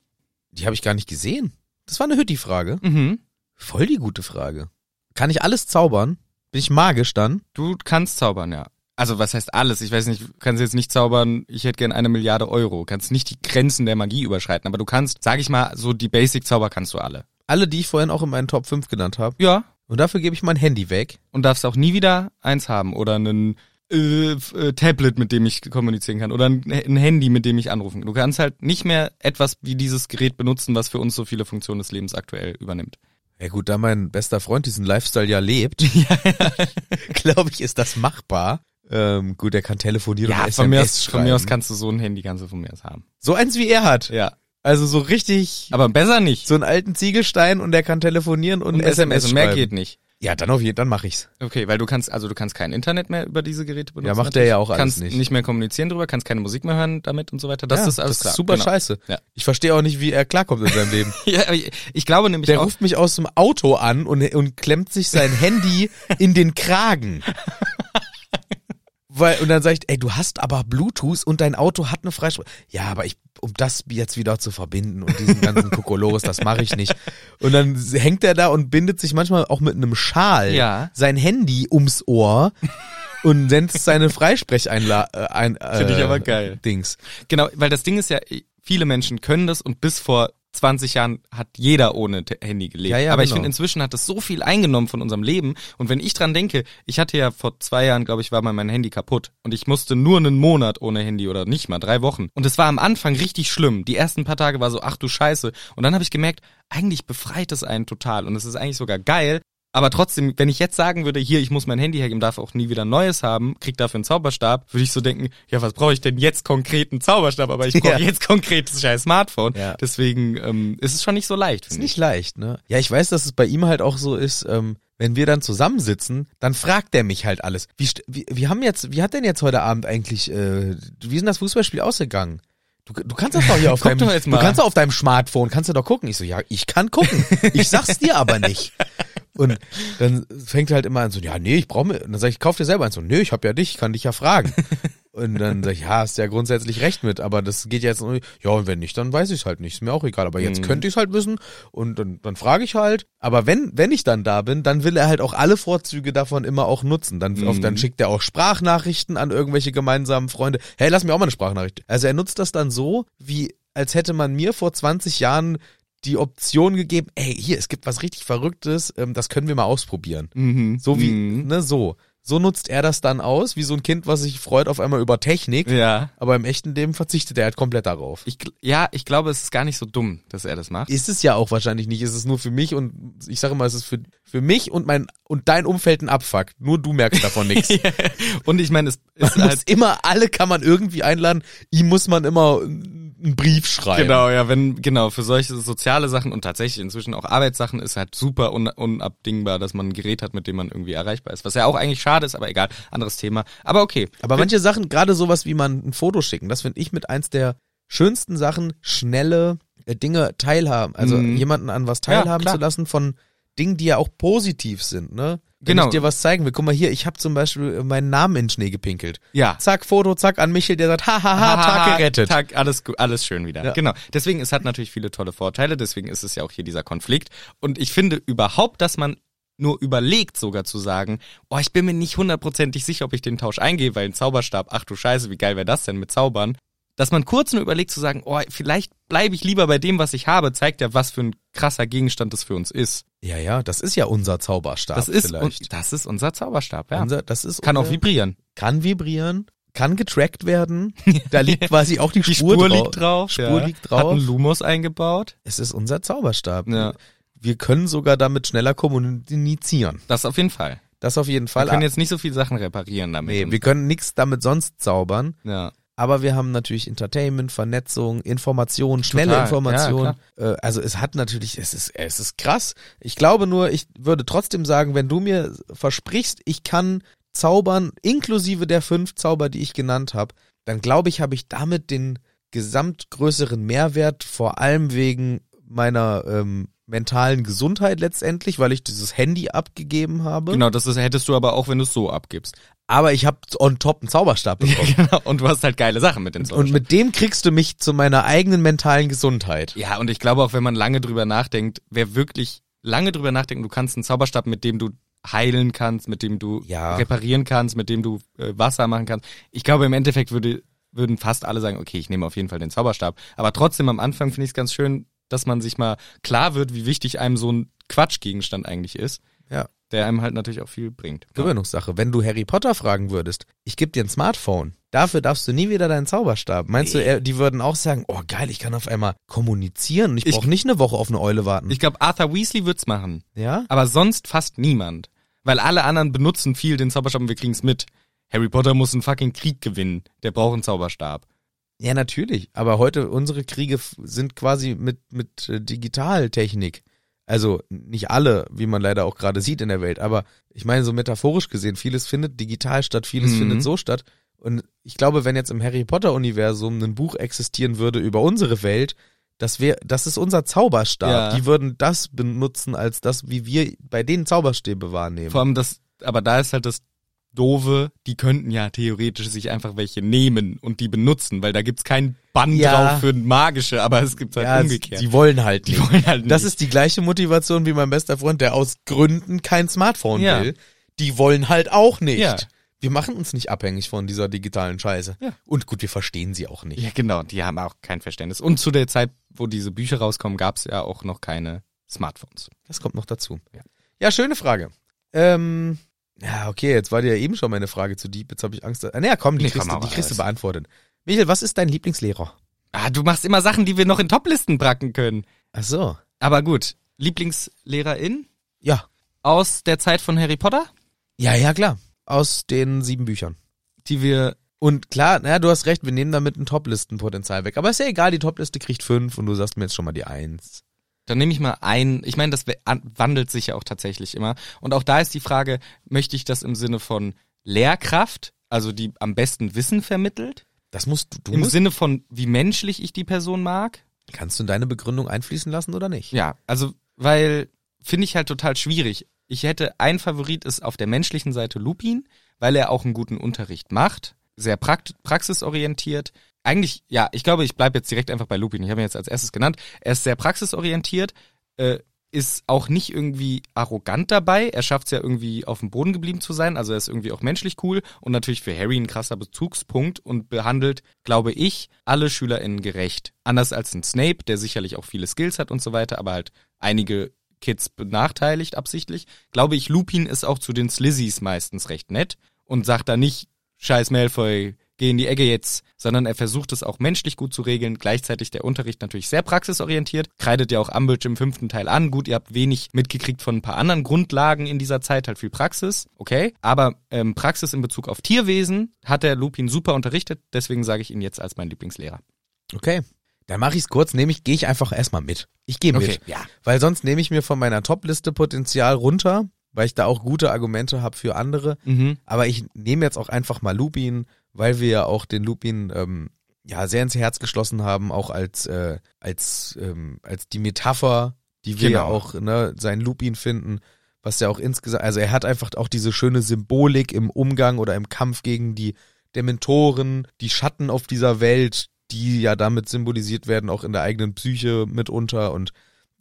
A: Die habe ich gar nicht gesehen. Das war eine Hütti-Frage.
B: Mhm.
A: Voll die gute Frage. Kann ich alles zaubern? Bin ich magisch dann?
B: Du kannst zaubern, ja. Also was heißt alles? Ich weiß nicht, du kannst jetzt nicht zaubern, ich hätte gern eine Milliarde Euro. Kannst nicht die Grenzen der Magie überschreiten, aber du kannst, sag ich mal, so die Basic-Zauber kannst du alle.
A: Alle, die ich vorhin auch in meinen Top 5 genannt habe.
B: Ja.
A: Und dafür gebe ich mein Handy weg.
B: Und darfst auch nie wieder eins haben oder einen äh, f- äh, Tablet, mit dem ich kommunizieren kann oder ein, ein Handy, mit dem ich anrufen kann. Du kannst halt nicht mehr etwas wie dieses Gerät benutzen, was für uns so viele Funktionen des Lebens aktuell übernimmt.
A: Ja gut, da mein bester Freund diesen Lifestyle ja
B: <laughs>
A: lebt, <laughs> ja, glaube ich, ist das machbar. Ähm, gut, er kann telefonieren und SMS
B: von mir, aus, von
A: schreiben.
B: mir aus kannst du so ein Handy, kannst du von mir aus haben.
A: so eins wie er hat.
B: Ja.
A: Also so richtig
B: Aber besser nicht.
A: so einen alten Ziegelstein und er kann telefonieren und, SMS,
B: und
A: schreiben.
B: mehr geht nicht.
A: Ja, dann auf jeden dann mache ich's.
B: Okay, weil du kannst, also du kannst kein Internet mehr über diese Geräte benutzen.
A: Ja, macht der
B: natürlich.
A: ja auch alles
B: kannst
A: nicht.
B: Kannst nicht mehr kommunizieren drüber, kannst keine Musik mehr hören damit und so weiter. Das
A: ja,
B: ist alles
A: das
B: klar.
A: ist super
B: genau.
A: scheiße.
B: Ja.
A: Ich verstehe auch nicht, wie er klarkommt in seinem Leben.
B: <laughs> Ja, aber ich, ich glaube nämlich
A: Der
B: auch,
A: ruft mich aus dem Auto an und, und klemmt sich
B: <laughs>
A: sein Handy in den Kragen. Weil, und dann sag ich, ey, du hast aber Bluetooth und dein Auto hat eine Freisprechung. Ja, aber ich, um das jetzt wieder zu verbinden und diesen ganzen Kokolores, das mache ich nicht. Und dann hängt er da und bindet sich manchmal auch mit einem Schal
B: Ja.
A: sein Handy ums Ohr und senzt seine Freisprecheinla äh, ein, äh,
B: Finde ich aber geil.
A: Dings.
B: genau, weil das Ding ist ja, viele Menschen können das und bis vor 20 Jahren hat jeder ohne Te- Handy gelebt.
A: Ja, ja,
B: aber ich
A: genau.
B: finde, inzwischen hat das so viel eingenommen von unserem Leben. Und wenn ich dran denke, ich hatte ja vor zwei Jahren, glaube ich, war mal mein Handy kaputt. Und ich musste nur einen Monat ohne Handy oder nicht mal, drei Wochen. Und es war am Anfang richtig schlimm. Die ersten paar Tage war so, ach du Scheiße. Und dann habe ich gemerkt, eigentlich befreit es einen total. Und es ist eigentlich sogar geil. Aber trotzdem, wenn ich jetzt sagen würde, hier, ich muss mein Handy hergeben, darf auch nie wieder ein neues haben, krieg dafür einen Zauberstab, würde ich so denken, ja, was brauche ich denn jetzt konkret einen
A: <laughs>
B: Zauberstab? Aber ich brauche
A: Ja.
B: jetzt konkretes scheiß Smartphone.
A: Ja.
B: Deswegen ähm, ist es schon nicht so leicht.
A: Ist
B: finde ich.
A: nicht leicht, ne? Ja, ich weiß, dass es bei ihm halt auch so ist, ähm, wenn wir dann zusammensitzen, dann fragt er mich halt alles. Wie, st- wie, wie haben jetzt, wie hat denn jetzt heute Abend eigentlich, äh, wie ist denn das Fußballspiel ausgegangen? Du, du kannst das
B: <laughs>
A: doch hier auf
B: Guck
A: deinem,
B: doch jetzt mal.
A: du kannst doch auf deinem Smartphone, kannst du doch gucken. Ich so, ja, ich kann gucken. Ich sag's dir aber nicht. Und dann fängt er halt immer an so, ja, nee, ich brauche mir, und dann sag ich, kauf dir selber eins. So, nee, ich hab ja dich, ich kann dich ja fragen. Und dann sag ich, ja, hast ja grundsätzlich recht mit, aber das geht jetzt, nur- ja, und wenn nicht, dann weiß ich es halt nicht, ist mir auch egal, aber jetzt könnte ich es halt wissen und dann, dann frage ich halt. Aber wenn, wenn ich dann da bin, dann will er halt auch alle Vorzüge davon immer auch nutzen. Dann, auf, dann schickt er auch Sprachnachrichten an irgendwelche gemeinsamen Freunde. Hey, lass mir auch mal eine Sprachnachricht. Also er nutzt das dann so, wie als hätte man mir vor 20 Jahren die Option gegeben, ey, hier, es gibt was richtig Verrücktes, ähm, das können wir mal ausprobieren.
B: Mhm.
A: So wie,
B: Mhm.
A: ne, so. So nutzt er das dann aus, wie so ein Kind, was sich freut auf einmal über Technik,
B: Ja.
A: aber im echten Leben verzichtet er halt komplett darauf.
B: Ich, gl- ja, ich glaube, es ist gar nicht so dumm, dass er das macht.
A: Ist es ja auch wahrscheinlich nicht, ist es nur für mich und ich sage immer, es ist für, für mich und mein und dein Umfeld ein Abfuck. Nur du merkst
B: <laughs>
A: davon nichts.
B: Und ich meine, es ist
A: <laughs> Man muss
B: halt.
A: immer alle kann man irgendwie einladen, ihm muss man immer einen Brief schreiben.
B: Genau, ja, wenn, genau, für solche soziale Sachen und tatsächlich inzwischen auch Arbeitssachen ist halt super un unabdingbar, dass man ein Gerät hat, mit dem man irgendwie erreichbar ist. Was ja auch eigentlich schade ist, aber egal, anderes Thema. Aber okay.
A: Aber manche Sachen, gerade sowas wie man ein Foto schicken, das finde ich mit eins der schönsten Sachen, schnelle äh, Dinge teilhaben, also
B: Mhm.
A: jemanden an was
B: Ja,
A: teilhaben
B: klar.
A: zu lassen von Dingen, die ja auch positiv sind, ne? Wenn
B: Genau.
A: ich dir was zeigen will. Guck mal hier, ich habe zum Beispiel äh, meinen Namen in den Schnee gepinkelt.
B: Ja.
A: Zack, Foto, zack, an Michel, der sagt, hahaha,
B: Ha, ha, ha,
A: Tag gerettet.
B: Tag, alles, gu- alles schön wieder.
A: Ja.
B: Genau. Deswegen, es hat natürlich viele tolle Vorteile, deswegen ist es ja auch hier dieser Konflikt. Und ich finde überhaupt, dass man nur überlegt sogar zu sagen, oh, ich bin mir nicht hundertprozentig sicher, ob ich den Tausch eingehe, weil ein Zauberstab, ach du Scheiße, wie geil wäre das denn mit Zaubern? Dass man kurz nur überlegt zu sagen, oh, vielleicht bleibe ich lieber bei dem, was ich habe, zeigt ja, was für ein krasser Gegenstand das für uns ist.
A: Ja, ja, das ist ja unser Zauberstab
B: Das ist,
A: vielleicht.
B: und, das ist unser Zauberstab, ja.
A: Unser, das ist
B: Kann auch
A: unser-
B: vibrieren.
A: kann vibrieren, kann getrackt
B: <laughs>
A: werden. Da liegt quasi auch die,
B: Die
A: Spur,
B: Spur,
A: drau-
B: liegt drauf.
A: Spur
B: ja.
A: liegt
B: Hat
A: drauf.
B: einen Lumos eingebaut.
A: Es ist unser Zauberstab.
B: Ja.
A: Wir können sogar damit schneller kommunizieren.
B: Das auf jeden Fall.
A: Das auf jeden Fall.
B: Wir können jetzt nicht so viel Sachen reparieren damit.
A: nee, wir können nichts damit sonst zaubern,
B: ja.
A: aber wir haben natürlich Entertainment, Vernetzung, Information, schnelle
B: Total.
A: Information.
B: Ja,
A: äh, also es hat natürlich, es ist, es ist krass. Ich glaube nur, ich würde trotzdem sagen, wenn du mir versprichst, ich kann zaubern, inklusive der fünf Zauber, die ich genannt habe, dann glaube ich, habe ich damit den gesamt größeren Mehrwert, vor allem wegen meiner ähm, mentalen Gesundheit letztendlich, weil ich dieses Handy abgegeben habe.
B: Genau, das ist, hättest du aber auch, wenn du es so <laughs> abgibst.
A: Aber ich habe on top einen Zauberstab
B: <laughs>
A: bekommen.
B: genau. Und du hast halt geile Sachen mit den
A: Und
B: Zauberstab.
A: mit dem kriegst du mich zu meiner eigenen mentalen Gesundheit.
B: ja, und ich glaube auch, wenn man lange drüber nachdenkt, wer wirklich lange drüber nachdenkt, du kannst einen Zauberstab, mit dem du heilen kannst, mit dem du
A: Ja.
B: reparieren kannst, mit dem du äh, Wasser machen kannst. Ich glaube, im Endeffekt würde, würden fast alle sagen, okay, ich nehme auf jeden Fall den Zauberstab. Aber trotzdem am Anfang finde ich es ganz schön, dass man sich mal klar wird, wie wichtig einem so ein Quatschgegenstand eigentlich ist,
A: Ja.
B: der einem halt natürlich auch viel bringt.
A: Gewöhnungssache. Wenn du Harry Potter fragen würdest, ich gebe dir ein Smartphone. Dafür darfst du nie wieder deinen Zauberstab. Meinst du, er, die würden auch sagen, oh geil, ich kann auf einmal kommunizieren und ich,
B: Ich-
A: brauche nicht eine Woche auf eine Eule warten.
B: Ich glaube, Arthur Weasley wird's machen.
A: ja?
B: Aber sonst fast niemand. Weil alle anderen benutzen viel den Zauberstab und wir kriegen's mit. Harry Potter muss einen fucking Krieg gewinnen. Der braucht einen Zauberstab.
A: Ja, natürlich. Aber heute, unsere Kriege f- sind quasi mit, mit äh, Digitaltechnik. Also nicht alle, wie man leider auch gerade sieht in der Welt, aber ich meine so metaphorisch gesehen, vieles findet digital statt, vieles
B: Mhm.
A: findet so statt. Und ich glaube, wenn jetzt im Harry Potter-Universum ein Buch existieren würde über unsere Welt, das wäre, das ist unser Zauberstab.
B: Ja.
A: Die würden das benutzen als das, wie wir bei denen Zauberstäbe wahrnehmen.
B: Vor allem das, aber da ist halt das Doofe, die könnten ja theoretisch sich einfach welche nehmen und die benutzen, weil da gibt's keinen Bann
A: Ja.
B: drauf für magische, aber es gibt halt
A: ja,
B: umgekehrt.
A: die wollen halt
B: Die
A: nicht.
B: wollen halt
A: Das
B: nicht.
A: ist die gleiche Motivation wie mein bester Freund, der aus Gründen kein Smartphone
B: Ja.
A: will. Die wollen halt auch nicht.
B: Ja.
A: Wir machen uns nicht abhängig von dieser digitalen Scheiße.
B: Ja.
A: Und gut, wir verstehen sie auch nicht.
B: Ja, genau, die haben auch kein Verständnis. Und zu der Zeit, wo diese Bücher rauskommen, gab's ja auch noch keine Smartphones.
A: Das kommt noch dazu. Ja,
B: Ja.
A: schöne Frage. Ähm, ja, okay, jetzt war dir ja eben schon meine Frage zu deep. Jetzt habe ich Angst. Ah, naja, komm, die
B: Nee,
A: kriegst,
B: komm,
A: du- die
B: aber
A: kriegst du
B: alles.
A: beantwortet. Michael, was ist dein Lieblingslehrer?
B: Ah, du machst immer Sachen, die wir noch in Toplisten bracken können.
A: Ach so.
B: Aber gut, Lieblingslehrerin
A: Ja.
B: aus der Zeit von Harry Potter,
A: Ja, ja, klar. Aus den sieben Büchern.
B: die wir
A: Und klar, naja, du hast recht, wir nehmen damit ein Toplistenpotenzial weg. Aber ist ja egal, die Topliste kriegt fünf und du sagst mir jetzt schon mal die eins.
B: dann nehme ich mal ein, ich meine, das we- an- wandelt sich ja auch tatsächlich immer. Und auch da ist die Frage, möchte ich das im Sinne von Lehrkraft, also die am besten Wissen vermittelt,
A: Das musst du, du
B: im
A: musst,
B: Sinne von, wie menschlich ich die Person mag?
A: kannst du in deine Begründung einfließen lassen oder nicht?
B: Ja, also, weil finde ich halt total schwierig. Ich hätte, ein Favorit ist auf der menschlichen Seite Lupin, weil er auch einen guten Unterricht macht. sehr prakt praxisorientiert. Eigentlich, ja, ich glaube, ich bleibe jetzt direkt einfach bei Lupin. Ich habe ihn jetzt als erstes genannt. Er ist sehr praxisorientiert, äh, ist auch nicht irgendwie arrogant dabei. Er schafft es ja irgendwie auf dem Boden geblieben zu sein. Also er ist irgendwie auch menschlich cool und natürlich für Harry ein krasser Bezugspunkt und behandelt, glaube ich, alle SchülerInnen gerecht. Anders als ein Snape, der sicherlich auch viele Skills hat und so weiter, aber halt einige Kids benachteiligt absichtlich. Glaube ich, Lupin ist auch zu den Slizzies meistens recht nett und sagt da nicht, scheiß Malfoy, geh in die Ecke jetzt, sondern er versucht es auch menschlich gut zu regeln. Gleichzeitig der Unterricht natürlich sehr praxisorientiert, kreidet ja auch Umbridge im fünften Teil an. Gut, ihr habt wenig mitgekriegt von ein paar anderen Grundlagen in dieser Zeit, halt viel Praxis, okay. Aber ähm, Praxis in Bezug auf Tierwesen hat der Lupin super unterrichtet, deswegen sage ich ihn jetzt als mein Lieblingslehrer.
A: Okay. Dann mache ich es kurz, nehme ich, gehe ich einfach erstmal mit. Ich gehe mit.
B: Okay, ja.
A: Weil sonst nehme ich mir von meiner Top-Liste Potenzial runter, weil ich da auch gute Argumente habe für andere.
B: Mhm.
A: Aber ich nehme jetzt auch einfach mal Lupin, weil wir ja auch den Lupin ähm, ja sehr ins Herz geschlossen haben, auch als äh, als ähm, als die Metapher, die wir
B: Genau.
A: ja auch ne, seinen Lupin finden, was ja auch insgesamt, also er hat einfach auch diese schöne Symbolik im Umgang oder im Kampf gegen die Dementoren, die Schatten auf dieser Welt, die ja damit symbolisiert werden, auch in der eigenen Psyche mitunter und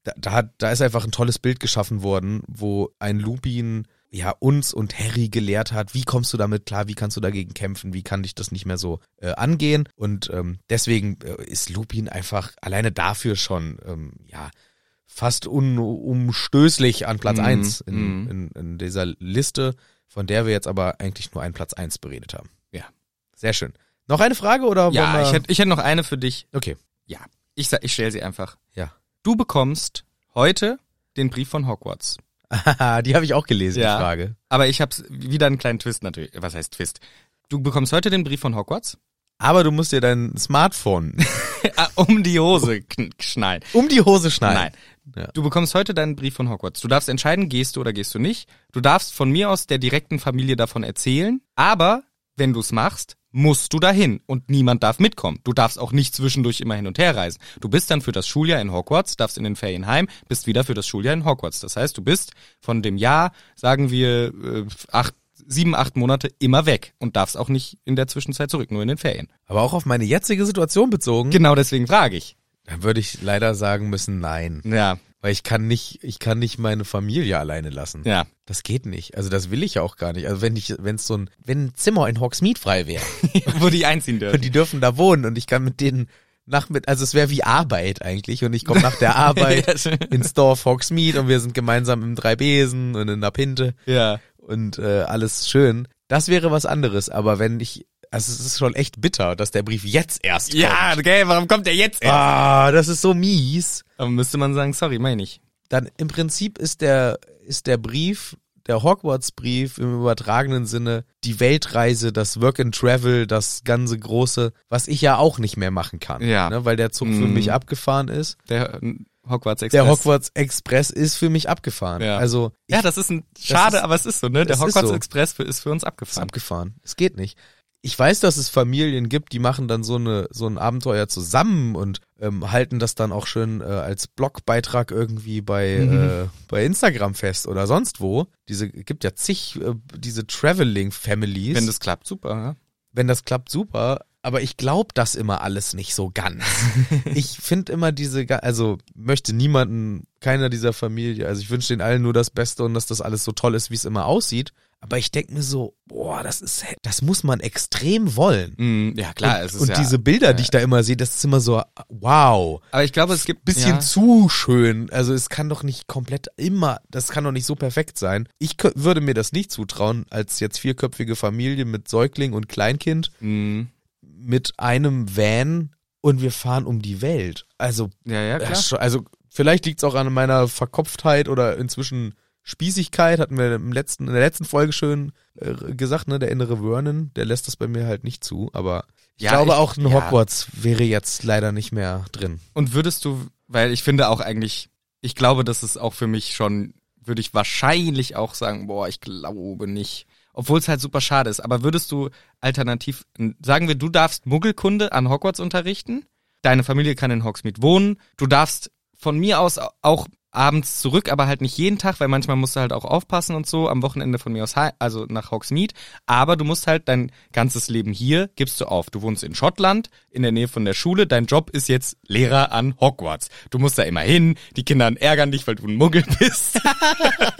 A: da, da, hat, da ist einfach ein tolles Bild geschaffen worden, wo ein Lupin ja uns und Harry gelehrt hat, wie kommst du damit klar, wie kannst du dagegen kämpfen, wie kann dich das nicht mehr so äh, angehen. Und ähm, deswegen äh, ist Lupin einfach alleine dafür schon ähm, ja fast unumstößlich an Platz
B: Mhm,
A: eins in,
B: mhm.
A: in, in dieser Liste, von der wir jetzt aber eigentlich nur einen Platz eins beredet haben.
B: Ja.
A: Sehr schön. Noch eine Frage oder wollen
B: Ja,
A: wir-
B: ich hätte ich hätt noch eine für dich.
A: Okay. <laughs>
B: Ich, sa- ich stelle sie einfach.
A: Ja.
B: Du bekommst heute den Brief von Hogwarts.
A: Haha, die habe ich auch gelesen,
B: Ja.
A: die Frage.
B: Aber ich habe wieder einen kleinen Twist natürlich. Was heißt Twist? Du bekommst heute den Brief von Hogwarts <laughs>
A: Aber du musst dir dein Smartphone
B: Ah, um die Hose kn- schnallen.
A: um die Hose schneiden.
B: Nein.
A: Ja.
B: Du bekommst heute deinen Brief von Hogwarts. Du darfst entscheiden, gehst du oder gehst du nicht. Du darfst von mir aus der direkten Familie davon erzählen. Aber wenn du es machst, musst du dahin und niemand darf mitkommen. Du darfst auch nicht zwischendurch immer hin und her reisen. Du bist dann für das Schuljahr in Hogwarts, darfst in den Ferien heim, bist wieder für das Schuljahr in Hogwarts. Das heißt, du bist von dem Jahr, sagen wir, äh, acht, sieben, acht Monate immer weg und darfst auch nicht in der Zwischenzeit zurück, nur in den Ferien.
A: Aber auch auf meine jetzige Situation bezogen,
B: Genau deswegen frage ich.
A: dann würde ich leider sagen müssen, nein.
B: Ja,
A: Weil ich kann nicht, ich kann nicht meine Familie alleine lassen.
B: ja.
A: Das geht nicht. Also das will ich ja auch gar nicht. Also wenn ich, wenn es so ein, wenn ein Zimmer in Hogsmeade frei wäre <laughs>
B: Wo die einziehen dürfen.
A: und die dürfen da wohnen und ich kann mit denen nach mit, also es wäre wie Arbeit eigentlich und ich komme nach
B: <laughs>
A: der Arbeit
B: Ja, schön.
A: ins Dorf Hogsmeade und wir sind gemeinsam im Drei Besen und in der Pinte.
B: Ja.
A: und äh, alles schön. Das wäre was anderes, aber wenn ich, also es ist schon echt bitter, dass der Brief jetzt erst
B: Ja,
A: kommt.
B: gell, warum kommt der jetzt erst?
A: Ah, das ist so mies.
B: Aber müsste man sagen, sorry, meine ich.
A: Dann im Prinzip ist der, ist der Brief, der Hogwarts-Brief im übertragenen Sinne die Weltreise, das Work and Travel, das ganze große, was ich ja auch nicht mehr machen kann.
B: Ja.
A: Ne, weil der Zug für
B: Mhm.
A: mich abgefahren ist.
B: Der äh, Hogwarts Express.
A: Der Hogwarts Express ist für mich abgefahren.
B: Ja.
A: Also
B: Ja, das ist ein schade,
A: ist-
B: aber es ist so, ne? Der
A: es ist
B: Hogwarts
A: so.
B: Express für- ist für uns
A: ist
B: abgefahren.
A: abgefahren. Es geht nicht. Ich weiß, dass es Familien gibt, die machen dann so eine so ein Abenteuer zusammen und ähm, halten das dann auch schön äh, als Blogbeitrag irgendwie bei
B: Mhm.
A: äh, bei Instagram fest oder sonst wo. Diese gibt ja zig äh, diese Traveling Families.
B: Wenn das klappt, super. Ja?
A: wenn das klappt, super. Aber ich glaube das immer alles nicht so
B: <laughs>
A: ganz. ich finde immer diese, ga- also möchte niemanden, keiner dieser Familie, also ich wünsche den allen nur das Beste und dass das alles so toll ist, wie es immer aussieht. Aber ich denke mir so, boah, das ist, das muss man extrem wollen.
B: Mm, ja, klar,
A: und,
B: es ist
A: Und
B: ja. äh,
A: diese Bilder, die ich da immer sehe, das ist immer so, wow.
B: aber ich glaube, es gibt
A: Bisschen
B: ja.
A: zu schön. Also es kann doch nicht komplett immer, das kann doch nicht so perfekt sein. Ich kö- würde mir das nicht zutrauen, als jetzt vierköpfige Familie mit Säugling und Kleinkind
B: Mm,
A: mit einem Van und wir fahren um die Welt. Also,
B: ja, ja,
A: ja,
B: klar.
A: schon- also vielleicht liegt's auch an meiner Verkopftheit oder inzwischen Spießigkeit, hatten wir im letzten, in der letzten Folge schön äh, gesagt, ne, der innere Vernon, der lässt das bei mir halt nicht zu, aber ich
B: Ja,
A: glaube
B: ich-
A: auch ein
B: ja.
A: Hogwarts wäre jetzt leider nicht mehr drin.
B: Und würdest du, weil ich finde auch eigentlich, ich glaube, das ist auch für mich schon, würde ich wahrscheinlich auch sagen, boah, ich glaube nicht. Obwohl es halt super schade ist. Aber würdest du alternativ, sagen wir, du darfst Muggelkunde an Hogwarts unterrichten, deine Familie kann in Hogsmeade wohnen, du darfst von mir aus au- auch abends zurück, aber halt nicht jeden Tag, weil manchmal musst du halt auch aufpassen und so. Am Wochenende von mir aus, hei- also nach Hogsmeade. Aber du musst halt dein ganzes Leben hier, gibst du auf. Du wohnst in Schottland, in der Nähe von der Schule. Dein Job ist jetzt Lehrer an Hogwarts. Du musst da immer hin. Die Kinder ärgern dich, weil du ein Muggel bist. <laughs>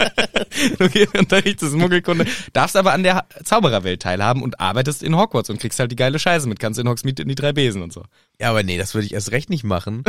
B: du gehst- unterrichtest Muggelkunde. Darfst aber an der Ha- Zaubererwelt teilhaben und arbeitest in Hogwarts und kriegst halt die geile Scheiße mit. Kannst in Hogsmeade in die drei Besen und so.
A: Ja, aber nee, das würde ich erst recht nicht machen.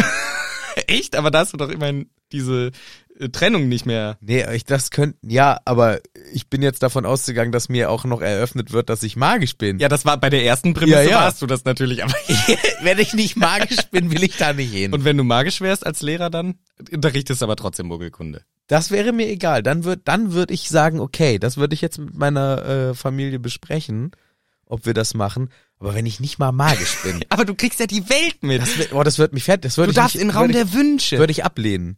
B: Echt? Aber da hast du doch immerhin diese äh, Trennung nicht mehr.
A: <laughs> Nee, ich, das könnten, ja, aber ich bin jetzt davon ausgegangen, dass mir auch noch eröffnet wird, dass ich magisch bin.
B: Ja, das war bei der ersten Prämisse
A: Ja, ja.
B: warst du das natürlich. Aber
A: <laughs> wenn ich nicht magisch bin, will ich da <laughs> nicht hin.
B: und wenn du magisch wärst als Lehrer dann, unterrichtest aber trotzdem Muggelkunde.
A: Das wäre mir egal. Dann würde dann würd ich sagen, okay, das würde ich jetzt mit meiner äh, Familie besprechen, ob wir das machen. Aber wenn ich nicht mal
B: <laughs>
A: magisch bin,
B: Aber du kriegst ja die Welt mit.
A: boah, das wird mich fertig. Das würd
B: du
A: ich
B: darfst
A: nicht,
B: in den Raum
A: würd
B: der Wünsche.
A: ich, Würde ich ablehnen.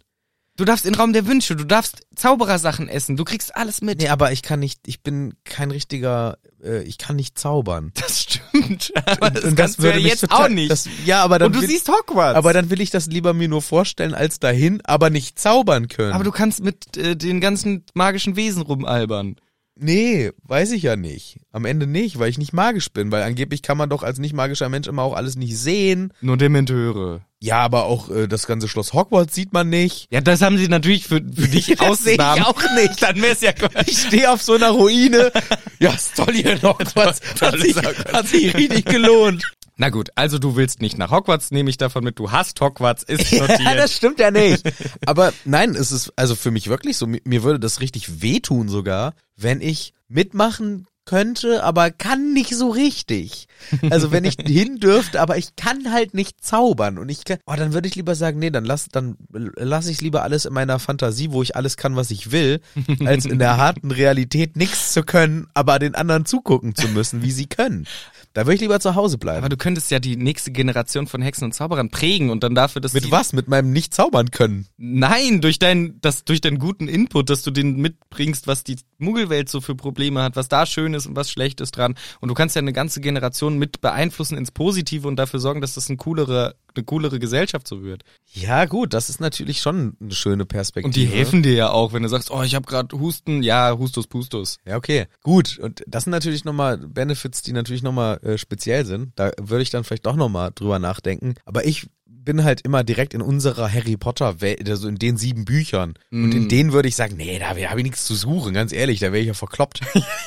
B: du darfst in den Raum der Wünsche. Du darfst Zauberersachen essen. Du kriegst alles mit.
A: Nee, aber ich kann nicht, ich bin kein richtiger, äh, ich kann nicht zaubern.
B: Das stimmt. <laughs> Aber das, kannst du ja
A: mich
B: jetzt
A: total-
B: auch nicht.
A: Das, ja, aber dann
B: Und du
A: will,
B: siehst Hogwarts.
A: aber dann will ich das lieber mir nur vorstellen, als dahin, aber nicht zaubern können.
B: aber du kannst mit äh, den ganzen magischen Wesen rumalbern.
A: Nee, weiß ich ja nicht. Am Ende nicht, weil ich nicht magisch bin, weil angeblich kann man doch als nicht magischer Mensch immer auch alles nicht sehen.
B: Nur Dementeure.
A: Ja, aber auch äh, das ganze Schloss Hogwarts sieht man nicht.
B: Ja, das haben sie natürlich für, <laughs> für dich
A: Das seh ich
B: ausgenommen.
A: auch nicht.
B: Dann wär's <laughs> ja
A: Ich stehe auf so einer Ruine. ja, ist toll hier in Hogwarts. Hat
B: Tolles
A: sich,
B: Hogwarts.
A: hat sich richtig gelohnt.
B: Na gut, also du willst nicht nach Hogwarts, nehme ich davon mit. Du hast
A: <laughs>
B: Hogwarts, ist notiert.
A: ja, das stimmt ja nicht. Aber nein, es ist also für mich wirklich so. Mir, mir würde das richtig wehtun sogar, wenn ich mitmachen könnte, aber kann nicht so richtig. Also wenn ich hin dürfte, aber ich kann halt nicht zaubern und ich kann, oh, dann würde ich lieber sagen, nee, dann lass, dann lass ich lieber alles in meiner Fantasie, wo ich alles kann, was ich will, als in der harten Realität nichts zu können, aber den anderen zugucken zu müssen, wie sie können. Da würde ich lieber zu Hause bleiben.
B: Aber du könntest ja die nächste Generation von Hexen und Zauberern prägen und dann dafür, dass
A: Mit
B: die,
A: was? Mit meinem nicht zaubern können.
B: Nein, durch dein, das, durch deinen guten Input, dass du den mitbringst, was die Muggelwelt so für Probleme hat, was da schön ist und was schlecht ist dran. Und du kannst ja eine ganze Generation mit beeinflussen ins Positive und dafür sorgen, dass das eine coolere, eine coolere Gesellschaft so wird.
A: Ja, gut, das ist natürlich schon eine schöne Perspektive.
B: Und die helfen dir ja auch, wenn du sagst, oh, ich habe gerade Husten, ja, Hustus, Pustus. <laughs>
A: Ja, okay. Gut. Und das sind natürlich nochmal Benefits, die natürlich nochmal äh, speziell sind. Da würde ich dann vielleicht doch nochmal drüber nachdenken. Aber ich bin halt immer direkt in unserer Harry Potter Welt, also in den sieben Büchern. Und
B: Mm.
A: in denen würde ich sagen, nee, da habe ich nichts zu suchen, ganz ehrlich, da wäre ich ja
B: <laughs>
A: verkloppt.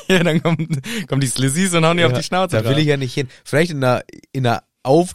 B: Ja, dann kommen, kommen die Slizzies und hauen dir auf die Schnauze.
A: Da will
B: rein.
A: ich ja nicht hin. Vielleicht in einer, in einer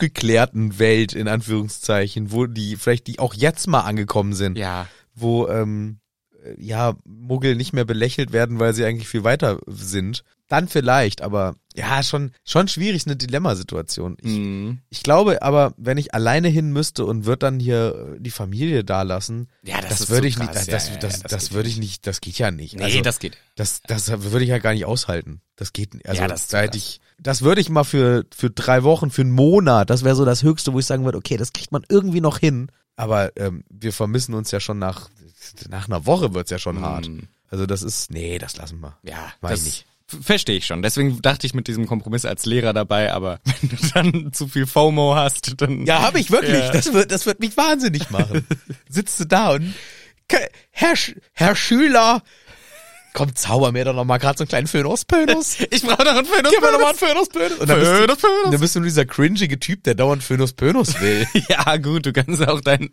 A: aufgeklärten Welt, in Anführungszeichen, wo die, vielleicht die auch jetzt mal angekommen sind.
B: Ja.
A: wo ähm, äh, ja Muggel nicht mehr belächelt werden, weil sie eigentlich viel weiter sind. Dann vielleicht, aber ja, schon, schon schwierig, eine Dilemmasituation. Ich,
B: Mhm.
A: ich glaube aber, wenn ich alleine hin müsste und würde dann hier äh, die Familie da lassen,
B: Ja, das
A: das,
B: ist
A: würde
B: so
A: ich nicht,
B: krass.
A: das,
B: Ja,
A: das,
B: ja, ja,
A: das,
B: das
A: das,
B: geht
A: würde ich nicht, das geht ja nicht.
B: Nee,
A: also,
B: das geht.
A: das, das würde ich ja gar nicht aushalten. Das geht nicht. Also
B: Ja, das ist
A: da hätte
B: krass.
A: ich, das würde ich mal für, für drei Wochen, für einen Monat, das wäre so das Höchste, wo ich sagen würde, okay, das kriegt man irgendwie noch hin. Aber ähm, wir vermissen uns ja schon nach, nach einer Woche wird's ja schon hart.
B: Mhm.
A: Also das ist, nee, das lassen wir.
B: Ja,
A: Weiß
B: das
A: ich nicht.
B: f- Verstehe ich schon. Deswegen dachte ich mit diesem Kompromiss als Lehrer dabei, aber <laughs> wenn du dann zu viel FOMO hast, dann.
A: Ja, habe ich wirklich.
B: Ja.
A: Das wird, das wird mich wahnsinnig machen.
B: <laughs>
A: Sitzt du da und Ke- Herr, Sch- Herr Schüler, komm, zauber mir doch noch mal gerade so einen kleinen
B: <laughs>
A: Föhnus-Pönus.
B: Ich brauche noch einen Föhnus.
A: Gib mir noch mal einen Föhnus-Pönus. Und dann bist du-
B: Föhnus,
A: Und dann
B: Föhnus.
A: bist du nur dieser cringige Typ, der dauernd Föhnus Pönus will.
B: <laughs> Ja, gut, du kannst auch dein,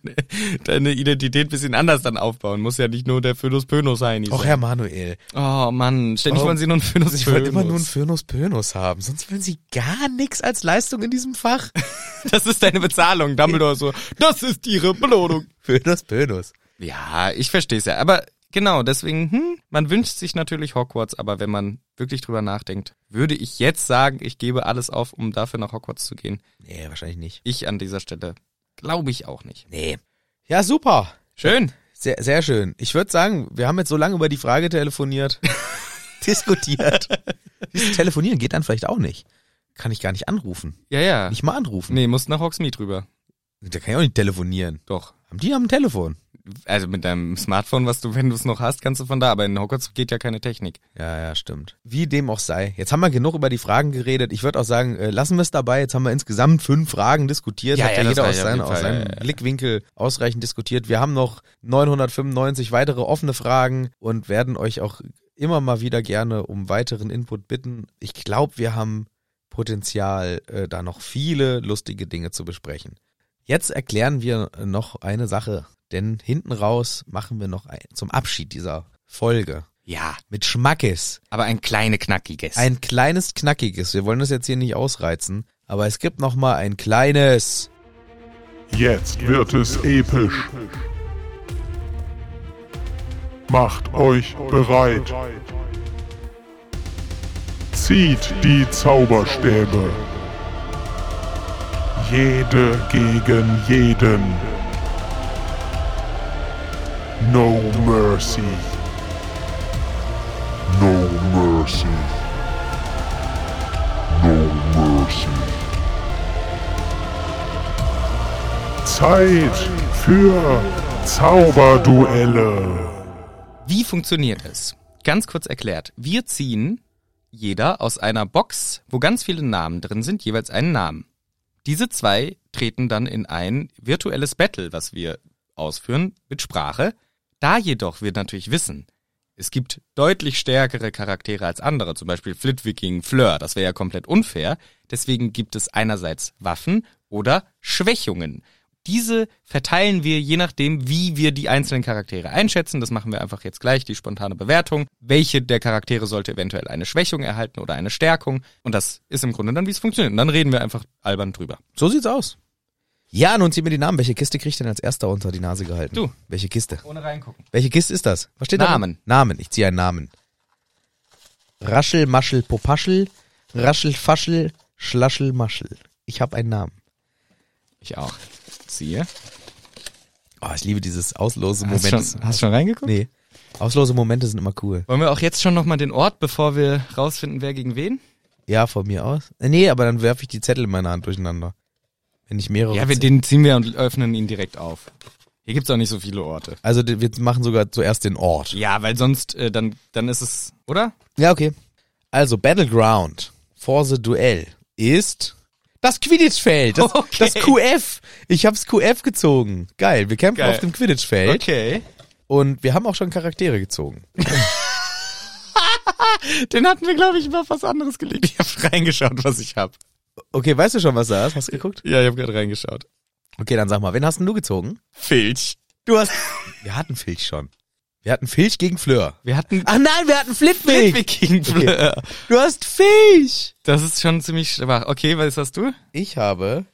B: deine Identität ein bisschen anders dann aufbauen. Muss ja nicht nur der Föhnus Pönus sein.
A: Och, Herr Manuel.
B: Oh Mann, ständig
A: Warum-
B: wollen sie nur einen Föhnus Pönus.
A: Ich wollte immer nur einen Föhnus Pönus haben, sonst will sie gar nichts als Leistung in diesem Fach. <laughs>
B: Das ist deine Bezahlung, Dumbledore so. Das ist ihre Belohnung.
A: Föhnus Pönus.
B: Ja, ich verstehe es ja. Aber genau, deswegen, hm, man wünscht sich natürlich Hogwarts, aber wenn man wirklich drüber nachdenkt, würde ich jetzt sagen, ich gebe alles auf, um dafür nach Hogwarts zu gehen.
A: Nee, wahrscheinlich nicht.
B: Ich an dieser Stelle glaube ich auch nicht.
A: Nee. Ja, super.
B: Schön.
A: Sehr, sehr schön. Ich würde sagen, wir haben jetzt so lange über die Frage telefoniert, <laughs> diskutiert. <laughs> Dieses Telefonieren geht dann vielleicht auch nicht. Kann ich gar nicht anrufen.
B: Ja, ja.
A: Nicht mal anrufen.
B: Nee, musst nach Hogsmeade rüber.
A: Da kann ich auch nicht telefonieren.
B: Doch.
A: Die haben ein Telefon.
B: Also mit deinem Smartphone, was du, wenn du es noch hast, kannst du von da, aber in Hogwarts geht ja keine Technik.
A: Ja, ja, stimmt. Wie dem auch sei. Jetzt haben wir genug über die Fragen geredet. Ich würde auch sagen, äh, lassen wir es dabei. Jetzt haben wir insgesamt fünf Fragen diskutiert.
B: Ja,
A: Hat
B: ja, das
A: jeder aus,
B: reicht auf
A: seinen,
B: jeden
A: aus
B: Fall.
A: seinem
B: Ja, ja, ja.
A: Blickwinkel ausreichend diskutiert. Wir haben noch 995 weitere offene Fragen und werden euch auch immer mal wieder gerne um weiteren Input bitten. Ich glaube, wir haben Potenzial, äh, da noch viele lustige Dinge zu besprechen. Jetzt erklären wir noch eine Sache, denn hinten raus machen wir noch ein, zum Abschied dieser Folge
B: Ja,
A: mit Schmackes.
B: aber ein kleine knackiges.
A: Ein kleines knackiges. Wir wollen das jetzt hier nicht ausreizen, aber es gibt noch mal ein kleines.
D: Jetzt wird es episch. Macht euch bereit. Zieht die Zauberstäbe. Jede gegen jeden. No mercy. No mercy. No mercy. Zeit für Zauberduelle.
B: Wie funktioniert es? Ganz kurz erklärt. Wir ziehen jeder aus einer Box, wo ganz viele Namen drin sind, jeweils einen Namen. Diese zwei treten dann in ein virtuelles Battle, was wir ausführen mit Sprache. Da jedoch wir natürlich wissen, es gibt deutlich stärkere Charaktere als andere, zum Beispiel Flitwick Fleur, das wäre ja komplett unfair. Deswegen gibt es einerseits Waffen oder Schwächungen. Diese verteilen wir je nachdem, wie wir die einzelnen Charaktere einschätzen. Das machen wir einfach jetzt gleich, die spontane Bewertung. Welche der Charaktere sollte eventuell eine Schwächung erhalten oder eine Stärkung? Und das ist im Grunde dann, wie es funktioniert. Und dann reden wir einfach albern drüber.
A: So sieht's aus. Ja, nun zieh mir die Namen. Welche Kiste krieg ich denn als erster unter die Nase gehalten?
B: Du.
A: Welche Kiste?
B: Ohne reingucken.
A: Welche Kiste ist das? Was steht
B: Namen.
A: da? Namen. Namen. Ich ziehe einen Namen. Raschel, Maschel, Popaschel. Raschel, Faschel, Schlaschel, Maschel. Ich habe einen Namen.
B: Ich auch. Siehe.
A: Oh, ich liebe dieses Auslose-Moment.
B: Hast schon, hast schon reingeguckt?
A: Nee. Auslose-Momente sind immer cool.
B: Wollen wir auch jetzt schon nochmal den Ort, bevor wir rausfinden, wer gegen wen?
A: Ja, von mir aus. Äh, Nee, aber dann werfe ich die Zettel in meiner Hand durcheinander. Wenn ich mehrere.
B: Ja, wir,
A: Ze-
B: den ziehen wir und öffnen ihn direkt auf. Hier gibt's auch nicht so viele Orte.
A: also die- wir machen sogar zuerst den Ort.
B: Ja, weil sonst, äh, dann, dann ist es, oder?
A: Ja, okay. Also Battleground for the Duell ist das Quidditch-Feld. Das,
B: <laughs> Okay.
A: das QF. Ich hab's QF gezogen. Geil, wir kämpfen
B: Geil.
A: auf dem Quidditch-Feld.
B: Okay.
A: Und wir haben auch schon Charaktere gezogen.
B: Den hatten wir, glaube ich, über was anderes gelegt. Ich habe reingeschaut, was ich habe.
A: Okay, weißt du schon, was da ist? Hast du geguckt?
B: Ja, ich habe gerade reingeschaut.
A: Okay, dann sag mal, wen hast denn du gezogen?
B: Filch.
A: Du hast... Wir hatten Filch schon. Wir hatten Filch gegen Fleur.
B: Wir hatten
A: Ach Ah, nein, wir hatten Flitwick.
B: Ludwig gegen
A: Okay.
B: Fleur.
A: Du hast Filch.
B: Das ist schon ziemlich schwach. Okay, was hast du?
A: Ich habe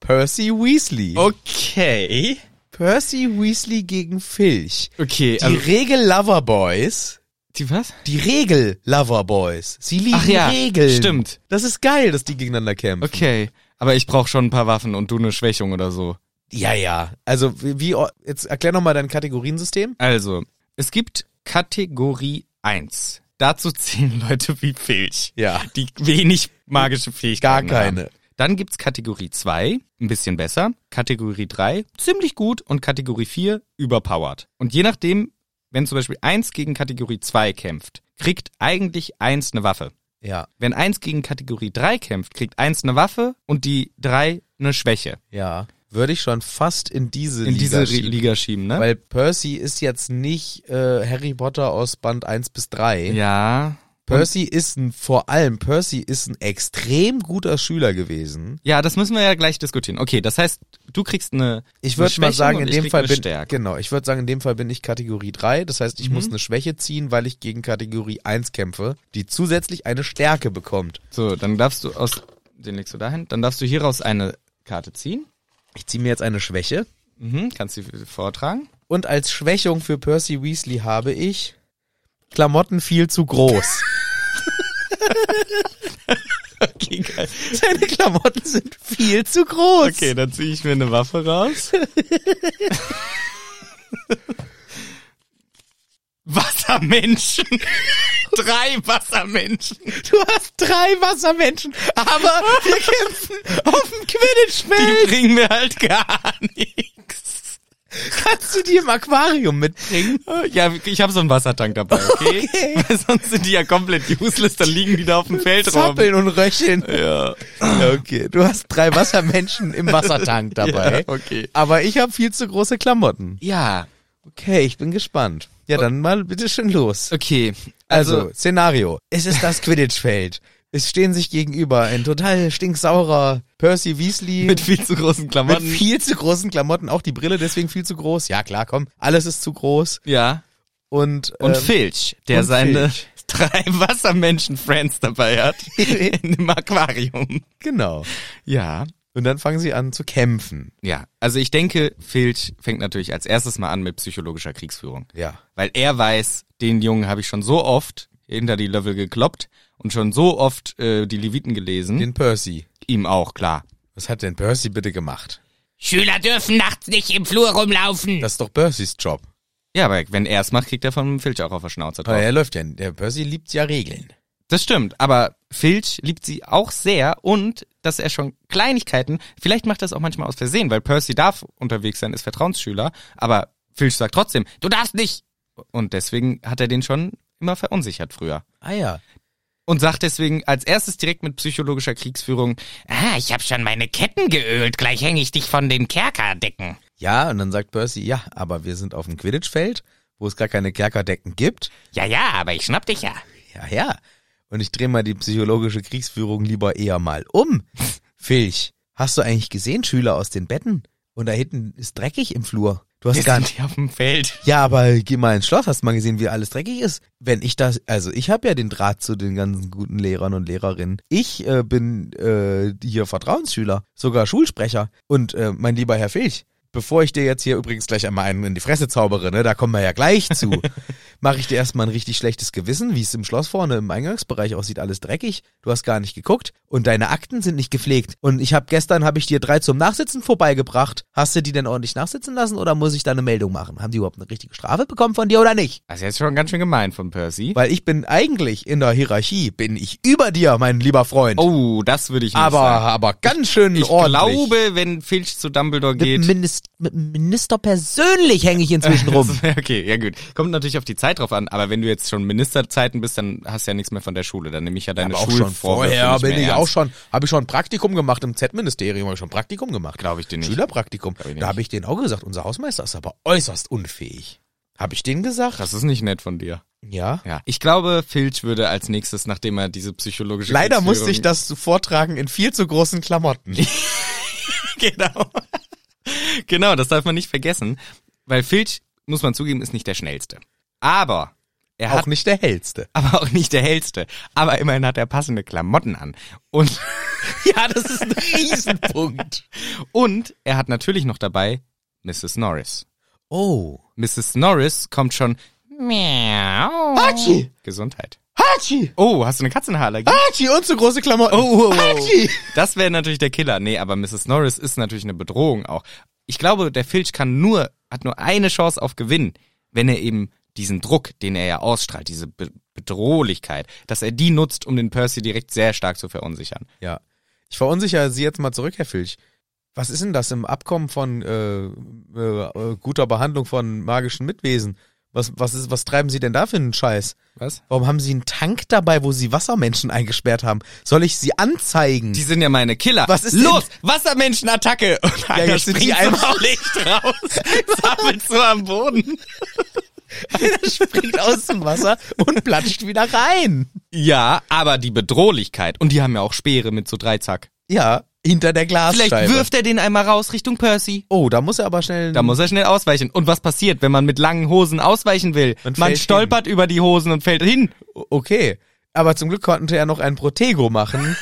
A: Percy Weasley.
B: Oh. Okay.
A: Percy Weasley gegen Filch.
B: Okay,
A: Die
B: also,
A: Regel-Lover-Boys.
B: die was?
A: Die Regel-Lover-Boys. Sie lieben
B: Ach ja,
A: Regeln.
B: stimmt.
A: Das ist geil, dass die gegeneinander kämpfen.
B: Okay. Aber ich brauche schon ein paar Waffen und du eine Schwächung oder so.
A: Ja, ja. Also, wie, wie jetzt erklär nochmal dein Kategoriensystem.
B: Also, es gibt Kategorie 1. Dazu zählen <laughs> Leute wie Filch.
A: Ja.
B: Die wenig magische Fähigkeiten.
A: Gar keine.
B: Haben. Dann gibt's Kategorie 2, ein bisschen besser. Kategorie 3, ziemlich gut. Und Kategorie 4, überpowered. Und je nachdem, wenn zum Beispiel 1 gegen Kategorie 2 kämpft, kriegt eigentlich 1 eine Waffe.
A: Ja,
B: Wenn 1 gegen Kategorie 3 kämpft, kriegt 1 eine Waffe und die 3 eine Schwäche.
A: ja. Würde ich schon fast in diese
B: In
A: Liga
B: diese Re-
A: schieben.
B: Liga schieben, ne?
A: Weil Percy ist jetzt nicht äh, Harry Potter aus Band 1 bis 3.
B: ja.
A: Percy ist ein, vor allem, Percy ist ein extrem guter Schüler gewesen.
B: Ja, das müssen wir ja gleich diskutieren. Okay, das heißt, du kriegst eine.
A: Ich
B: eine
A: würde mal
B: Schwächung
A: sagen, in
B: und ich
A: dem
B: krieg
A: Fall
B: eine
A: bin
B: Stärke. Mhm.
A: genau, ich würde sagen, in dem Fall bin ich Kategorie 3, das heißt, ich muss eine Schwäche ziehen, weil ich gegen Kategorie 1 kämpfe, die zusätzlich eine Stärke bekommt.
B: So, dann darfst du aus. Den legst du dahin. Dann darfst du hieraus eine Karte ziehen.
A: Ich ziehe mir jetzt eine Schwäche
B: Mhm, kannst sie
A: <laughs>
B: vortragen.
A: und als Schwächung für Percy Weasley habe ich Klamotten viel zu groß.
B: <laughs> Okay, geil.
A: Seine Klamotten sind viel zu groß.
B: Okay, dann ziehe ich mir eine Waffe
A: <laughs>
B: raus. Wassermenschen. <laughs> Drei Wassermenschen.
A: Du hast drei Wassermenschen, aber wir kämpfen auf dem
B: Die
A: Quidditch-Feld.
B: bringen mir halt gar nichts.
A: Kannst du die im Aquarium mitbringen?
B: <laughs> Ja, ich habe so einen Wassertank dabei, okay?
A: Okay.
B: <laughs> Weil sonst sind die ja komplett useless, dann liegen die da auf dem Feld rum.
A: Zappeln und röcheln.
B: Ja.
A: Okay, du hast drei Wassermenschen
B: <laughs>
A: im Wassertank dabei.
B: Ja, okay.
A: Aber ich habe viel zu große Klamotten.
B: Ja,
A: Okay, ich bin gespannt. Ja, dann mal bitte schön los.
B: okay.
A: Also, Szenario. Es ist
B: <laughs>
A: das Quidditch-Feld. Es stehen sich gegenüber ein total stinksaurer Percy Weasley
B: mit viel zu großen
A: mit
B: Klamotten.
A: viel zu großen Klamotten, auch die Brille deswegen viel zu groß. Ja, klar, komm, alles ist zu groß.
B: ja.
A: Und,
B: Und
A: ähm,
B: Filch, der
A: und
B: seine
A: Filch.
B: <laughs> drei Wassermenschen-Friends dabei hat.
A: <laughs>
B: in einem Aquarium.
A: genau.
B: Ja.
A: Und dann fangen sie an zu kämpfen.
B: Ja, also ich denke, Filch fängt natürlich als erstes mal an mit psychologischer Kriegsführung.
A: Ja.
B: Weil er weiß, den Jungen habe ich schon so oft hinter die Löffel gekloppt und schon so oft äh, die Leviten gelesen.
A: Den Percy.
B: Ihm auch, klar.
A: Was hat denn Percy bitte gemacht?
E: Schüler dürfen nachts nicht im Flur rumlaufen.
A: Das ist doch Percys Job.
B: Ja, aber wenn er es macht, kriegt er von Filch auch auf der Schnauze
A: Aber
B: drauf.
A: er läuft Oh ja. Der Percy liebt ja Regeln.
B: Das stimmt, aber Filch liebt sie auch sehr und dass er schon Kleinigkeiten, vielleicht macht er es auch manchmal aus Versehen, weil Percy darf unterwegs sein, ist Vertrauensschüler, aber Filch sagt trotzdem, du darfst nicht. Und deswegen hat er den schon immer verunsichert früher.
A: Ah ja.
B: Und sagt deswegen als erstes direkt mit psychologischer Kriegsführung,
E: Ah, ich hab schon meine Ketten geölt. Gleich hänge ich dich von den Kerkerdecken.
A: Ja, und dann sagt Percy, ja, aber wir sind auf dem Quidditch-Feld, wo es gar keine Kerkerdecken gibt.
E: Ja, ja, aber ich schnapp dich ja.
A: Ja, ja. Und ich drehe mal die psychologische Kriegsführung lieber eher mal um. Filch, hast du eigentlich gesehen, Schüler aus den Betten? Und da hinten ist dreckig im Flur. Du hast
B: wir
A: gar
B: sind
A: nicht.
B: hier auf dem Feld.
A: Ja, aber geh mal ins Schloss, hast mal gesehen, wie alles dreckig ist. Wenn ich das, also ich habe ja den Draht zu den ganzen guten Lehrern und Lehrerinnen. Ich äh, bin äh, hier Vertrauensschüler, sogar Schulsprecher. Und äh, mein lieber Herr Filch, bevor ich dir jetzt hier übrigens gleich einmal einen in die Fresse zaubere, ne, da kommen wir ja gleich zu, <laughs> mache ich dir erstmal ein richtig schlechtes Gewissen, wie es im Schloss vorne im Eingangsbereich aussieht, alles dreckig. Du hast gar nicht geguckt und deine Akten sind nicht gepflegt. Und ich habe gestern, habe ich dir drei zum Nachsitzen vorbeigebracht. Hast du die denn ordentlich nachsitzen lassen oder muss ich da eine Meldung machen? Haben die überhaupt eine richtige Strafe bekommen von dir oder nicht?
B: Also jetzt schon ganz schön gemein von Percy.
A: Weil ich bin eigentlich in der Hierarchie, bin ich über dir, mein lieber Freund.
B: Oh, das würde ich nicht
A: aber,
B: sagen.
A: aber ganz schön
B: Ich
A: ordentlich.
B: glaube, wenn Filch zu Dumbledore
A: mit,
B: geht,
A: dem Minis- mit dem Minister persönlich hänge ich
B: <laughs>
A: inzwischen rum.
B: Das- Okay, ja gut. Kommt natürlich auf die Zeit drauf an, aber wenn du jetzt schon Ministerzeiten bist, dann hast du ja nichts mehr von der Schule. Dann nehme ich ja deine
A: Aber auch
B: Schulvorwürfe
A: schon vorher
B: nicht
A: bin
B: mehr
A: ich
B: ernst.
A: auch schon, habe ich schon ein Praktikum gemacht im Z-Ministerium, habe ich schon ein Praktikum gemacht.
B: Glaub ich dir nicht.
A: Schülerpraktikum.
B: ich nicht.
A: da habe ich denen auch gesagt, unser Hausmeister ist aber äußerst unfähig. Habe ich denen gesagt?
B: Das ist nicht nett von dir.
A: Ja.
B: Ja. Ich glaube, Filch würde als nächstes, nachdem er diese psychologische
A: Leider musste ich
B: Kriegsführung-
A: das vortragen in viel zu großen Klamotten.
B: <laughs> genau. genau, das darf man nicht vergessen, weil Filch muss man zugeben, ist nicht der schnellste. Aber er hat
A: auch nicht der hellste.
B: aber auch nicht der hellste. Aber immerhin hat er passende Klamotten an. Und <laughs> ja, das <laughs> ist ein Riesenpunkt. Und er hat natürlich noch dabei Mrs. Norris.
A: Oh.
B: Mrs. Norris kommt schon
E: Miau.
A: Hachi!
B: Gesundheit.
A: Hachi!
B: Oh, hast du eine Katzenhaarallergie?
A: Hachi und zu große Klamotten. Oh, Hachi!
B: Das wäre natürlich der Killer. Nee, aber Mrs. Norris ist natürlich eine Bedrohung auch. Ich glaube, der Filch kann nur, hat nur eine Chance auf Gewinn, wenn er eben diesen Druck, den er ja ausstrahlt, diese Be Bedrohlichkeit, dass er die nutzt, um den Percy direkt sehr stark zu verunsichern.
A: Ja. Ich verunsichere Sie jetzt mal zurück, Herr Filch. Was ist denn das im Abkommen von äh, äh, äh, guter Behandlung von magischen Mitwesen? Was, was, ist, was treiben Sie denn da für einen Scheiß?
B: Was?
A: Warum haben Sie einen Tank dabei, wo Sie Wassermenschen eingesperrt haben? Soll ich Sie anzeigen?
B: Die sind ja meine Killer.
A: Was ist
B: Los, Wassermenschenattacke. <laughs> Und einer
A: jetzt sind die
B: springt
A: einfach-
B: einfach Licht raus. <laughs> Sammelt so am Boden.
A: springt aus dem Wasser und platscht wieder rein.
B: Ja, aber die Bedrohlichkeit. Und die haben ja auch Speere mit so Dreizack.
A: Ja, hinter der
B: Vielleicht
A: Glasscheibe.
B: wirft er den einmal raus Richtung Percy.
A: Oh, da muss er aber schnell.
B: Da muss er schnell ausweichen. Und was passiert, wenn man mit langen Hosen ausweichen will?
A: Und
B: man
A: fällt
B: stolpert über die Hosen und fällt hin.
A: okay. Aber zum Glück konnte er noch ein Protego
B: <laughs>
A: machen,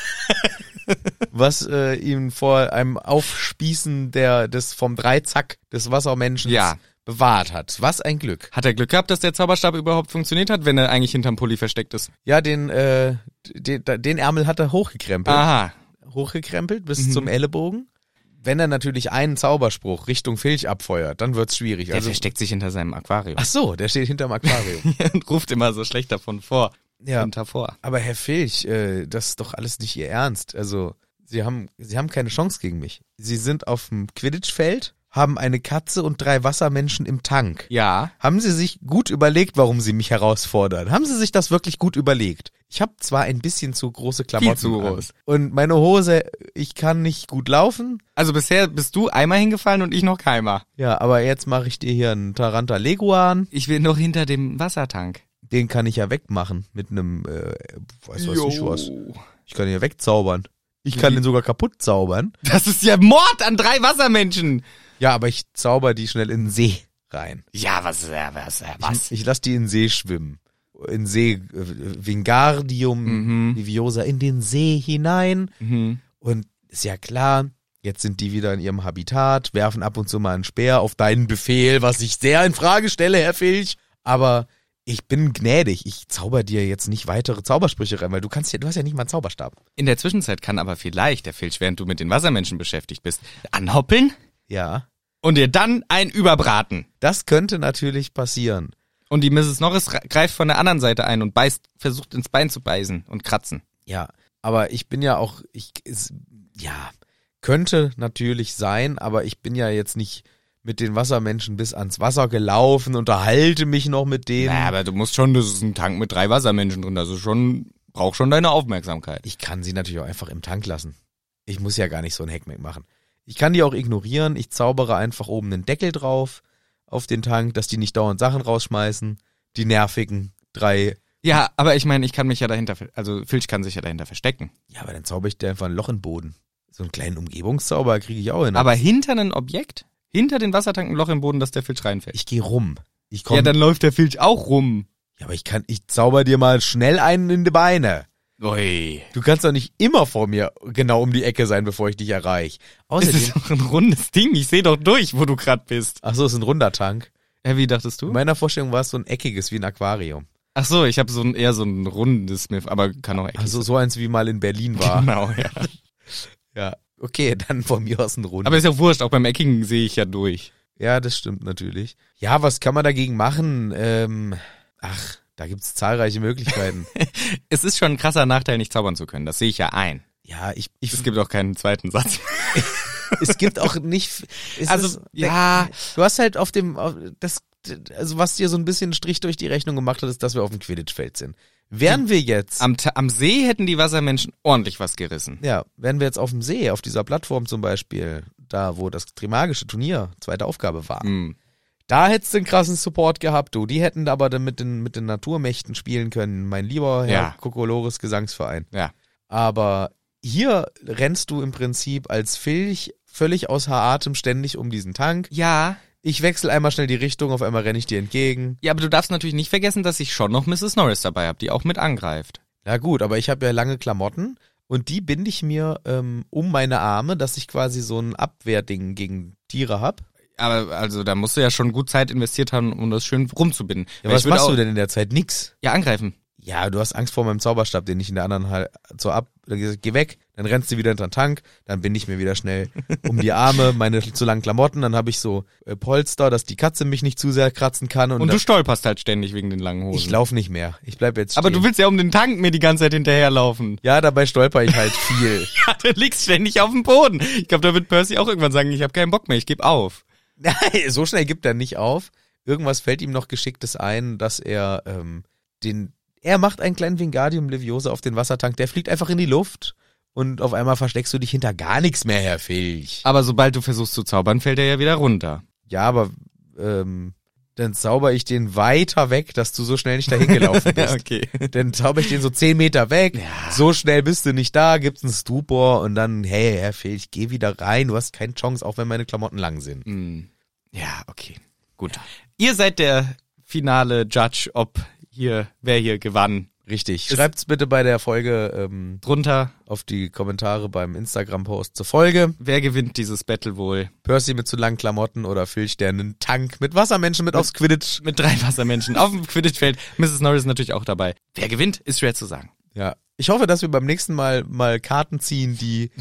A: was äh, ihm vor einem Aufspießen der, des vom Dreizack des Wassermenschen
B: Ja.
A: bewahrt hat. Was ein Glück.
B: Hat er Glück gehabt, dass der Zauberstab überhaupt funktioniert hat, wenn er eigentlich hinterm Pulli versteckt ist?
A: Ja, den, äh, den, den Ärmel hat er hochgekrempelt.
B: Aha.
A: Hochgekrempelt bis
B: Mhm.
A: zum Ellenbogen. Wenn er natürlich einen Zauberspruch Richtung Filch abfeuert, dann wird's schwierig. Also
B: Der versteckt sich hinter seinem Aquarium <laughs>
A: ach so, der steht hinterm Aquarium.
B: und ruft immer so schlecht davon vor.
A: ja.
B: Hinter vor.
A: Aber Herr Filch, äh, das ist doch alles nicht Ihr Ernst. Also, Sie haben, Sie haben keine Chance gegen mich. Sie sind auf dem Quidditch-Feld, haben eine Katze und drei Wassermenschen im Tank.
B: Ja.
A: Haben Sie sich gut überlegt, warum Sie mich herausfordern? Haben Sie sich das wirklich gut überlegt? Ich habe zwar ein bisschen zu große Klamotten
B: zu
A: an.
B: groß.
A: und meine Hose, ich kann nicht gut laufen.
B: Also bisher bist du einmal hingefallen und ich noch keinmal.
A: Ja, aber jetzt mache ich dir hier einen Taranta Leguan.
B: Ich will noch hinter dem Wassertank.
A: Den kann ich ja wegmachen mit einem, äh, weiß was nicht was. Ich kann ihn ja wegzaubern. Ich kann
B: Wie?
A: den sogar kaputt zaubern.
B: Das ist ja Mord an drei Wassermenschen.
A: Ja, aber ich zauber die schnell in den See rein.
E: Ja, was, äh, was, äh, was?
A: Ich, ich lasse die in den See schwimmen. In See, äh, Wingardium,
B: Mhm.
A: Liviosa, in den See hinein.
B: Mhm.
A: Und ist ja klar, jetzt sind die wieder in ihrem Habitat, werfen ab und zu mal einen Speer auf deinen Befehl, was ich sehr in Frage stelle, Herr Filch. Aber ich bin gnädig. Ich zauber dir jetzt nicht weitere Zaubersprüche rein, weil du kannst ja, du hast ja nicht mal einen Zauberstab.
B: In der Zwischenzeit kann aber vielleicht der Filch, während du mit den Wassermenschen beschäftigt bist, anhoppeln
A: Ja.
B: und dir dann ein überbraten.
A: Das könnte natürlich passieren.
B: Und die Mrs. Norris re- greift von der anderen Seite ein und beißt, versucht ins Bein zu beißen und kratzen.
A: Ja, aber ich bin ja auch, ich, es, ja, könnte natürlich sein, aber ich bin ja jetzt nicht mit den Wassermenschen bis ans Wasser gelaufen, unterhalte mich noch mit denen.
B: Naja, aber du musst schon, das ist ein Tank mit drei Wassermenschen drin, also schon, braucht schon deine Aufmerksamkeit.
A: Ich kann sie natürlich auch einfach im Tank lassen. Ich muss ja gar nicht so ein Heckmeck machen. Ich kann die auch ignorieren. Ich zaubere einfach oben einen Deckel drauf auf den Tank, dass die nicht dauernd Sachen rausschmeißen. Die nervigen drei.
B: Ja, aber ich meine, ich kann mich ja dahinter, ver- also Filch kann sich ja dahinter verstecken.
A: Ja, aber dann zauber ich dir einfach ein Loch in den Boden. So einen kleinen Umgebungszauber kriege ich auch hin.
B: Aber hinter einem Objekt, hinter den Wassertank ein Loch im Boden, dass der Filch reinfällt.
A: ich gehe rum. Ich komme.
B: Ja,
A: Ja,
B: dann läuft der Filch auch rum.
A: aber ich kann, ich zauber dir mal schnell einen in die Beine.
B: Ui.
A: Du kannst doch nicht immer vor mir genau um die Ecke sein, bevor ich dich erreiche.
B: Es ist
A: Außerdem.
B: doch ein rundes Ding, ich sehe doch durch, wo du grad bist.
A: Ach so, ist ein runder Tank.
B: Ja, wie dachtest
A: In
B: du?
A: meiner Vorstellung war es so ein eckiges wie ein Aquarium.
B: Ach so, ich habe so ein, eher so ein rundes Miff, aber kann auch
A: <laughs>
B: echt.
A: Also so eins wie mal in Berlin war.
B: Genau, ja.
A: Ja, okay, <laughs> dann von mir aus ein Rund.
B: Aber ist ja wurscht, auch beim Eckigen sehe ich ja durch.
A: ja, das stimmt natürlich. Ja, was kann man dagegen machen? Ähm, ach, da gibt's zahlreiche
B: <laughs>
A: Möglichkeiten.
B: Es ist schon ein krasser Nachteil, nicht zaubern zu können, das sehe ich ja ein.
A: ja, ich, ich
B: Es gibt auch keinen zweiten Satz.
A: es gibt auch nicht. Es
B: Also,
A: ist,
B: ja,
A: du hast halt auf dem auf, das also was dir so ein bisschen einen Strich durch die Rechnung gemacht hat, ist, dass wir auf dem Quidditch-Feld sind. Wären wir jetzt
B: Hm. am, Ta- am See hätten die Wassermenschen ordentlich was gerissen.
A: Ja, wären wir jetzt auf dem See, auf dieser Plattform zum Beispiel, da wo das Trimagische Turnier, zweite Aufgabe war,
B: Hm.
A: da hättest du einen krassen Support gehabt, du. Die hätten aber dann mit den, mit den Naturmächten spielen können, mein lieber Herr
B: Ja.
A: Kokolores Gesangsverein.
B: Ja.
A: Aber hier rennst du im Prinzip als Filch völlig außer Atem ständig um diesen Tank.
B: Ja,
A: Ich wechsle einmal schnell die Richtung, auf einmal renne ich dir entgegen.
B: ja, aber du darfst natürlich nicht vergessen, dass ich schon noch Mrs. Norris dabei habe, die auch mit angreift.
A: Na gut, aber ich habe ja lange Klamotten und die binde ich mir ähm, um meine Arme, dass ich quasi so ein Abwehrding gegen Tiere hab.
B: Aber also da musst du ja schon gut Zeit investiert haben, um das schön rumzubinden.
A: Ja,
B: Weil
A: was
B: ich würde
A: machst
B: auch-
A: du denn in der Zeit? Nix.
B: Ja, angreifen.
A: Ja, du hast Angst vor meinem Zauberstab, den ich in der anderen halt so ab. Dann gehst du, geh weg, dann rennst du wieder hinter den Tank, dann bin ich mir wieder schnell um die <laughs> Arme, meine zu langen Klamotten, dann habe ich so äh, Polster, dass die Katze mich nicht zu sehr kratzen kann und,
B: Und du
A: dann,
B: stolperst halt ständig wegen den langen Hosen.
A: ich lauf nicht mehr. Ich bleib jetzt stehen.
B: aber du willst ja um den Tank mir die ganze Zeit hinterherlaufen.
A: Ja, dabei stolper ich halt viel.
B: Ja, <laughs> du liegst ständig auf dem Boden. Ich glaube, da wird Percy auch irgendwann sagen, ich habe keinen Bock mehr, ich gebe auf.
A: Nein, <laughs> so schnell gibt er nicht auf. Irgendwas fällt ihm noch Geschicktes ein, dass er ähm, den. Er macht einen kleinen Wingardium Leviosa auf den Wassertank, der fliegt einfach in die Luft und auf einmal versteckst du dich hinter gar nichts mehr, Herr Filch.
B: Aber sobald du versuchst zu zaubern, fällt er ja wieder <laughs> runter.
A: Ja, aber ähm, dann zauber ich den weiter weg, dass du so schnell nicht <laughs> dahin gelaufen bist.
B: okay.
A: Dann zauber ich den so 10 Meter weg. So schnell bist du nicht da, gibt's einen Stupor und dann, hey, Herr Filch, geh wieder rein. Du hast keine Chance, auch wenn meine Klamotten lang sind.
B: Hm. <laughs> Ja, okay. Gut. Ihr seid der finale Judge, ob hier, wer hier gewann.
A: Richtig.
B: Es-
A: Schreibt's bitte bei der Folge ähm,
B: Drunter,
A: auf die Kommentare beim Instagram-Post zur Folge.
B: wer gewinnt dieses Battle wohl?
A: Percy mit zu langen Klamotten oder Filch, der einen Tank mit Wassermenschen mit aufs Quidditch.
B: Mit drei Wassermenschen auf dem Quidditch-Feld. Mrs. Norris natürlich auch dabei. Wer gewinnt, ist schwer zu sagen.
A: Ja. Ich hoffe, dass wir beim nächsten Mal mal Karten ziehen, <laughs> die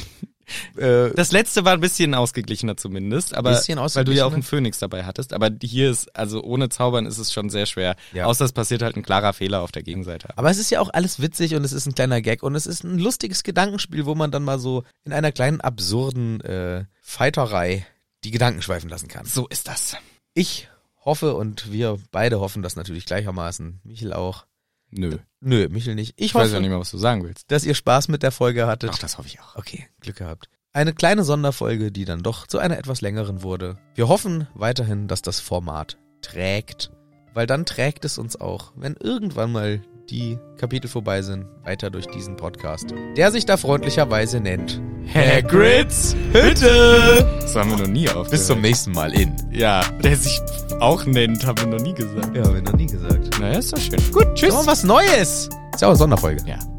A: äh,
B: Das letzte war ein bisschen ausgeglichener zumindest, aber
A: Bisschen
B: weil du ja auch
A: ausgeglichener?
B: einen Phönix dabei hattest. Aber hier ist, also ohne Zaubern ist es schon sehr schwer.
A: Ja.
B: Außer es passiert halt ein klarer Fehler auf der Gegenseite.
A: Aber es ist ja auch alles witzig und es ist ein kleiner Gag und es ist ein lustiges Gedankenspiel, wo man dann mal so in einer kleinen absurden äh, Fighterei die Gedanken schweifen lassen kann.
B: So ist das.
A: Ich hoffe und wir beide hoffen das natürlich gleichermaßen. Michel auch.
B: Nö.
A: Nö, Michel nicht. Ich
B: Ich weiß
A: hoffe,
B: ja nicht mehr, was du sagen willst.
A: dass ihr Spaß mit der Folge hattet.
B: das hoffe ich auch.
A: Okay, Glück gehabt. Eine kleine Sonderfolge, die dann doch zu einer etwas längeren wurde. Wir hoffen weiterhin, dass das Format trägt, weil dann trägt es uns auch, wenn irgendwann mal die Kapitel vorbei sind, weiter durch diesen Podcast, der sich da freundlicherweise nennt.
B: Hagrids
A: Hütte!
B: Das haben wir noch nie auf.
A: Bis zum nächsten Mal in.
B: Ja, der sich auch nennt, haben wir noch nie gesagt.
A: Ja, haben wir noch nie gesagt.
B: Naja, ist doch schön. Gut, tschüss.
A: Noch was Neues! Ist ja auch eine Sonderfolge.
B: Ja.